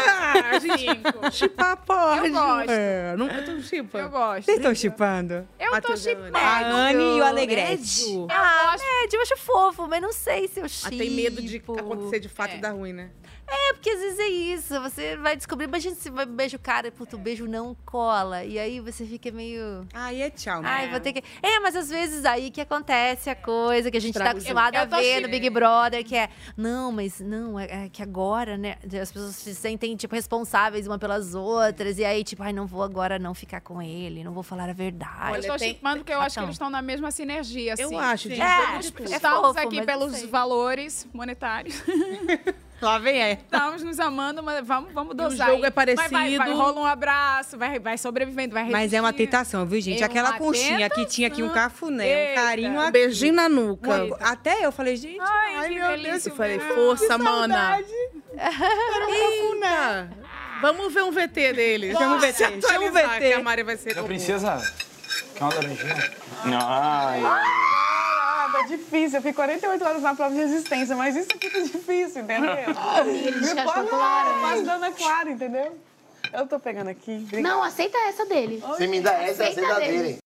A gente chipar pode. Eu gosto. É, não, eu tô chipa. Eu gosto. Vocês estão chipando? Eu Matheus é tô e Anne. chipando. A Anne e o Alegrete. Eu ah, médio, eu acho fofo, mas não sei se eu Ah, chipo. tem medo de acontecer de fato e dar ruim, né? É, porque às vezes é isso. Você vai descobrir, imagina se vai beijo o cara, puto, o beijo não cola. E aí você fica meio. Aí é tchau, né? Ai, vou ter que. É, mas às vezes aí que acontece a coisa que a gente tá Estrago acostumada junto. a Eu tô ver assim, no Big Brother, que é. Não, mas não, é, é que agora, né? As pessoas se sentem, tipo, responsáveis uma pelas outras. E aí, tipo, ai, não vou agora não ficar com ele, não vou falar a verdade. Ah, eu tô chipando Ah, porque eu acho que tá. eles estão na mesma sinergia, assim. Ah, tá. Eu acho, de gente, eu é, acho tudo. Estamos É fofo, aqui mas não pelos sei. valores monetários. Lá vem é. Estamos nos amando, mas vamos, vamos E o dosar. jogo aí. é parecido. Vai, vai, vai, rola um abraço, vai, vai sobrevivendo, vai Mas é uma resistindo. tentação, viu, gente? É Aquela uma conchinha que tinha aqui um tentação. cafuné, um Eita. carinho Um aqui. beijinho na nuca. Uma- Até eu falei, gente, ai, meu Deus. Eu falei, Ah, força, mana. Eita. Vamos ver um VT dele. Chama o VT, Se chama o atualizar, VT. Que a Mari vai ser Da robô. princesa, quer uma laranjinha? Ai. Ah, tá difícil. Eu fiquei 48 horas na prova de resistência, mas isso aqui tá difícil, entendeu? Eles Me gastam põe com lá, laranja. Mas dando é claro, entendeu? Eu tô pegando aqui. Não, aceita essa dele. Você me dá essa, você dá dele.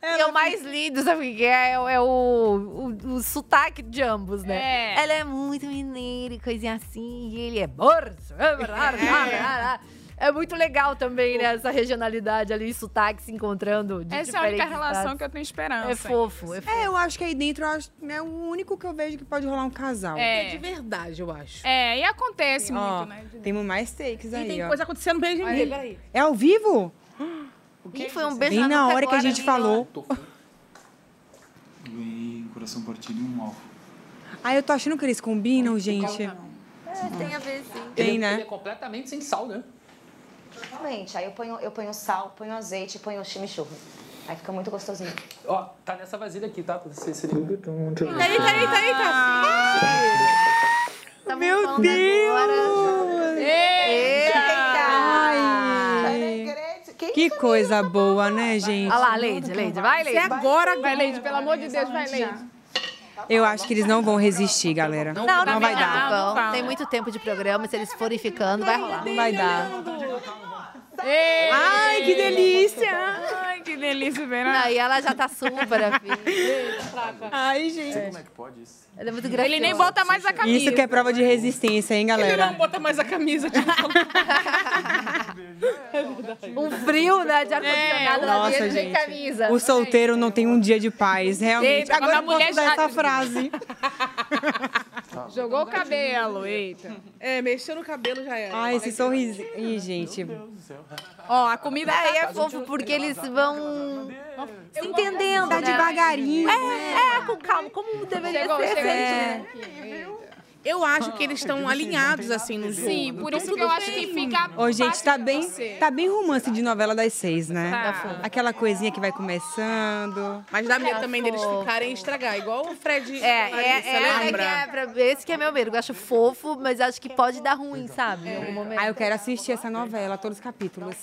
E é o mais lindo, sabe o que é? É o, é o, o- o sotaque de ambos, né? É. Ela é muito mineira e coisinha assim, e ele é borso. É. muito legal também, né? Essa regionalidade ali, sotaque se encontrando. de Essa é a única diferentes relação estados. que eu tenho esperança. É fofo, é fofo. É, eu acho que aí dentro eu acho, é o único que eu vejo que pode rolar um casal. É. De verdade, eu acho. É, e acontece Ó, muito, né? temos mais takes aí, tem ó. coisa acontecendo bem de Olha, mim. peraí. É ao vivo? E foi um beijo Bem na nuca hora que a agora, gente ali, ó. falou. Ganhei coração partido e um alvo. Aí Ah, eu tô achando que eles combinam, gente. É, tem a ver, sim. Tem, né? é completamente sem sal, né? Totalmente. Aí eu ponho, eu ponho sal, ponho azeite, ponho chimichurri. Aí fica muito gostosinho. Ó, tá nessa vasilha aqui, tá? Esse, esse... Peraí, peraí, peraí, tá então, Meu né? Deus! Ai. Que coisa boa, né, gente? Olha lá, Leide, Leide. Vai, Leide. Se agora- Vai, Leide, pelo amor de Deus, vai, Leide. Eu acho que eles não vão resistir, galera. Não, não, vai vai dar. dar. Tem muito tempo de programa, se eles forem ficando, vai rolar. Não vai dar. Ei! Ai, que delícia! Ai, que delícia, Verão. Não, e ela já tá super, filho. Ai, gente. Como é que pode isso? Ela é muito graciosa. Ele nem bota Tá mais a camisa. Isso que é prova de resistência, hein, galera? bota mais a camisa. Tipo, um frio, né? É, De um ar-condicionado na Nossa, dele, sem gente. camisa. O solteiro não tem um dia de paz, realmente. Eita, quando Agora a eu posso mulher usar já- essa frase. Tá. Jogou o cabelo, eita. É, mexeu no cabelo já era. Ai, esse sorriso. Ih, gente. Ó, a comida Daí é fofo, porque eles tá, vão se entendendo. Tá né? devagarinho, né? É, é, com calma, como deveria Chegou, ser. chegou, né? É. Eu acho que eles Ah, estão alinhados, assim, no jogo. Sim, por isso que eu acho que fica. Ô, gente, tá bem, tá bem romance de novela das seis, né? Tá. Aquela coisinha que vai começando. Mas dá medo também deles ficarem e estragar, igual o Fred. É, é, Larissa, é, é, que lembra? é pra- esse que é meu medo. Eu acho fofo, mas acho que pode dar ruim, sabe? Em algum momento. Ah, eu quero assistir essa novela, todos os capítulos.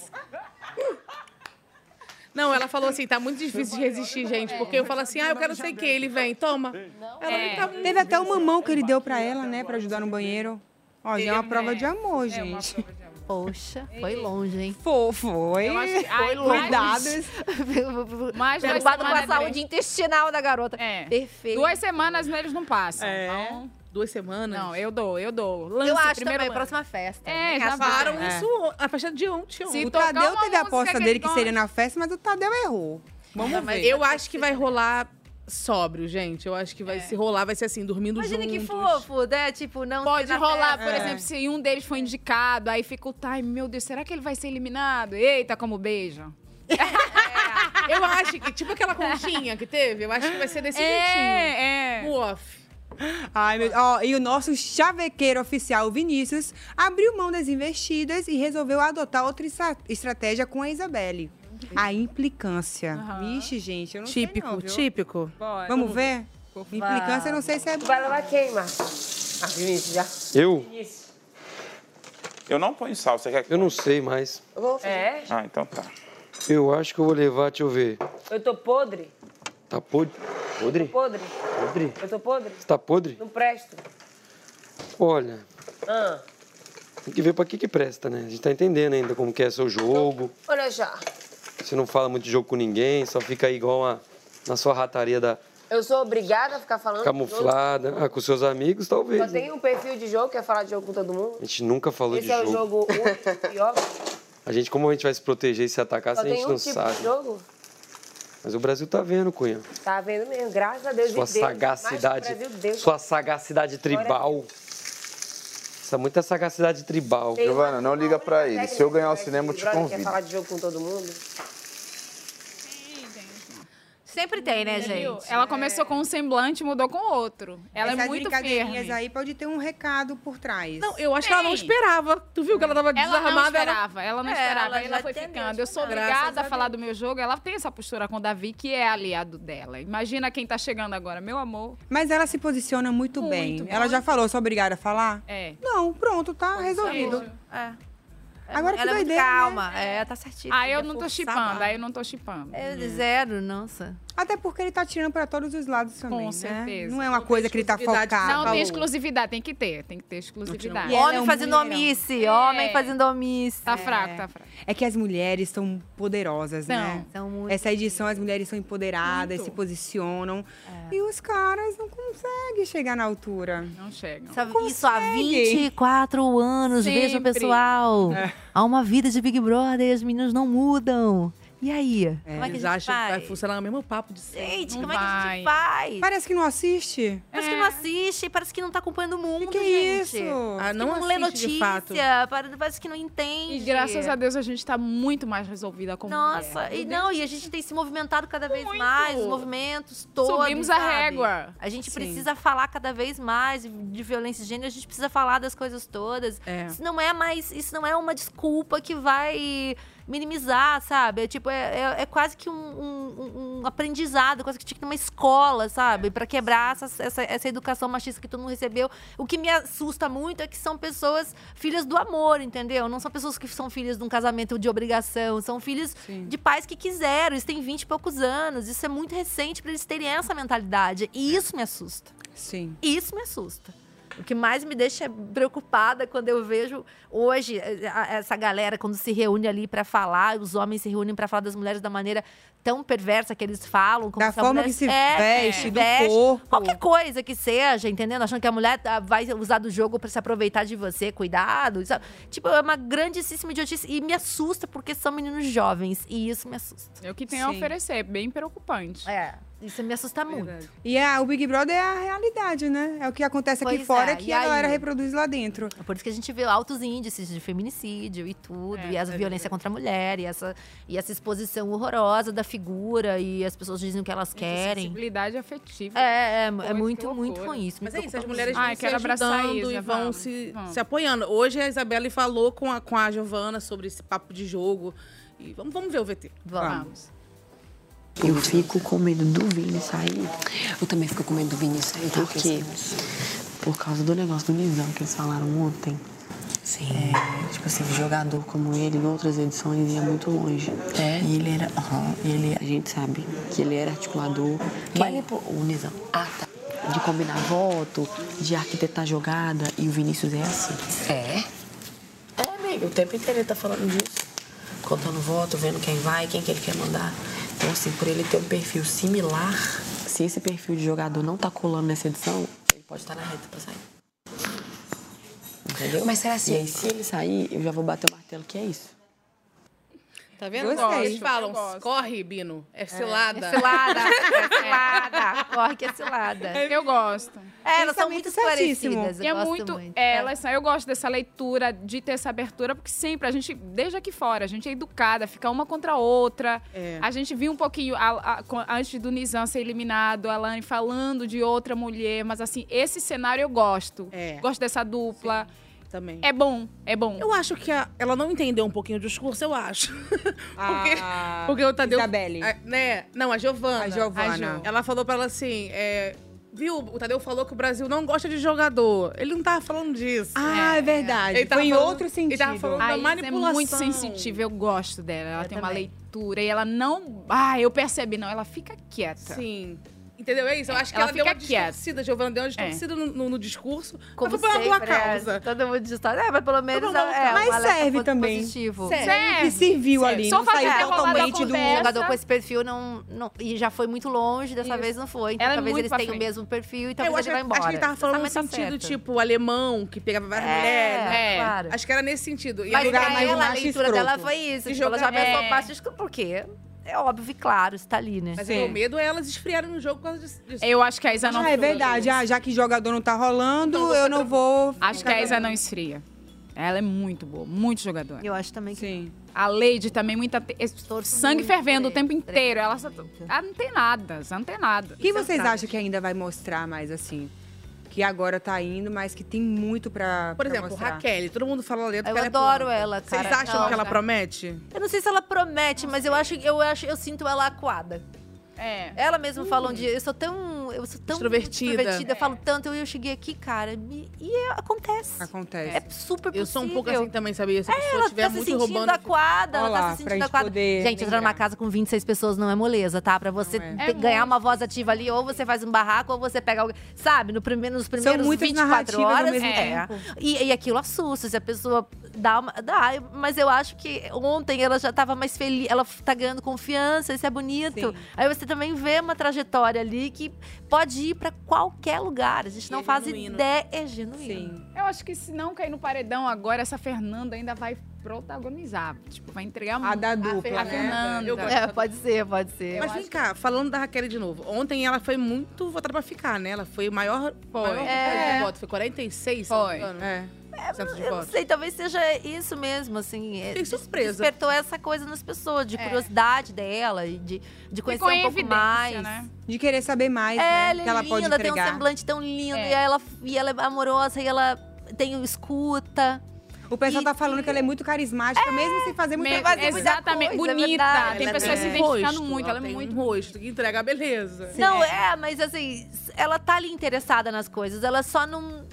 Não, ela falou assim, tá muito difícil de resistir, gente, porque eu falo assim, ah, eu quero sei o que, ele vem, toma. Ela É. tá Teve até o mamão que ele deu pra ela, né? Pra ajudar no banheiro. Ó, já é uma Ele prova de merece. amor, É uma gente. Poxa, foi longe, hein? Pô, foi. Eu acho que- Foi Ai, longe. cuidados. Mas duas Preocupado com a semanas, saúde intestinal da garota. Perfeito. Duas semanas neles não passam. Então, É. Duas semanas? Não, eu dou, eu dou. Lance Eu acho primeiro também, lance. próxima festa. É, Nem já acho. falaram É. isso a festa de ontem. Se o tocar Tadeu uma teve a música aposta que dele ele que seria gosta. na festa, mas o Tadeu errou. Vamos ver. Eu acho que vai rolar sóbrio, gente. Eu acho que É. vai se rolar, vai ser assim, dormindo Imagina juntos. que fofo, né? Tipo, não Pode ser na rolar, festa. por exemplo, se um deles foi indicado, aí fica o time, meu Deus, será que ele vai ser eliminado? Eita, como beijam. Eu acho que, tipo aquela conchinha que teve, eu acho que vai ser desse É, jeitinho. É, O off. Ai, meu... Ó, e o nosso chavequeiro oficial, o Vinícius, abriu mão das investidas e resolveu adotar outra estra- estratégia com a Isabelle. A implicância. Vixe, gente, eu não Típico, sei não, viu? típico. Vamos, Bora. ver? Implicância, eu não sei se é... Vai levar quem, Marcos? Ah, Vinícius, já. Eu? Vinícius. Eu não ponho sal, você quer? Eu não sei mais. Eu vou fazer. É? Ah, então tá. Eu acho que eu vou levar, deixa eu ver. Eu tô podre? Tá podre? Podre? Podre? Podre? Eu tô podre? Você tá podre? Não presto. Olha, Ah, tem que ver pra que que presta, né? A gente tá entendendo ainda como que é seu jogo. olha já. Você não fala muito de jogo com ninguém, só fica aí igual uma, na sua rataria da Eu sou obrigada a ficar falando. de camuflada. Ah, com seus amigos, jogo? Só talvez. né? tem um perfil de jogo que é falar de jogo com todo mundo. A gente nunca falou Esse de é o jogo. jogo único e óbvio. A gente, como a gente vai se proteger e se atacar Só se a gente tem um não tipo sabe? de jogo. Mas o Brasil tá vendo, Cunha. Tá vendo mesmo? Graças a Deus Sua e Deus. sagacidade. Mais que o Brasil, Deus. Sua sagacidade tribal. Isso é muita sagacidade tribal. Tem Giovana, não liga pra ele. Se eu ganhar o cinema, Big Brother quer falar de jogo com todo mundo. Sempre tem, né, Entendeu? gente? Ela começou com um semblante e mudou com outro. Ela Essas é muito brincadeirinhas firme. aí pode ter um recado por trás. Não, eu acho que ela não esperava. Tu viu que ela tava Ela desarmada? não esperava, ela não É, esperava, ela ela, já foi entendeu, ficando. Eu sou graças obrigada a né? a falar do meu jogo. Ela tem essa postura com o Davi, que é aliado dela. Imagina quem tá chegando agora, meu amor. Mas ela se posiciona muito, Muito, bem. muito. Ela já falou, sou obrigada a falar? É. Não, pronto, tá resolvido. É. Agora que ela é muito doideira, né? calma. É, tá certinho. Aí eu não tô chipando, aí eu não tô chipando. Uhum. É, zero, nossa. Até porque ele tá tirando pra todos os lados também, Com né? certeza. Não é uma coisa que ele tá exclusividade, focado. Não tem exclusividade, tem que ter, tem que ter exclusividade. E ela é Homem um fazendo mulherão. omice, É. homem fazendo omice. Tá fraco, tá fraco. É que as mulheres são poderosas, São. Então. né? São muito. Essa edição, as mulheres são empoderadas, Muito. se posicionam. E os caras não conseguem chegar na altura. É. Não chegam. Sabe, Isso há 24 anos, veja Sempre. pessoal. É. Há uma vida de Big Brother e as meninas não mudam. E aí? Como é que a Eles gente acham que faz? vai funcionar o mesmo papo de sempre. Gente, Não como é que a gente vai. faz? Parece que não assiste. Parece É. que não assiste, parece que não tá acompanhando o mundo, que é gente. isso? Parece Ah, que não lê assiste, notícia, de fato. pare- parece que não entende. E graças a Deus a gente tá muito mais resolvida como Nossa, mulher. e não, e a gente tem se movimentado cada vez mais, os movimentos todos. Subimos a sabe? régua. A gente Sim. precisa falar cada vez mais de violência de gênero, a gente precisa falar das coisas todas. É. Isso não é mais, isso não é uma desculpa que vai minimizar, sabe? É tipo, é, é- é quase que um, um- um aprendizado, quase que tinha que ter uma escola, sabe? Pra quebrar essa, essa, essa educação machista que todo mundo recebeu. O que me assusta muito é que são pessoas filhas do amor, entendeu? Não são pessoas que são filhas de um casamento de obrigação, são filhos de pais que quiseram, eles têm 20 e poucos anos. Isso é muito recente pra eles terem essa mentalidade. E isso me assusta. Sim. Isso me assusta. O que mais me deixa preocupada quando eu vejo hoje eh, a- essa galera quando se reúne ali pra falar, os homens se reúnem pra falar das mulheres da maneira tão perversa que eles falam, como Da se a forma mulher- que se É, veste, do corpo. qualquer coisa que seja, entendendo? Achando que a mulher ah, vai usar do jogo pra se aproveitar de você, cuidado. sabe? Tipo, é uma grandíssima idiotice e me assusta porque são meninos jovens e isso me assusta. É o que tem a oferecer, é bem preocupante. É. Isso me assusta muito. E a, o Big Brother é a realidade, né? É o que acontece aqui Pois fora é, que e a galera aí? É reproduz lá dentro. Por isso que a gente vê altos índices de feminicídio e tudo, É, e é essa violência contra a mulher, e essa, e essa exposição horrorosa da figura, e as pessoas dizem o que elas querem. Sensibilidade afetiva. É, é, Coisa, é muito, que muito loucura. ruim isso. me Mas é isso, as preocupa mulheres muito. vão Ai, se quero abraçar a ajudando Isa, e vão vamos, se, vamos. se apoiando. Hoje a Isabelle falou com a, com a Giovana sobre esse papo de jogo. E vamos, vamos ver o VT. Vamos. Eu fico com medo do Vini sair. Eu também fico com medo do Vini sair. assim, Por quê? Por causa do negócio do Lisão que eles falaram ontem. Sim. tipo assim, um jogador como ele, em outras edições, ia muito longe. É? E ele era. aham, e ele, a gente sabe que ele era articulador. Manipul... é, O Nizam. Ah, tá. De combinar voto, de arquitetar jogada. E o Vinícius é assim. É? É, amigo, o tempo inteiro ele tá falando disso. Contando voto, vendo quem vai, quem que ele quer mandar. Então, assim, por ele ter um perfil similar, se esse perfil de jogador não tá colando nessa edição, ele pode estar na reta pra sair. Entendeu? Mas será assim? E aí, se ele sair, eu já vou bater o martelo, que é isso. Tá vendo? Gostei. Eles falam, Eu gosto. corre, Bino. É cilada. É cilada, é cilada. Corre que é cilada. Eu gosto. É, elas são muito esclarecidas. Eu E é gosto muito, muito. é, elas são- eu gosto dessa leitura, de ter essa abertura, porque sempre a gente, desde aqui fora, a gente é educada, fica uma contra a outra. É. A gente viu um pouquinho, a- a- co- antes do Nizam ser eliminado, a Lani falando de outra mulher, mas assim, esse cenário eu gosto. Gosto dessa dupla. É. Também. É bom, é bom. Eu acho que a- ela não entendeu um pouquinho Ah. o discurso, eu acho. porque, porque o Tadeu. Isabelle. né? Não, a Giovana. A Giovana. Jo. Ela falou pra ela assim: é, viu, o Tadeu falou que o Brasil não gosta de jogador. Ele não tava falando disso. Ah, é verdade. Ele tava Foi em falando- outro Ele tava sentido. falando Ah, da isso manipulação. é muito sensitiva, eu gosto dela. Ela Eu tem uma também. leitura e ela não. Ah, eu percebi, não. Ela fica quieta. Sim. Entendeu? É isso. Eu acho que Ela ela, deu uma fica quieta. distorcida. A Giovana deu uma distorcida no, no- no discurso. Como mas foi pela boa sempre, é. causa. Todo mundo distorce. É, mas pelo menos é, um Mas alerta serve po- também. positivo. Serve. Serviu Serve. ali. não saiu totalmente um do jogador com esse perfil não, não- e já foi muito longe, dessa vez não foi. Então Ela é talvez muito eles pra tenham o frente. mesmo perfil e talvez ele eu acho, vá embora. acho que ele tava falando no Mas tá sentido, certo. tipo, alemão, que pegava várias É, mulheres. é, claro. Acho que era nesse sentido. E Mas agora- pra ela, a leitura dela foi isso. E Tipo, ela já jogar- pensou é. baixo escuro, porque é óbvio e claro, está ali, né? Mas o meu medo é elas esfriarem no jogo por causa disso. Eu acho que a Isa não Ah, é verdade. Ah, já que jogador não tá rolando, eu não vou. Acho que a Isa não esfria. Ela é muito boa, muito jogadora. Eu acho também que Sim. A Lady também, muita. te- es- Sangue fervendo o tempo inteiro. Ela, só- ela não tem nada, ela não tem nada. é um O é um que vocês acham que ainda vai mostrar mais assim? Que agora tá indo, mas que tem muito pra. Por pra exemplo, mostrar. Raquel, todo mundo fala lá dentro Eu que ela adoro é planta. ela, Vocês cara. acham Não, que ela tá. promete? Eu não sei se ela promete, mas eu acho, eu acho, eu sinto ela acuada. É. Ela mesma falou um dia, eu sou tão, eu sou tão Extrovertida. eu falo tanto, eu cheguei aqui, cara, me- e é- acontece. Acontece. É super possível. Eu sou um pouco assim também, sabia? Se a É, pessoa ela estiver tá se muito sentindo roubando... acuada, Olha ela tá lá, se sentindo pra gente acuada. poder né, Gente, entrar numa casa com 26 pessoas não é moleza, tá? Pra você é. te- É ganhar uma voz ativa ali, ou você faz um barraco, ou você pega alguém. Sabe, no primeiro, nos primeiros muitas 24 narrativas ao horas. mesmo é. tempo. E, e aquilo assusta, se a pessoa dá uma. Dá, mas eu acho que ontem ela já tava mais feliz, ela tá ganhando confiança, isso é bonito. Aí você também vê uma trajetória ali que pode ir pra qualquer lugar. A gente não faz ideia. É genuíno. Eu acho que se não cair no paredão agora, essa Fernanda ainda vai protagonizar. Tipo, vai entregar muito. da dupla, Fer- a né? Fernanda. Eu gosto É, da dupla. pode ser, pode ser. Mas vem cá, falando da Raquel de novo. Ontem ela foi muito votada pra ficar, né? Ela foi o maior, maior É. de voto. Foi 46? Foi. É. Centro de Eu não voto. sei, talvez seja isso mesmo, assim. é, Fiquei surpresa. Despertou essa coisa nas pessoas, de É. curiosidade dela, e de, de conhecer Ficou em um pouco evidência, mais. né? De querer saber mais, É, ela né? é que ela pode linda, tem um entregar. semblante tão lindo, É. e, ela, e ela é amorosa, e ela tem o escuta. O pessoal tá falando que ela é muito carismática, mesmo sem fazer muita Me- coisa. exatamente, É Muita bonita, verdade. tem Ela pessoas se um identificando rosto, muito, ela é tem um muito rosto que entrega a beleza. Não, é, mas assim, ela tá ali interessada nas coisas, ela só não.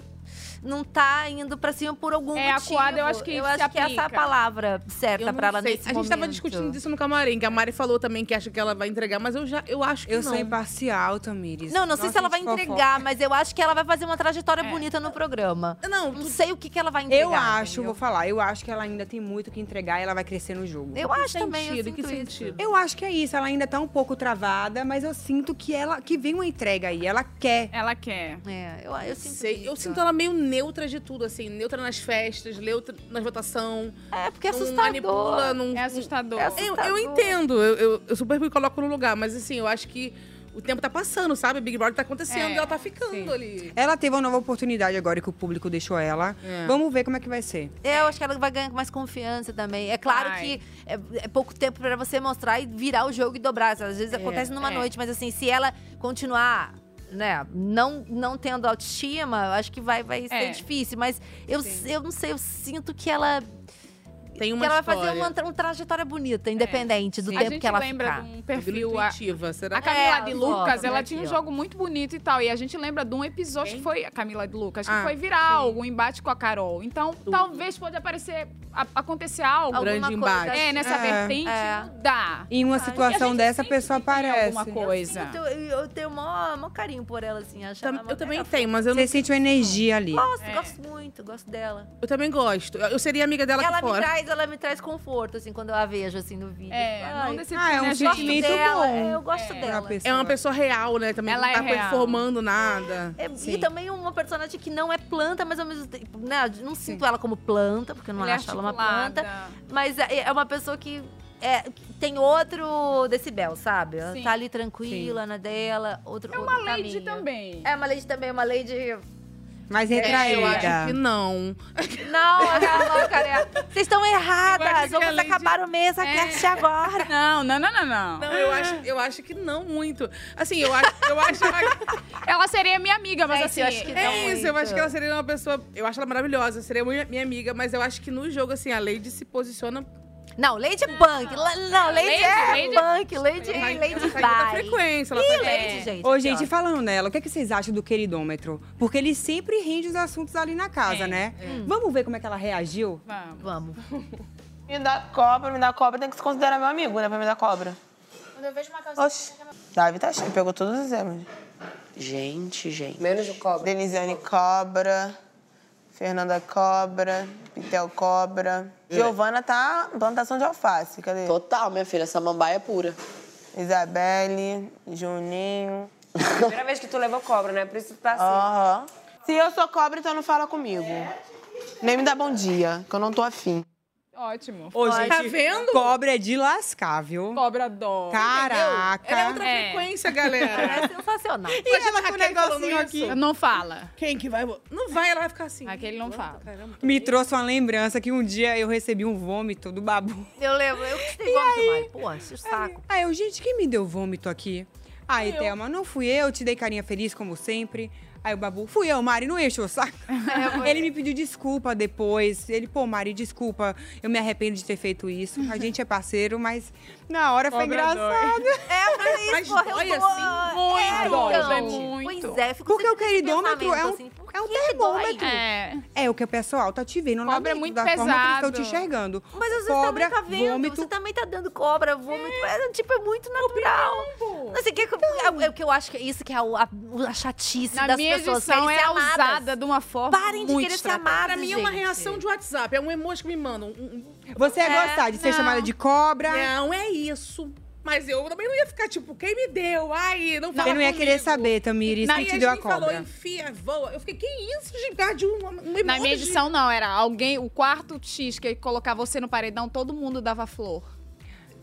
Não tá indo pra cima por algum É, motivo. acuada, eu acho que Eu se acho que essa é a aplica. palavra certa Eu Tá pra não ela sei. nesse A gente momento. tava discutindo isso no camarim, que a Mari falou também que acha que ela vai entregar, mas eu já eu acho que Eu não. sou imparcial, Tamires. Não, não sei Nossa, se ela vai gente, fofoca. entregar, mas eu acho que ela vai fazer uma trajetória bonita no programa. É. Não, não sei o que, que ela vai entregar. Eu acho, entendeu? vou falar, eu acho que ela ainda tem muito o que entregar e ela vai crescer no jogo. Eu acho também, eu sinto isso. Eu acho que é isso, ela ainda tá um pouco travada, mas eu sinto que ela que vem uma entrega aí, ela quer. Ela quer. É, eu, eu sinto sei, eu sinto ela meio neutra de tudo, assim, neutra nas festas, neutra na votação. É, porque é Um assustador. Manipula, não, É assustador. Eu, eu entendo, eu, eu, eu super me coloco no lugar, mas assim, eu acho que o tempo tá passando, sabe? Big Brother tá acontecendo É, e ela tá ficando ali. Ela teve uma nova oportunidade agora que o público deixou ela. Vamos ver como é que vai ser. Eu acho que ela vai ganhar mais confiança também. É claro Vai. que é, é pouco tempo pra você mostrar e virar o jogo e dobrar. Às vezes acontece numa é. noite, mas assim, se ela continuar, né, não, não tendo autoestima, eu acho que vai, vai ser É. difícil. Mas eu, eu não sei, eu sinto que ela. Tem uma que ela vai fazer história. É. uma, tra- uma trajetória bonita, independente do Sim. A tempo gente que É ela lembra ficar. de um perfil, a- Intuitiva, será? A Camila É, de ela Lucas, volta, ela né, tinha um aqui, ó. jogo muito bonito e tal. E a gente lembra de um episódio que foi. A Camila de Lucas, que Ah, foi viral, um embate com a Carol. Então, talvez pode aparecer. a- acontecer algo. Alguma Grande coisa embate. É, nessa É, vertente, é. não dá. Em Ah, uma Sabe? E a situação gente dessa, a sempre pessoa que É, tem aparece. Alguma coisa. Eu, eu tenho o maior, maior carinho por ela, assim. Acho ela uma- Eu também tenho, mas eu não. Você sente uma energia ali. Gosto, gosto muito, gosto dela. Eu também gosto. Eu eu seria amiga dela ela aqui me fora. traz, ela me traz conforto, assim, quando eu a vejo, assim, no vídeo. É, Ai, não decepciona ah, é um a gente. sentimento dela, bom. é, eu gosto dela. É uma pessoa real, né? Também Ela não tá é real. performando nada. É, e também uma personagem que não é planta, mas ao mesmo tempo. Né, eu não sinto ela como planta, porque eu não Ela é acho ela uma articulada. planta. Mas é é uma pessoa que, é, que tem outro decibel, sabe? Ela Sim. tá ali tranquila na dela, outro. É uma lady também. É uma lady também, é uma lady. Mas É, retraída. eu acho que não. Não, a Carol Carioca. Vocês estão erradas. Vamos acabar o mês a cast agora. Não, não, não, não, não. Não, eu acho, eu acho que não muito. Assim, eu acho, eu acho Ela seria minha amiga, mas assim, eu acho que não é isso. Eu muito. acho que ela seria uma pessoa. Eu acho ela maravilhosa, seria minha, minha amiga, mas eu acho que no jogo, assim, a Lady se posiciona. Não, Lady é Punk. la- Não, Lady, Lady- é Lady- punk. Lady, Ela vai- Lady ela vai. saiu da frequência, ela Ih, tá- Lady, É. gente. Ô, aqui, gente, ó. falando nela, o que, é que vocês acham do queridômetro? Porque ele sempre rende os assuntos ali na casa, né? Hum. Vamos ver como é que ela reagiu? Vamos. Me dá cobra, me dá cobra, tem que se considerar meu amigo, né? Pra me dar cobra. Quando eu vejo uma Oxi. Davi tá cheio, pegou todos os exames. Gente, gente. Menos o cobra. Denisiane cobra. Fernanda cobra. Pitel cobra. Giovana tá em plantação de alface, cadê? É. Total, minha filha, essa mambaia é pura. Isabelle, Juninho. Primeira vez que tu levou cobra, né? Por isso que tu tá assim. Aham. Se eu sou cobra, então não fala comigo. Nem me dá bom dia, que eu não tô afim. Ótimo. Ô, gente, Tá cobra é de lascar, viu? Cobra adora. Caraca. Ela é outra frequência, galera. É sensacional. E Imagina assim. ela com o Raquel negocinho falando aqui. isso. Não fala. Quem que vai? Não vai, ela vai ficar assim. Aquele não fala. Me trouxe uma lembrança que um dia eu recebi um vômito do babu. Eu lembro, eu que tenho vômito, Mari. Pô, isso é saco. Aí eu, gente, quem me deu vômito aqui? Aí, Eu. Thelma, não fui eu, te dei carinha feliz, como sempre. Aí o Babu, fui eu, Mari, não encheu o saco. É, ele me pediu desculpa depois. Ele, pô, Mari, desculpa, eu me arrependo de ter feito isso. A gente é parceiro, mas na hora foi Cobra dói. engraçado. É, mas isso, Mas porra, eu dói dou- assim É, muito. Dói, então. dói muito. Pois é, fico Porque o queridômetro é um, pensamento, assim, é um termômetro. É. o que o pessoal tá te vendo lá Cobra é dentro, muito da forma que eles estão pesado. te enxergando. Mas às vezes Cobra, também tá vendo, vômito. você também tá dando cobra, vômito, é, tipo, é muito natural. Não sei, que, é, é o que eu acho que é isso que é o- a, a chatice Na das minha pessoas, edição, querem é ser amadas. usada de uma forma Parem de Tá muito querer ser estratégica. amadas, Pra mim é uma gente. reação de WhatsApp, é um emoji que me mandam. um- um- Você ia É, gostar de ser não. chamada de cobra. Não, é isso. Mas eu também não ia ficar tipo, quem me deu? Ai, não fala Você não ia comigo. querer saber, Tamires, Na quem te Yasmin deu a cobra. falou, enfia, voa. Eu fiquei, que isso, gente? Por causa de um, um emoji. Na minha edição, não. Era alguém, o quarto X que colocar você no paredão, todo mundo dava flor.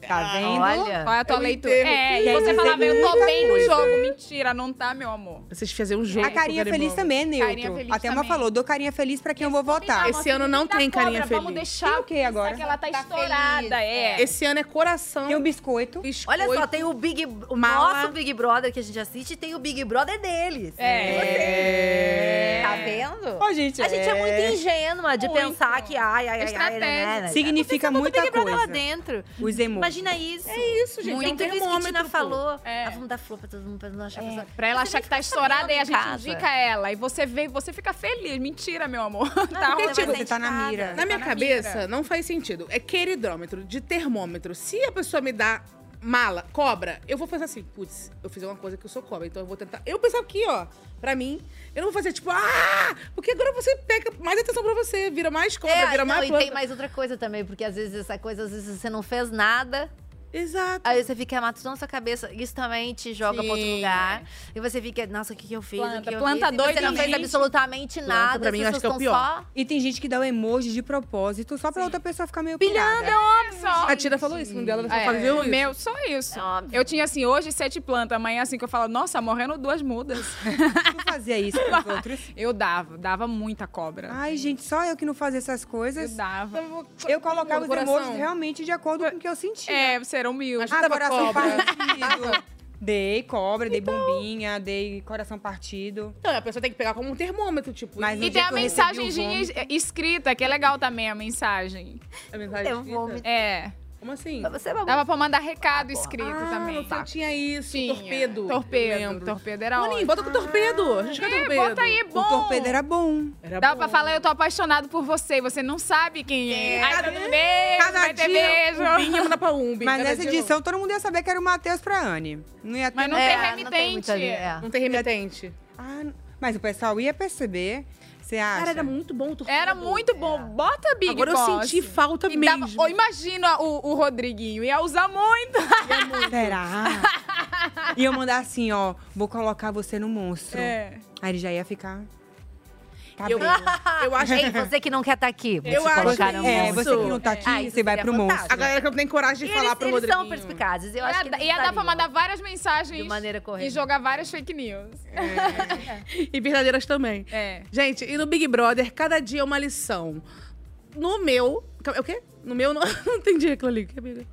Tá vendo? Olha. Qual é a tua Eu leitura? entendo. É, e Quer você dizer falava, eu muita tô bem no coisa. jogo. Mentira, não tá, meu amor. Vocês fizeram um jogo. A carinha com o feliz Garibaldi. também é Carinha neutro. feliz A Thelma também. falou, dou carinha feliz pra quem eu vou votar. Esse ano não tem carinha feliz. Vamos deixar o que agora? que ela tá, estourada, é. Esse ano é coração. Tem um biscoito. Olha só, tem o Big o Mala. nosso Big Brother que a gente assiste e tem o Big Brother deles. É. Você- Tá vendo? Ó, É. gente, a gente é, é. muito ingênua de Muito. pensar que ai, ai, ai, ai, né, né. Significa muita Big Brother coisa. lá dentro. Os emojis. Imagina isso. É isso, gente, é um Muito isso que a termômetro, Tina pô. É. falou. Ah, vamos dar flor pra todo mundo, pra não achar pessoa. Pra ela achar que tá estourada, e a gente casa. indica ela. E você vê, você fica feliz. Mentira, meu amor. tá Porque, ótimo. tipo, Você Na minha tá cabeça, mira. não faz sentido. É queridômetro, de termômetro. Se a pessoa me dá mala, cobra, eu vou pensar assim, putz, eu fiz uma coisa que eu sou cobra, então eu vou tentar. Eu pensar aqui, ó, pra mim, eu não vou fazer tipo, ah! Porque agora você pega mais atenção pra você, vira mais cobra, É, vira não, mais e planta. tem mais outra coisa também, porque às vezes essa coisa, às vezes você não fez nada. Exato. Aí você fica matando sua cabeça, isso também te joga pra outro Sim. lugar. E você fica, nossa, o que, que eu fiz? O que Planta- que eu fiz? planta E Você não fez doidamente. absolutamente nada. as pessoas é estão só E tem gente que dá o emoji de propósito só pra outra pessoa ficar meio Pilhada, pirada. é óbvio. A Tira falou isso, não dela, um ela É, falou, "Eu isso". meu, só isso. É Eu tinha assim, hoje sete plantas, amanhã assim que eu falo, nossa, morrendo duas mudas. Tu fazia isso pros outros? Eu dava, dava muita cobra. Ai, gente, só eu que não fazia essas coisas. Eu dava. Eu colocava No os coração. emojis realmente de acordo com o que eu sentia. É, você era humilde. Mas Ah, dava coração cobra. partido. Dei cobra, dei bombinha, dei coração partido. Então, a pessoa tem que pegar como um termômetro, tipo. Mas no E dia tem a que eu recebi um o mensagenzinha vômito- es- escrita, que é legal também a mensagem. A mensagem Eu escrita? vômito. É. Como assim? Dava pra mandar Ah, recado escrito também. Tá. Tinha isso, torpedo. Torpedo. Torpedo era Maninho, ótimo. bota com torpedo. A gente quer É, torpedo. bota aí, é bom. bom. Dava pra falar, eu tô apaixonado por você, e você não sabe quem é. Aí Cada- todo mundo, beijo, vai ter beijo. pra umbi. um um. Mas cada nessa dia edição todo mundo ia saber que era o Matheus pra Anne. Não ia ter Mas não nada. tem É, não tem remitente. muita ali, é. Não tem remitente. Ah, n- mas o pessoal ia perceber. Você acha? Cara, era muito bom o torpedo. Era muito bom. Bota Big É. Agora eu senti falta e mesmo. Dava, Ou imagina o, o Rodriguinho, ia usar muito. Será? E eu mandar assim, ó, vou colocar você no monstro. É. Aí ele já ia ficar. Eu- Tá eu acho- Ei, você que não quer estar aqui. Eu Te acho colocaram que no é, monstro. você que não tá aqui, Ah, isso você vai seria pro fantástico. A galera que eu tenho coragem de Eles- falar pro eles Rodrigo. são perspicazes. Eu acho que eles ia dar pra estariam. mandar várias mensagens maneira e correta. jogar várias fake news. É. e verdadeiras também. É. Gente, e no Big Brother, cada dia é uma lição. No meu. é O quê? No meu, não, não entendi aquilo ali. Que amiga?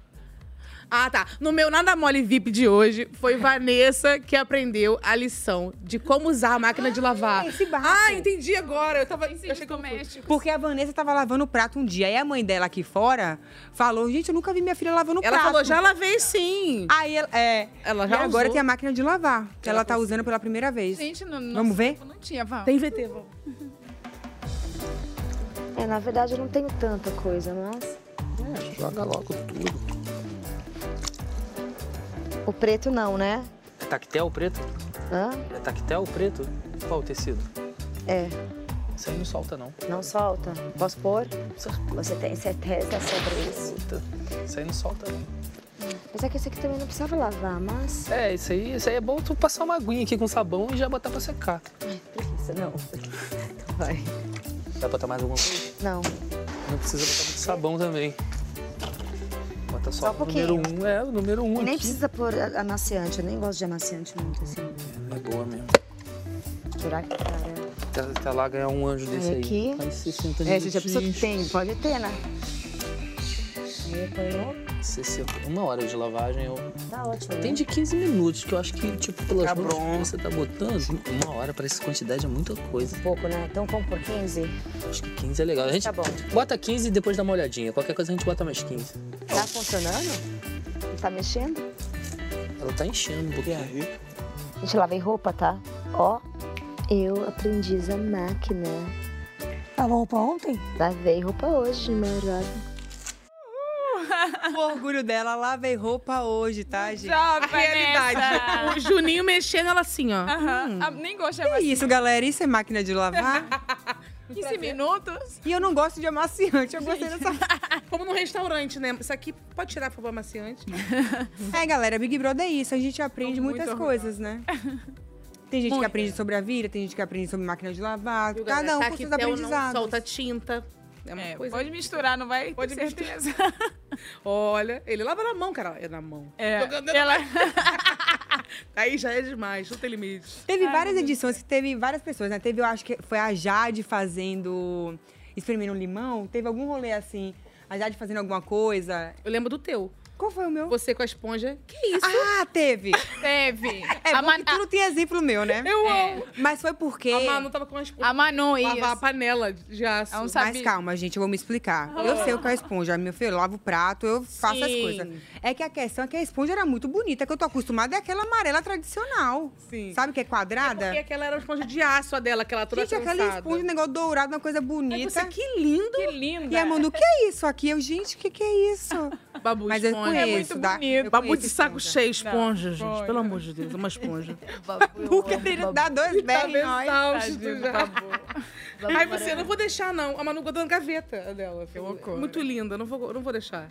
Ah, tá. No meu Nada Mole VIP de hoje, foi Vanessa que aprendeu a lição de como usar a máquina de lavar. Ah, entendi agora. Eu tava. Eu achei que eu Porque a Vanessa tava lavando o prato um dia. Aí a mãe dela aqui fora falou: gente, eu nunca vi minha filha lavando Ela prato. falou, "Já lavei sim. é um Aí ela. É. Ela e já agora usou. tem a máquina de lavar, que ela, tá usando pela primeira vez. Gente, no nosso Vamos ver? tempo Não tinha, vá. Tem VT, vamos. É, na verdade eu não tenho tanta coisa, mas Joga logo tudo. o preto não, né? É tactel preto? Hã? É tactel preto? Qual o tecido? É, Isso aí não solta, não. não solta. Posso pôr? Você tem certeza sobre isso? Isso aí não solta, não. Mas é que esse aqui também não precisava lavar, mas. É, isso aí, isso aí é bom tu passar uma aguinha aqui com sabão e já botar pra secar. Ai, preguiça, não. então Vai. Dá pra botar mais alguma coisa? Não. Não precisa botar muito sabão também. Bota só, o pouquinho. número um, é o número um Nem aqui. precisa pôr a- amaciante, eu nem gosto de amaciante muito assim. É boa mesmo. Será que cara? Até, até lá ganhar um anjo desse aí. aqui. Aí 60 É, gente, a pessoa minutinhos. que tem, pode ter, né? 60, uma hora de lavagem eu. Tá ótimo. Tem de 15 minutos, que eu acho que, tipo, pelas mãos que você tá botando, uma hora pra essa quantidade é muita coisa. Pouco, né? Então vamos por Tá 15. Acho que 15 é legal. A gente bota 15 e depois dá uma olhadinha. Qualquer coisa a gente bota mais 15. Tá funcionando? Tá mexendo? Ela tá enchendo um é? pouquinho. Gente, lavei roupa, tá? Ó, eu aprendi a máquina. Lavou roupa ontem? Lavei roupa hoje, maravilhosa. O orgulho dela, lavei roupa hoje, tá, gente? Jovem Realidade. O nessa. Juninho mexendo ela assim, ó. Aham. Ah, nem gostava assim. É isso, galera. Isso é máquina de lavar. 15 minutos. E eu não gosto de amaciante. Eu gostei dessa. Como no restaurante, né? Isso aqui pode tirar por favor, amaciante. É, galera, Big Brother é isso. A gente aprende muito muitas orgulhosa. coisas, né? Tem gente que aprende sobre a vida, tem gente que aprende sobre máquina de lavar. Viu, galera? Cada um com seus Taquetel não aprendizados. solta tinta. É uma É, coisa. pode misturar, não vai? Pode certeza. Olha, ele lava na mão, cara. É na mão. É, Jogando ela- Aí já é demais, não tem limite. Teve Ai, várias meu Deus. edições que teve várias pessoas, né? Teve, eu acho que foi a Jade fazendo. espremendo um limão. Teve algum rolê assim, a Jade fazendo alguma coisa. Eu lembro do teu. Qual foi o meu? Você com a esponja. Que isso? Ah, teve! Teve. É bom que tu não tem exemplo meu, né? Eu amo. Mas foi porque. A Manu tava com a esponja. A Manu, Lavar isso. a panela de aço. Mas calma, gente, eu vou me explicar. Eu sei o que é esponja. Meu filho, eu lavo o prato, eu faço as Sim. coisas. É que a questão é que a esponja era muito bonita, que eu tô acostumada é aquela amarela tradicional. Sim. Sabe que é quadrada? Porque aquela era uma esponja de aço, a dela, aquela toda Gente, aquela trançada. esponja, um negócio dourado, uma coisa bonita. Ai, você, que lindo! Que linda! E a Manu, o que é isso aqui? Eu, gente, o que, que é isso? Babu Mas eu esponja. conheço, É muito tá? bonito. Eu Babu de conheço saco esponja. cheio, esponja, Não, gente. Pelo amor de Deus, uma esponja. tá Porque ele dá dois berros em nós. exausto já. Babu Ai, você, Maranhão. não vou deixar, não. A Manu ficou dando gaveta dela. Que loucura. Muito linda, não vou, não vou deixar.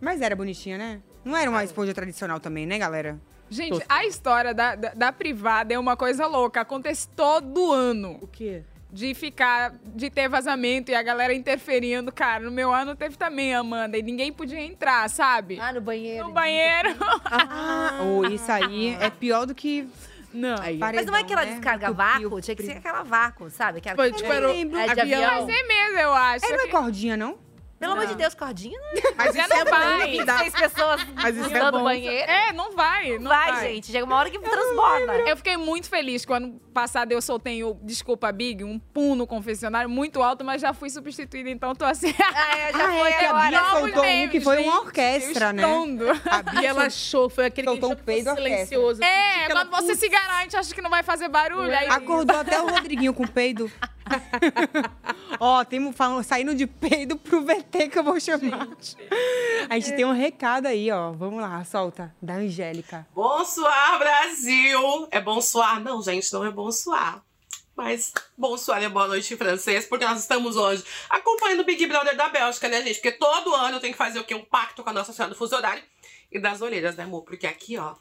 Mas era bonitinha, né? Não era uma esponja tradicional também, né, galera? Gente, a história da, da, da privada é uma coisa louca. Acontece todo ano. O quê? De ficar, de ter vazamento e a galera interferindo. Cara, no meu ano teve também, Amanda, e ninguém podia entrar, sabe? Ah, no banheiro. No banheiro. Ou Ah, isso aí é pior do que. Não. Mas não é aquela descarga vácuo, tinha que ser aquela vácuo, sabe? Aquela Foi, tipo, era o É de avião. avião. Mas é mesmo, eu acho. Era uma cordinha, não? Pelo amor de Deus, cordinha? não- Mas Já isso é não vai. bom, dá- 26 pessoas Mas isso é usando bom. banheiro. É, não vai. Não vai, gente. Chega uma hora que transborda. Eu fiquei muito feliz que o ano passado eu soltei o Desculpa Big, um pum no confessionário muito alto, mas já fui substituída, então tô assim. É, já foi Ah, que a agora. Bia Novos soltou um que memes, foi gente, uma orquestra, né? estondo. A Bia E ela achou, foi aquele soltou que peido orquestra. silencioso. É, quando você se garante, acha que não vai fazer barulho. Aí... Acordou até o Rodriguinho com peido. Ó, tem falando, saindo de peido pro VT que eu vou chamar. A gente tem um recado aí, ó. Vamos lá, solta. Da Angélica. Bonsoir, Brasil! É bonsoir? Não, gente, não é bonsoir. Mas bonsoir é boa noite em francês, porque nós estamos hoje acompanhando o Big Brother da Bélgica, né, gente? Porque todo ano eu tenho que fazer o quê? Um pacto com a Nossa Senhora do Fuso Horário e das orelhas, né, amor? Porque aqui, ó,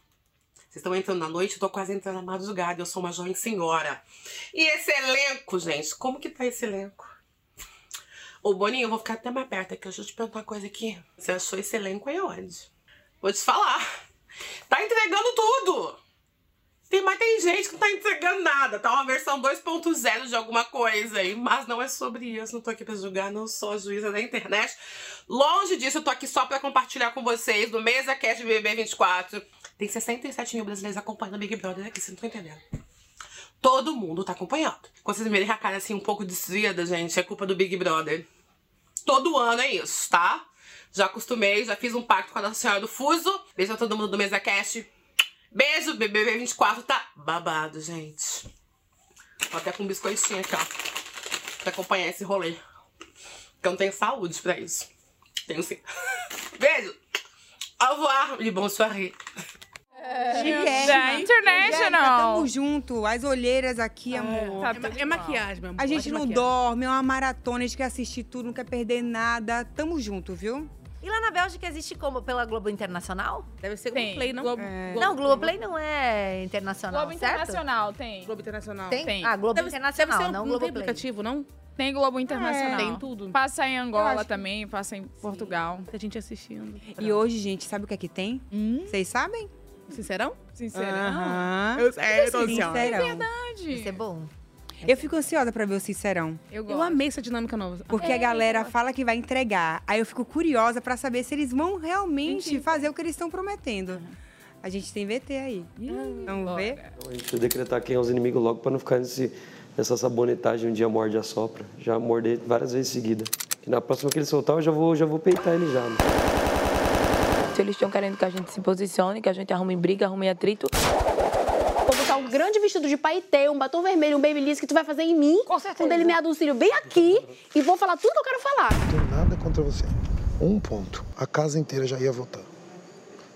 vocês estão entrando na noite, eu tô quase entrando na madrugada, eu sou uma jovem senhora. E esse elenco, gente, como que tá esse elenco? Ô, Boninho, eu vou ficar até mais perto aqui, deixa eu te perguntar uma coisa aqui. Você achou esse elenco aí onde? Vou te falar. Tá entregando tudo! Tem, mas tem gente que não tá entregando nada, tá uma versão 2.0 de alguma coisa aí. Mas não é sobre isso, não tô aqui pra julgar, não sou a juíza da internet. Longe disso, eu tô aqui só pra compartilhar com vocês no Mesa Cast BBB 24. Tem 67 mil brasileiros acompanhando o Big Brother aqui, vocês não estão entendendo. Todo mundo tá acompanhando. Quando vocês verem a cara assim um pouco desviada, gente, é culpa do Big Brother. Todo ano é isso, tá? Já acostumei, já fiz um pacto com a Nossa Senhora do Fuso. Beijo a todo mundo do Mesa Cast. Beijo, BBB 24 tá babado, gente. Tô até com um biscoitinho aqui, ó. Pra acompanhar esse rolê. Porque eu não tenho saúde pra isso. Tenho sim. Beijo. Au revoir e bom soirée. É. é, Chiquérrima. Da International. Angélica, Tamo junto. As olheiras aqui, amor. tá É ma- tudo é maquiagem, meu amor, A gente é não maquiagem. dorme, é uma maratona, a gente quer assistir tudo, não quer perder nada. Tamo junto, viu? E lá na Bélgica existe como? Pela Globo Internacional? Deve ser Tem. Globoplay, não? Globo- É. Globo- Não, Globoplay não é internacional, Globo certo? Internacional tem. Globo Internacional. Tem? Tem. Ah, Globo Deve- Internacional, deve ser um- não não tem Globoplay. aplicativo, não? Tem Globo Internacional. É. Tem tudo. Passa em Eu Angola acho também, passa em Portugal. A gente assistindo. E hoje, gente, sabe o que é que tem? Vocês sabem? Hum? Sincerão? Sincerão. Aham. Eu sei, eu tô ansiosa. Sincerão. É verdade. Isso é bom. Eu fico ansiosa pra ver o Sincerão. Eu, amei essa dinâmica nova. É, Porque a Amei. galera fala que vai entregar. Aí eu fico curiosa pra saber se eles vão realmente fazer o que eles estão prometendo. A gente tem VT aí. Vamos ver? Então, a gente precisa decretar quem é os inimigos logo pra não ficar nesse, nessa sabonetagem um dia morde a sopra. Já mordei várias vezes seguida. E na próxima que ele soltar, eu já vou, já vou peitar ele já. Né? Se eles estão querendo que a gente se posicione, que a gente arrume briga, arrume atrito. Vou botar um grande vestido de paetê, um batom vermelho, um babyliss que tu vai fazer em mim. Com certeza. Um delineado do cílio bem aqui. E vou falar tudo que eu quero falar. tenho nada contra você. Um ponto, a casa inteira já ia votar.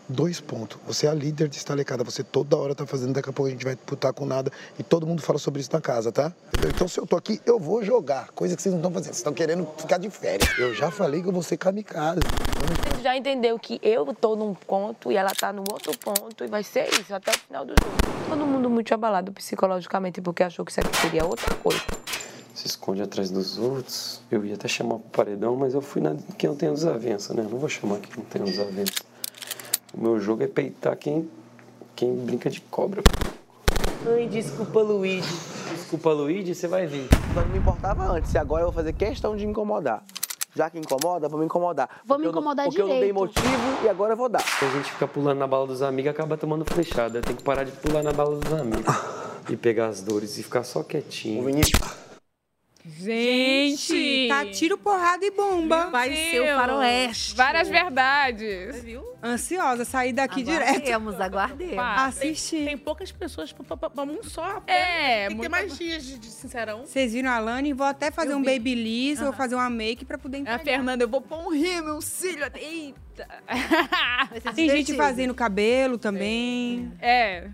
Dois pontos, você é a líder de estalecada, você toda hora tá fazendo, daqui a pouco a gente vai disputar com nada e todo mundo fala sobre isso na casa, tá? Entendeu? Então se eu tô aqui, eu vou jogar, coisa que vocês não estão fazendo, vocês estão querendo ficar de férias. Eu já falei que eu vou ser kamikaze. A gente já entendeu que eu tô num ponto e ela tá no outro ponto e vai ser isso até o final do jogo. Todo mundo muito abalado psicologicamente porque achou que isso aqui seria outra coisa. Se esconde atrás dos outros. Eu ia até chamar pro paredão, mas eu fui na quem eu tenho desavença, né? Não vou chamar quem não tem desavença. O meu jogo é peitar quem, quem brinca de cobra. Ai, desculpa, Luigi. Desculpa, Luigi, você vai vir. Não me importava antes, e agora eu vou fazer questão de incomodar. Já que incomoda, vou me incomodar. Vou me incomodar porque eu não- direito. Porque eu não dei motivo e agora eu vou dar. Se a gente ficar pulando na bala dos amigos, acaba tomando flechada. Tem que parar de pular na bala dos amigos. E pegar as dores e ficar só quietinho. O Vinícius. Gente! Tá tiro, porrada e bomba. Meu Deus. Várias verdades. Ansiosa, sair daqui direto. Aguardemos, aguardemos. Assistir. Tá, Tem poucas pessoas pra- pra pra um só. É, Tem que ter mais dias de, de sincerão. Vocês viram a Lani? Vou até fazer Eu um vi. babyliss, vou Aham. fazer uma make pra poder entregar. É A Fernanda, eu vou pôr um rímel, um cílio. Eita! Tem gente fazendo cabelo também. É.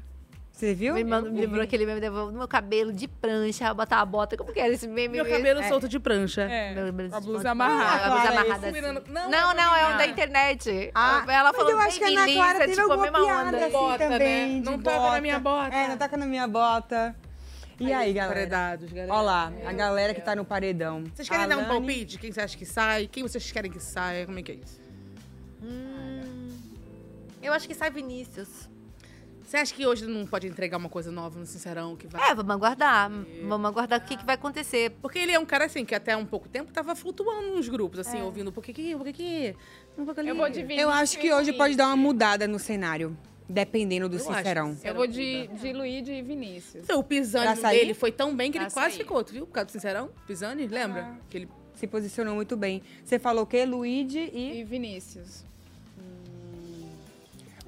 Você viu? Me, manda- me lembrou aquele meme do meu cabelo de prancha, botar a bota. Como que era esse meme? Meu mesmo? cabelo É. solto de prancha. Meu cabelo Com a solto de blusa prancha. amarrada. Ah, a blusa Clara, amarrada isso, assim. Miranda. Não, Não, não, não, é o da Miranda. internet. Ah, ela mas falou eu acho que a Ana babyliss, Clara é teve tipo a alguma mesma piada onda. assim né? também. Não toca na minha bota. É, não toca na minha bota. E aí, galera? Predados, galera. Olha lá, a Meu galera que tá no paredão. Vocês querem dar um Alane- palpite? Quem você acha que sai? Quem vocês querem que saia? Como é que é isso? Hum. Eu acho que sai Vinícius. Você acha que hoje não pode entregar uma coisa nova no Sincerão que vai? É. É, vamos aguardar. Vamos aguardar o que, que vai acontecer. Porque ele é um cara assim que até há um pouco tempo tava flutuando nos grupos, É. assim, ouvindo por que que, por que que. não por que ali. Eu acho que é. hoje pode dar um- uma mudada no cenário, dependendo do sincerão. Eu vou de, de Luigi e Vinícius. O Pisani Pra sair? dele foi tão bem que ele Pra quase sair. ficou, tu viu? Por causa do Sincerão, Pisani, lembra? Que ele Ah. se posicionou muito bem. Você falou o quê? Luigi e. E Vinícius.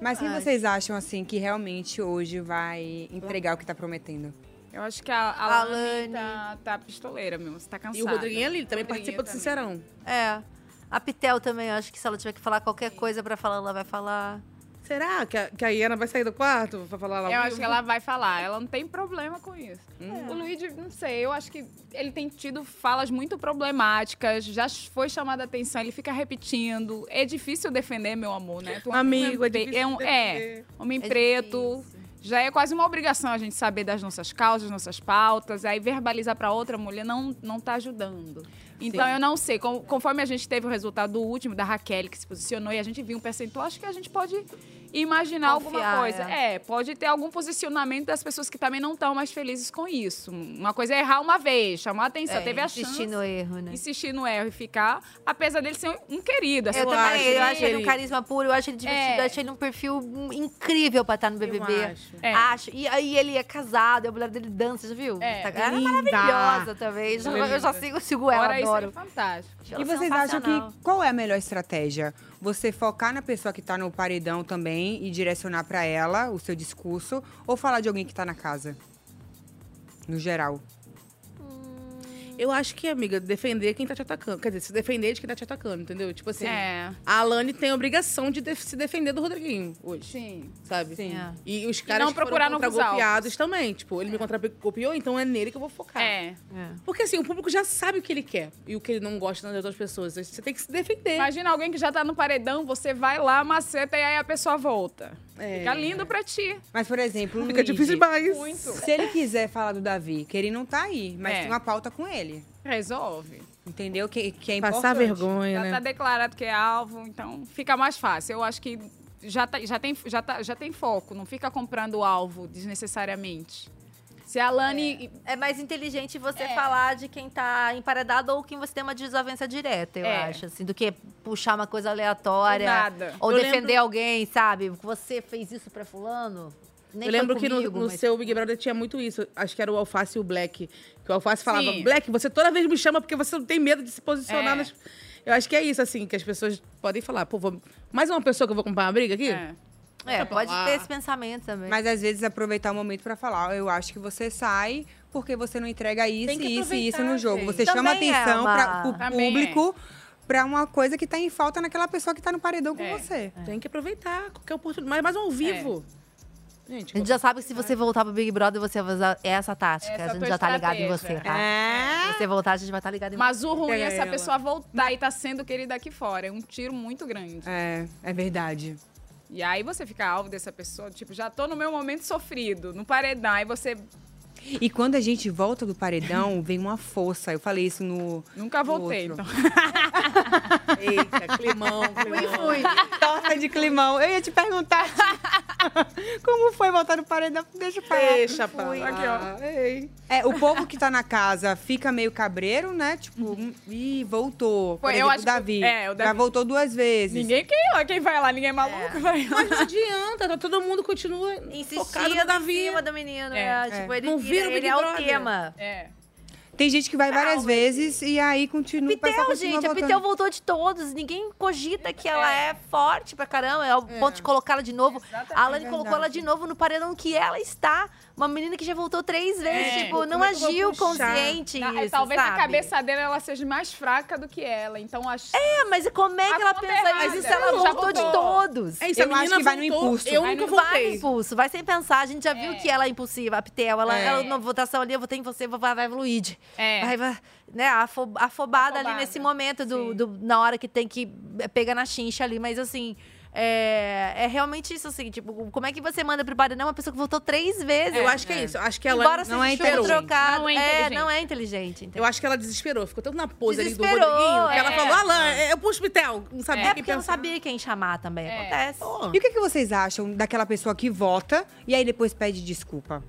Mas quem Ai. vocês acham, assim, que realmente hoje vai entregar o que tá prometendo? Eu acho que a, a Alane tá, tá pistoleira mesmo, você tá cansada. E o Rodriguinho ali, também Rodriguinho tá participa do também. Sincerão. É. A Pitel também, eu acho que se ela tiver que falar qualquer coisa pra falar, ela vai falar. Será que a, que a Iana vai sair do quarto pra falar Hum. lá? Eu acho que ela vai falar, ela não tem problema com isso. O Luigi, não sei, eu acho que ele tem tido falas muito problemáticas, já foi chamada a atenção, ele fica repetindo. É difícil defender, meu amor, né? Tu é um Amigo, é homem pre- difícil é, um, é, defender. homem É preto. Já é quase uma obrigação a gente saber das nossas causas, nossas pautas, aí verbalizar pra outra mulher não, não tá ajudando. Então Sim. eu não sei, com- conforme a gente teve o resultado do último, da Raquel, que se posicionou, e a gente viu um percentual, acho que a gente pode imaginar alguma Confiar, coisa. é. É, é, pode ter algum posicionamento das pessoas que também não estão mais felizes com isso. Uma coisa é errar uma vez, chamar a atenção, É, teve a chance. insistir no erro, né? Insistir no erro e ficar, apesar dele ser um querido. assim, Eu também, eu acho ele um querido. carisma puro, eu acho ele divertido, É. eu acho ele um perfil hum, incrível pra estar no BBB. acho. É. E aí ele é casado, a mulher dele dança, já viu? É. Ela é Linda. maravilhosa também. já- eu já sigo, sigo ela, Fora isso, adoro. é fantástico. E vocês acham que qual é a melhor estratégia? Você focar na pessoa que tá no paredão também e direcionar pra ela o seu discurso ou falar de alguém que tá na casa? No geral. Eu acho que, amiga, defender quem tá te atacando. Quer dizer, se defender de quem tá te atacando, entendeu? Tipo assim, É. a Alane tem a obrigação de def- se defender do Rodriguinho hoje. Sim. Sabe? Sim. É. E os E caras não que foram procurar novos contragolpeados também. Tipo, ele me contragolpeou, então é nele que eu vou focar. É. Porque assim, o público já sabe o que ele quer e o que ele não gosta das outras pessoas. Você tem que se defender. Imagina alguém que já tá no paredão, você vai lá, maceta e aí a pessoa volta. Fica lindo pra ti. Mas, por exemplo, o Fica Luigi, difícil demais. Muito. Se ele quiser falar do Davi, que ele não tá aí, mas É. tem uma pauta com ele. Resolve. Entendeu? Que, que é Passar importante. vergonha, né? já tá declarado que é alvo, então fica mais fácil. Eu acho que já, tá- já, tem, já, tá- já tem foco, não fica comprando alvo desnecessariamente. Se a É. Lani. É mais inteligente você falar de quem tá emparedado ou quem você tem uma desavença direta, eu É. acho, assim, do que puxar uma coisa aleatória. Do nada. Ou Eu defender lembro- alguém, sabe? Você fez isso pra fulano. Nem eu foi lembro que no, comigo, no mas- seu Big Brother tinha muito isso. Acho que era o Alface e o Black. Que o Alface falava, Sim. Black, você toda vez me chama porque você não tem medo de se posicionar. É. nas-" Eu acho que é isso, assim, que as pessoas podem falar. Pô, vou... mais uma pessoa que eu vou comprar uma briga aqui? É. Tá É, pode Ah. ter esse pensamento também. Mas é às vezes aproveitar o momento pra falar, "Ó, eu acho que você sai porque você não entrega isso, Tem que isso e isso aproveitar, no jogo. gente. Você chama Também é atenção uma- para o Também é. público pra uma coisa que tá em falta naquela pessoa que tá no paredão É. com você. Tem que aproveitar qualquer oportunidade, mas, mas ao vivo. É. Gente, A gente já sabe que se você voltar pro Big Brother, você vai usar essa tática. Essa a gente tua já tá ligado em estratégia. você, tá? É. Se você voltar, a gente vai estar ligado em Mas você. o ruim é se a pessoa voltar e tá sendo querida aqui fora. É um tiro muito grande. É, é verdade. E aí você fica alvo dessa pessoa, tipo, já tô no meu momento sofrido, no paredão. Aí você E quando a gente volta do paredão, vem uma força. Eu falei isso no. nunca voltei, outro. então. Eita, climão, climão. Fui. Torta de climão. Eu ia te perguntar como foi voltar do paredão. Deixa pra lá. Deixa pra lá. Aqui, ó. É, o povo que tá na casa fica meio cabreiro, né? Tipo, hum, ih, voltou. Por Uhum. Foi, eu exemplo, acho o que- Davi. é, o Davi. Já voltou duas vezes. Ninguém quem, quem vai lá, ninguém é maluco. Vai lá. Mas não adianta, tá- todo mundo continua Insistindo focado na em vida. É, cima do menino, né? Tipo, ele- não vira o ele Big é o Brother. tema. É. Tem gente que vai várias vezes e aí continua. Pitel, é gente, a Pitel voltou de todos. Ninguém cogita que ela é, forte pra caramba. É o ponto de colocá-la de novo. A Alane É colocou verdade. ela de novo no paredão que ela está. Uma menina que já voltou três vezes. É, Tipo, não como é que eu agiu vou puxar? consciente. Não, é, isso, talvez sabe? a cabeça dela ela seja mais fraca do que ela. Então acho. É, mas como é que ela pensa isso se ela voltou de todos? É Eu Vai nunca no- Vai no voltei. impulso, vai sem pensar. A gente já viu que ela é impulsiva, a Pitel. Ela, É. ela na votação ali, eu votei em você, vai, vai evoluir. É. Vai, vai, né, afo- afobada, ali nesse momento, do, do- na hora que tem que pegar na chincha ali. Mas assim, é, é realmente isso, assim. Tipo, como é que você manda pro paredão uma pessoa que votou três vezes? Eu acho que é isso, eu acho que ela Embora não seja é tudo inteligente. trocado. Não é é, inteligente. não é inteligente. Eu acho que ela desesperou. Ficou tanto na pose ali do Desesperou, Rodriguinho que ela é. falou: Alain, eu puxo Pitel. Não sabia É quem É. porque eu não pensar. sabia quem chamar também. Acontece. E o que, que vocês acham daquela pessoa que vota e aí depois pede desculpa?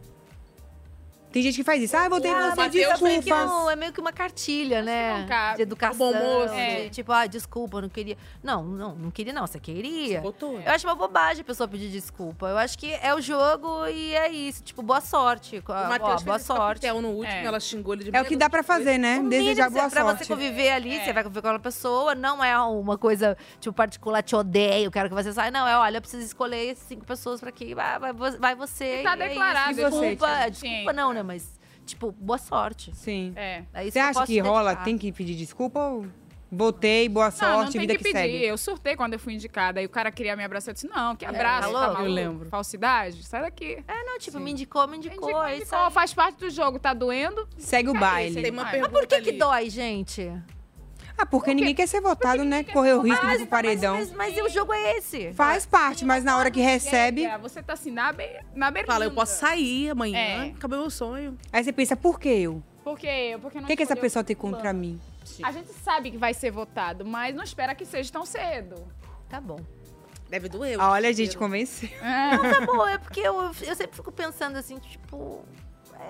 Tem gente que faz isso. Ah, eu votei em Ah, você, mas eu acho meio que um- desculpa. é meio que uma cartilha, né? De educação. Bom moço. de, É. Tipo, ah, desculpa, eu não queria. Não, não, não queria, não. Você queria. Você botou. né? Eu acho uma bobagem a pessoa pedir desculpa. Eu acho que é o jogo e é isso. Tipo, boa sorte. O ó, Matheus boa fez isso com a sorte. Pitel no último, ela xingou ele de É. É o que dá pra fazer, né? Mínimo, Desejar boa pra sorte. você conviver ali, você vai conviver com aquela pessoa, não é uma coisa, tipo, particular, te odeio, quero que você saia. Não, é, olha, eu preciso escolher cinco pessoas pra que vai, vai, vo- vai você. E tá é isso. declarado, Desculpa, você, desculpa, gente. não, né? Mas, tipo, boa sorte. Sim. É. Você acha que rola, tem que pedir desculpa ou votei, boa Não, não sorte, tem vida que que, pedir. segue? Eu surtei quando eu fui indicada. Aí o cara queria me abraçar. Eu disse, não, que tá abraço, tá louco? maluco? Eu lembro. Falsidade? Sai daqui. É, não, tipo, me indicou, me indicou. é isso aí. faz parte do jogo, tá doendo. Segue o Cadê? baile. Segue o Tem uma baile. Mas por que que dói, gente? Ah, porque ninguém quer ser votado, né? Correr o risco do paredão. Mas, mas e o jogo é esse? Faz parte, mas na hora que recebe. É, Você tá assim, na, be... na beira Fala, eu posso sair amanhã, acabou meu sonho. Aí você pensa, por que eu? Porque eu, porque O não que, que essa escolheu um pessoa tem fulano? contra mim? A gente sabe que vai ser votado, mas não espera que seja tão cedo. Tá bom. Deve doer. Ah, Olha, a gente convenceu. Não, tá bom, é porque eu, eu sempre fico pensando assim, tipo.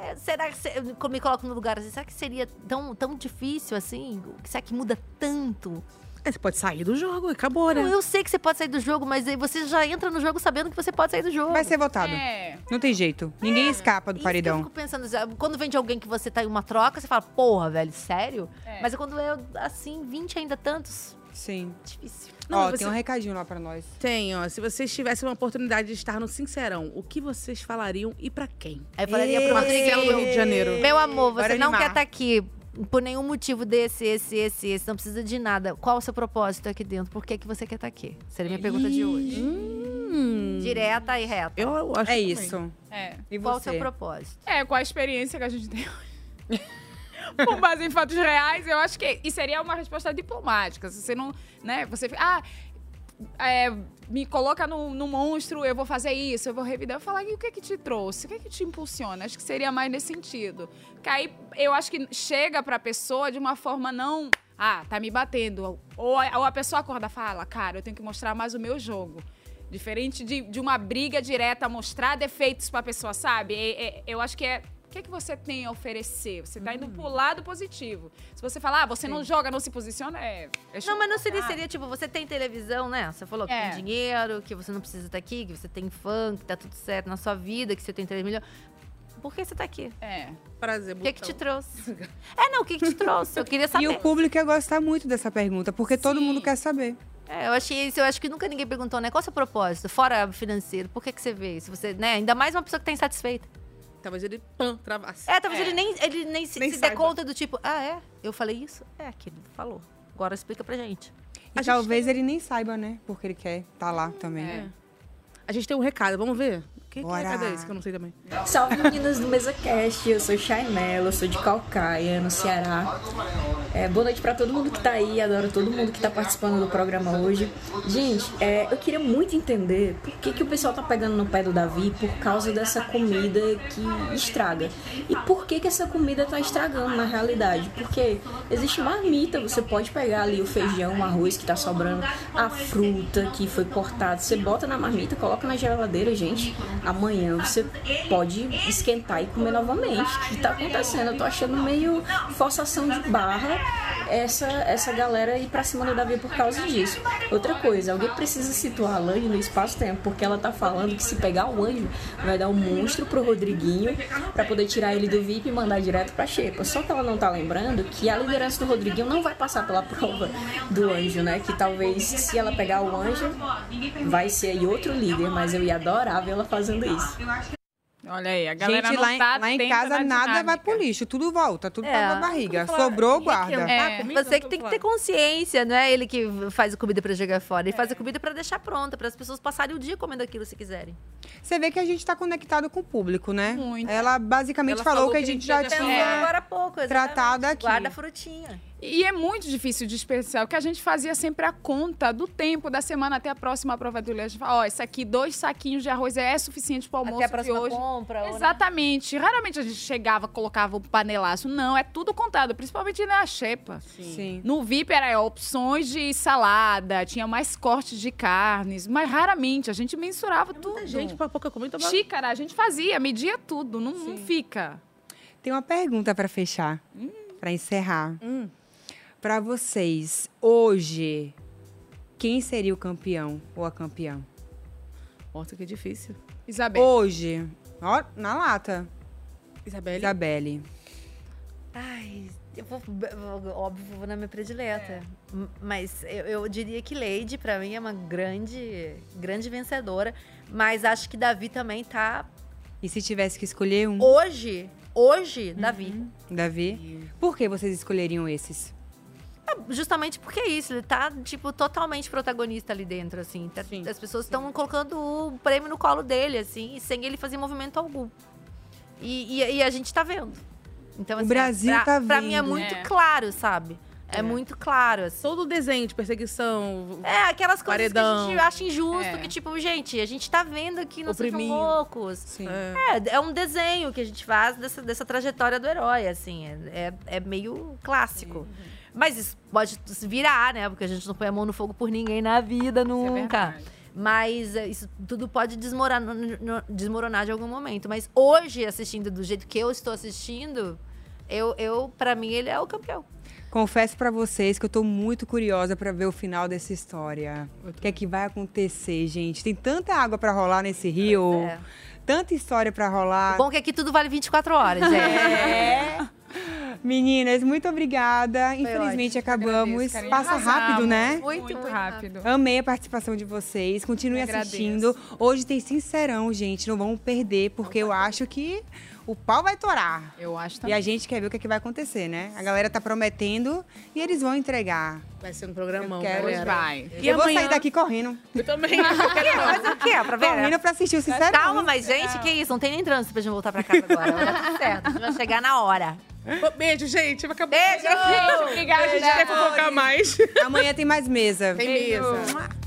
é, será que. se- eu me coloco no lugar assim, será que seria tão, tão difícil assim? Será que muda tanto? É, você pode sair do jogo, acabou, né? Não, eu sei que você pode sair do jogo, mas aí você já entra no jogo sabendo que você pode sair do jogo. Vai ser votado. É. Não tem jeito. Ninguém escapa do Eu paredão. fico pensando, sabe, quando vem de alguém que você tá em uma troca, você fala, porra, velho, sério? É. Mas quando é assim, 20 ainda tantos. Sim. Difícil. Ó, tem um recadinho lá pra nós. Tem, ó. Se vocês tivessem uma oportunidade de estar no Sincerão, o que vocês falariam e pra quem? Aí eu falaria pro Marcelo do Rio de Janeiro. é Meu amor, você Bora não animar. quer tá estar aqui por nenhum motivo desse, esse, esse, esse. Não precisa de nada. Qual o seu propósito aqui dentro? Por que, que você quer estar aqui? Seria minha pergunta de hoje. Direta e reta. Eu acho É também. isso. É. E Qual o você? seu propósito? É, com a experiência que a gente tem hoje. Com base em fatos reais, eu acho que. E seria uma resposta diplomática. Se você não. né? Você fica. Ah, é, me coloca no, no monstro, eu vou fazer isso, eu vou revidar. Eu falar, e o que é que te trouxe? O que é que te impulsiona? Acho que seria mais nesse sentido. Que aí eu acho que chega pra pessoa de uma forma não. Ah, tá me batendo. Ou a, ou a pessoa acorda e fala, cara, eu tenho que mostrar mais o meu jogo. Diferente de, de uma briga direta, mostrar defeitos pra pessoa, sabe? É- é- eu acho que é. O que, é que você tem a oferecer? Você tá indo Uhum. pro lado positivo. Se você falar, ah, você não joga, não se posiciona, é. é Não, mas não seria, chutar. seria tipo, você tem televisão, né? Você falou que É. tem dinheiro, que você não precisa estar aqui, que você tem fã, que tá tudo certo na sua vida, que você tem 3 milhões. Por que você tá aqui? É. Prazer, O que, que te trouxe? é, não, o que, que te trouxe? Eu queria saber. E o público ia gostar muito dessa pergunta, porque todo mundo quer saber. É, eu achei isso, eu acho que nunca ninguém perguntou, né? Qual o seu propósito? Fora financeiro, por que, que você vê isso? Você, né? Ainda mais uma pessoa que tá insatisfeita. Talvez ele pã, travasse. É, talvez ele nem, ele nem se, Nem se dê saiba. conta do tipo, ah, é? Eu falei isso? É, querido, falou. Agora explica pra gente. E talvez ele nem saiba, né? Porque ele quer estar lá também. é. A gente tem um recado, vamos ver? Que, que Bora. recado é esse que eu não sei também? Salve meninas do MesaCast, eu sou Chainela, eu sou de Calcaia, no Ceará. É, boa noite pra todo mundo que tá aí, adoro todo mundo que tá participando do programa hoje. Gente, é, eu queria muito entender por que, que o pessoal tá pegando no pé do Davi por causa dessa comida que estraga. E por que, que essa comida tá estragando na realidade? Porque existe marmita, você pode pegar ali o feijão, o arroz que tá sobrando, a fruta que foi cortada, você bota na marmita, coloca na geladeira, gente. Amanhã você pode esquentar e comer novamente. O que tá acontecendo? Eu tô achando meio forçação de barra essa, essa galera ir pra cima do Davi por causa disso. Outra coisa, alguém precisa situar a Lange no espaço-tempo, porque ela tá falando que se pegar o anjo, vai dar um monstro pro Rodriguinho pra poder tirar ele do VIP e mandar direto pra Xepa. Só que ela não tá lembrando que a liderança do Rodriguinho não vai passar pela prova do anjo, né? Que talvez se ela pegar o anjo, vai ser aí outro líder, mas eu ia adorar ver ela fazendo isso. Olha aí, a galera Gente, não lá, em- tá lá em atenta casa na nada vai dinâmica. pro lixo, tudo volta, tudo É, tá na barriga. Sobrou, guarda. É, você que tem que ter consciência, não é ele que faz a comida pra jogar fora. Ele faz a comida pra deixar pronta, para as pessoas passarem o dia comendo aquilo se quiserem. Você vê que a gente tá conectado com o público, né? Muito. Ela basicamente falou, que a gente já pensou tinha É. agora há pouco, exatamente. tratado aqui. Guarda a frutinha. E é muito difícil dispensar, o que a gente fazia sempre é a conta do tempo da semana até a próxima prova do leite. Ó, isso aqui, dois saquinhos de arroz é suficiente pro almoço Até a próxima de hoje. compra, ou, né? Exatamente. Raramente a gente chegava, colocava um panelaço. Não, é tudo contado, principalmente na xepa. Sim. No VIP era opções de salada, tinha mais cortes de carnes, mas raramente a gente mensurava tudo. É gente pra pouca comida. tomava- Xícara, a gente fazia, media tudo, não, não fica. Tem uma pergunta pra fechar, pra encerrar. Pra vocês, hoje, quem seria o campeão ou a campeã? Nossa, que difícil. Isabelle. Hoje, ó, na lata. Isabelle. Isabelle. Ai, eu vou, vou- óbvio, vou na minha predileta. M- Mas eu, eu diria que Lady, pra mim, é uma grande, grande vencedora. Mas acho que Davi também tá. E se tivesse que escolher um? Uhum. Hoje, hoje, Davi. Davi? Por que vocês escolheriam esses? Justamente porque é isso, ele tá, tipo, totalmente protagonista ali dentro, assim. Tá- as pessoas estão colocando o prêmio no colo dele, assim, sem ele fazer movimento algum. E, e- e a gente tá vendo. Então, assim, Brasil pra, tá Pra mim é vendo. muito É. claro, sabe? É, É. muito claro. Assim. Todo desenho de perseguição. É, aquelas coisas paredão. que a gente acha injusto, É. que tipo, gente, a gente tá vendo aqui, não Oprimido. sejam loucos. É. é, um desenho que a gente faz dessa, dessa trajetória do herói, assim, é, é, é meio clássico. Mas isso pode virar, né? Porque a gente não põe a mão no fogo por ninguém na vida nunca. Mas é, isso tudo pode desmoronar, desmoronar de algum momento. Mas hoje, assistindo do jeito que eu estou assistindo, eu, eu para mim, ele é o campeão. Confesso pra vocês que eu tô muito curiosa pra ver o final dessa história. O que é que vai acontecer, gente? Tem tanta água pra rolar nesse rio, é. tanta história pra rolar. O bom é que aqui tudo vale 24 horas, gente. É. Meninas, muito obrigada. Infelizmente acabamos. Karine. Passa Arrasamos. rápido, né? Muito, Muito muito rápido. rápido. Amei a participação de vocês. Continue Eu agradeço. assistindo. Hoje tem sincerão, gente. Não vamos perder, porque eu acho que o pau vai torar. Eu acho E também. a gente quer ver o que, é que vai acontecer, né? A galera tá prometendo e eles vão entregar. Vai ser um programão, Eu quero. galera. Vai. E Eu vou amanhã- sair daqui correndo. Eu também. Mas o que? Pra ver? Correndo pra assistir o Sincerão. Calma, mas gente, que isso? Não tem nem trânsito pra gente voltar pra casa agora. Vai dar tudo certo, a gente vai chegar na hora. Beijo, gente. Acabou. Beijo, Gente, obrigada, né, A gente gente. quer fofocar mais. Amanhã tem mais mesa. Tem mesa.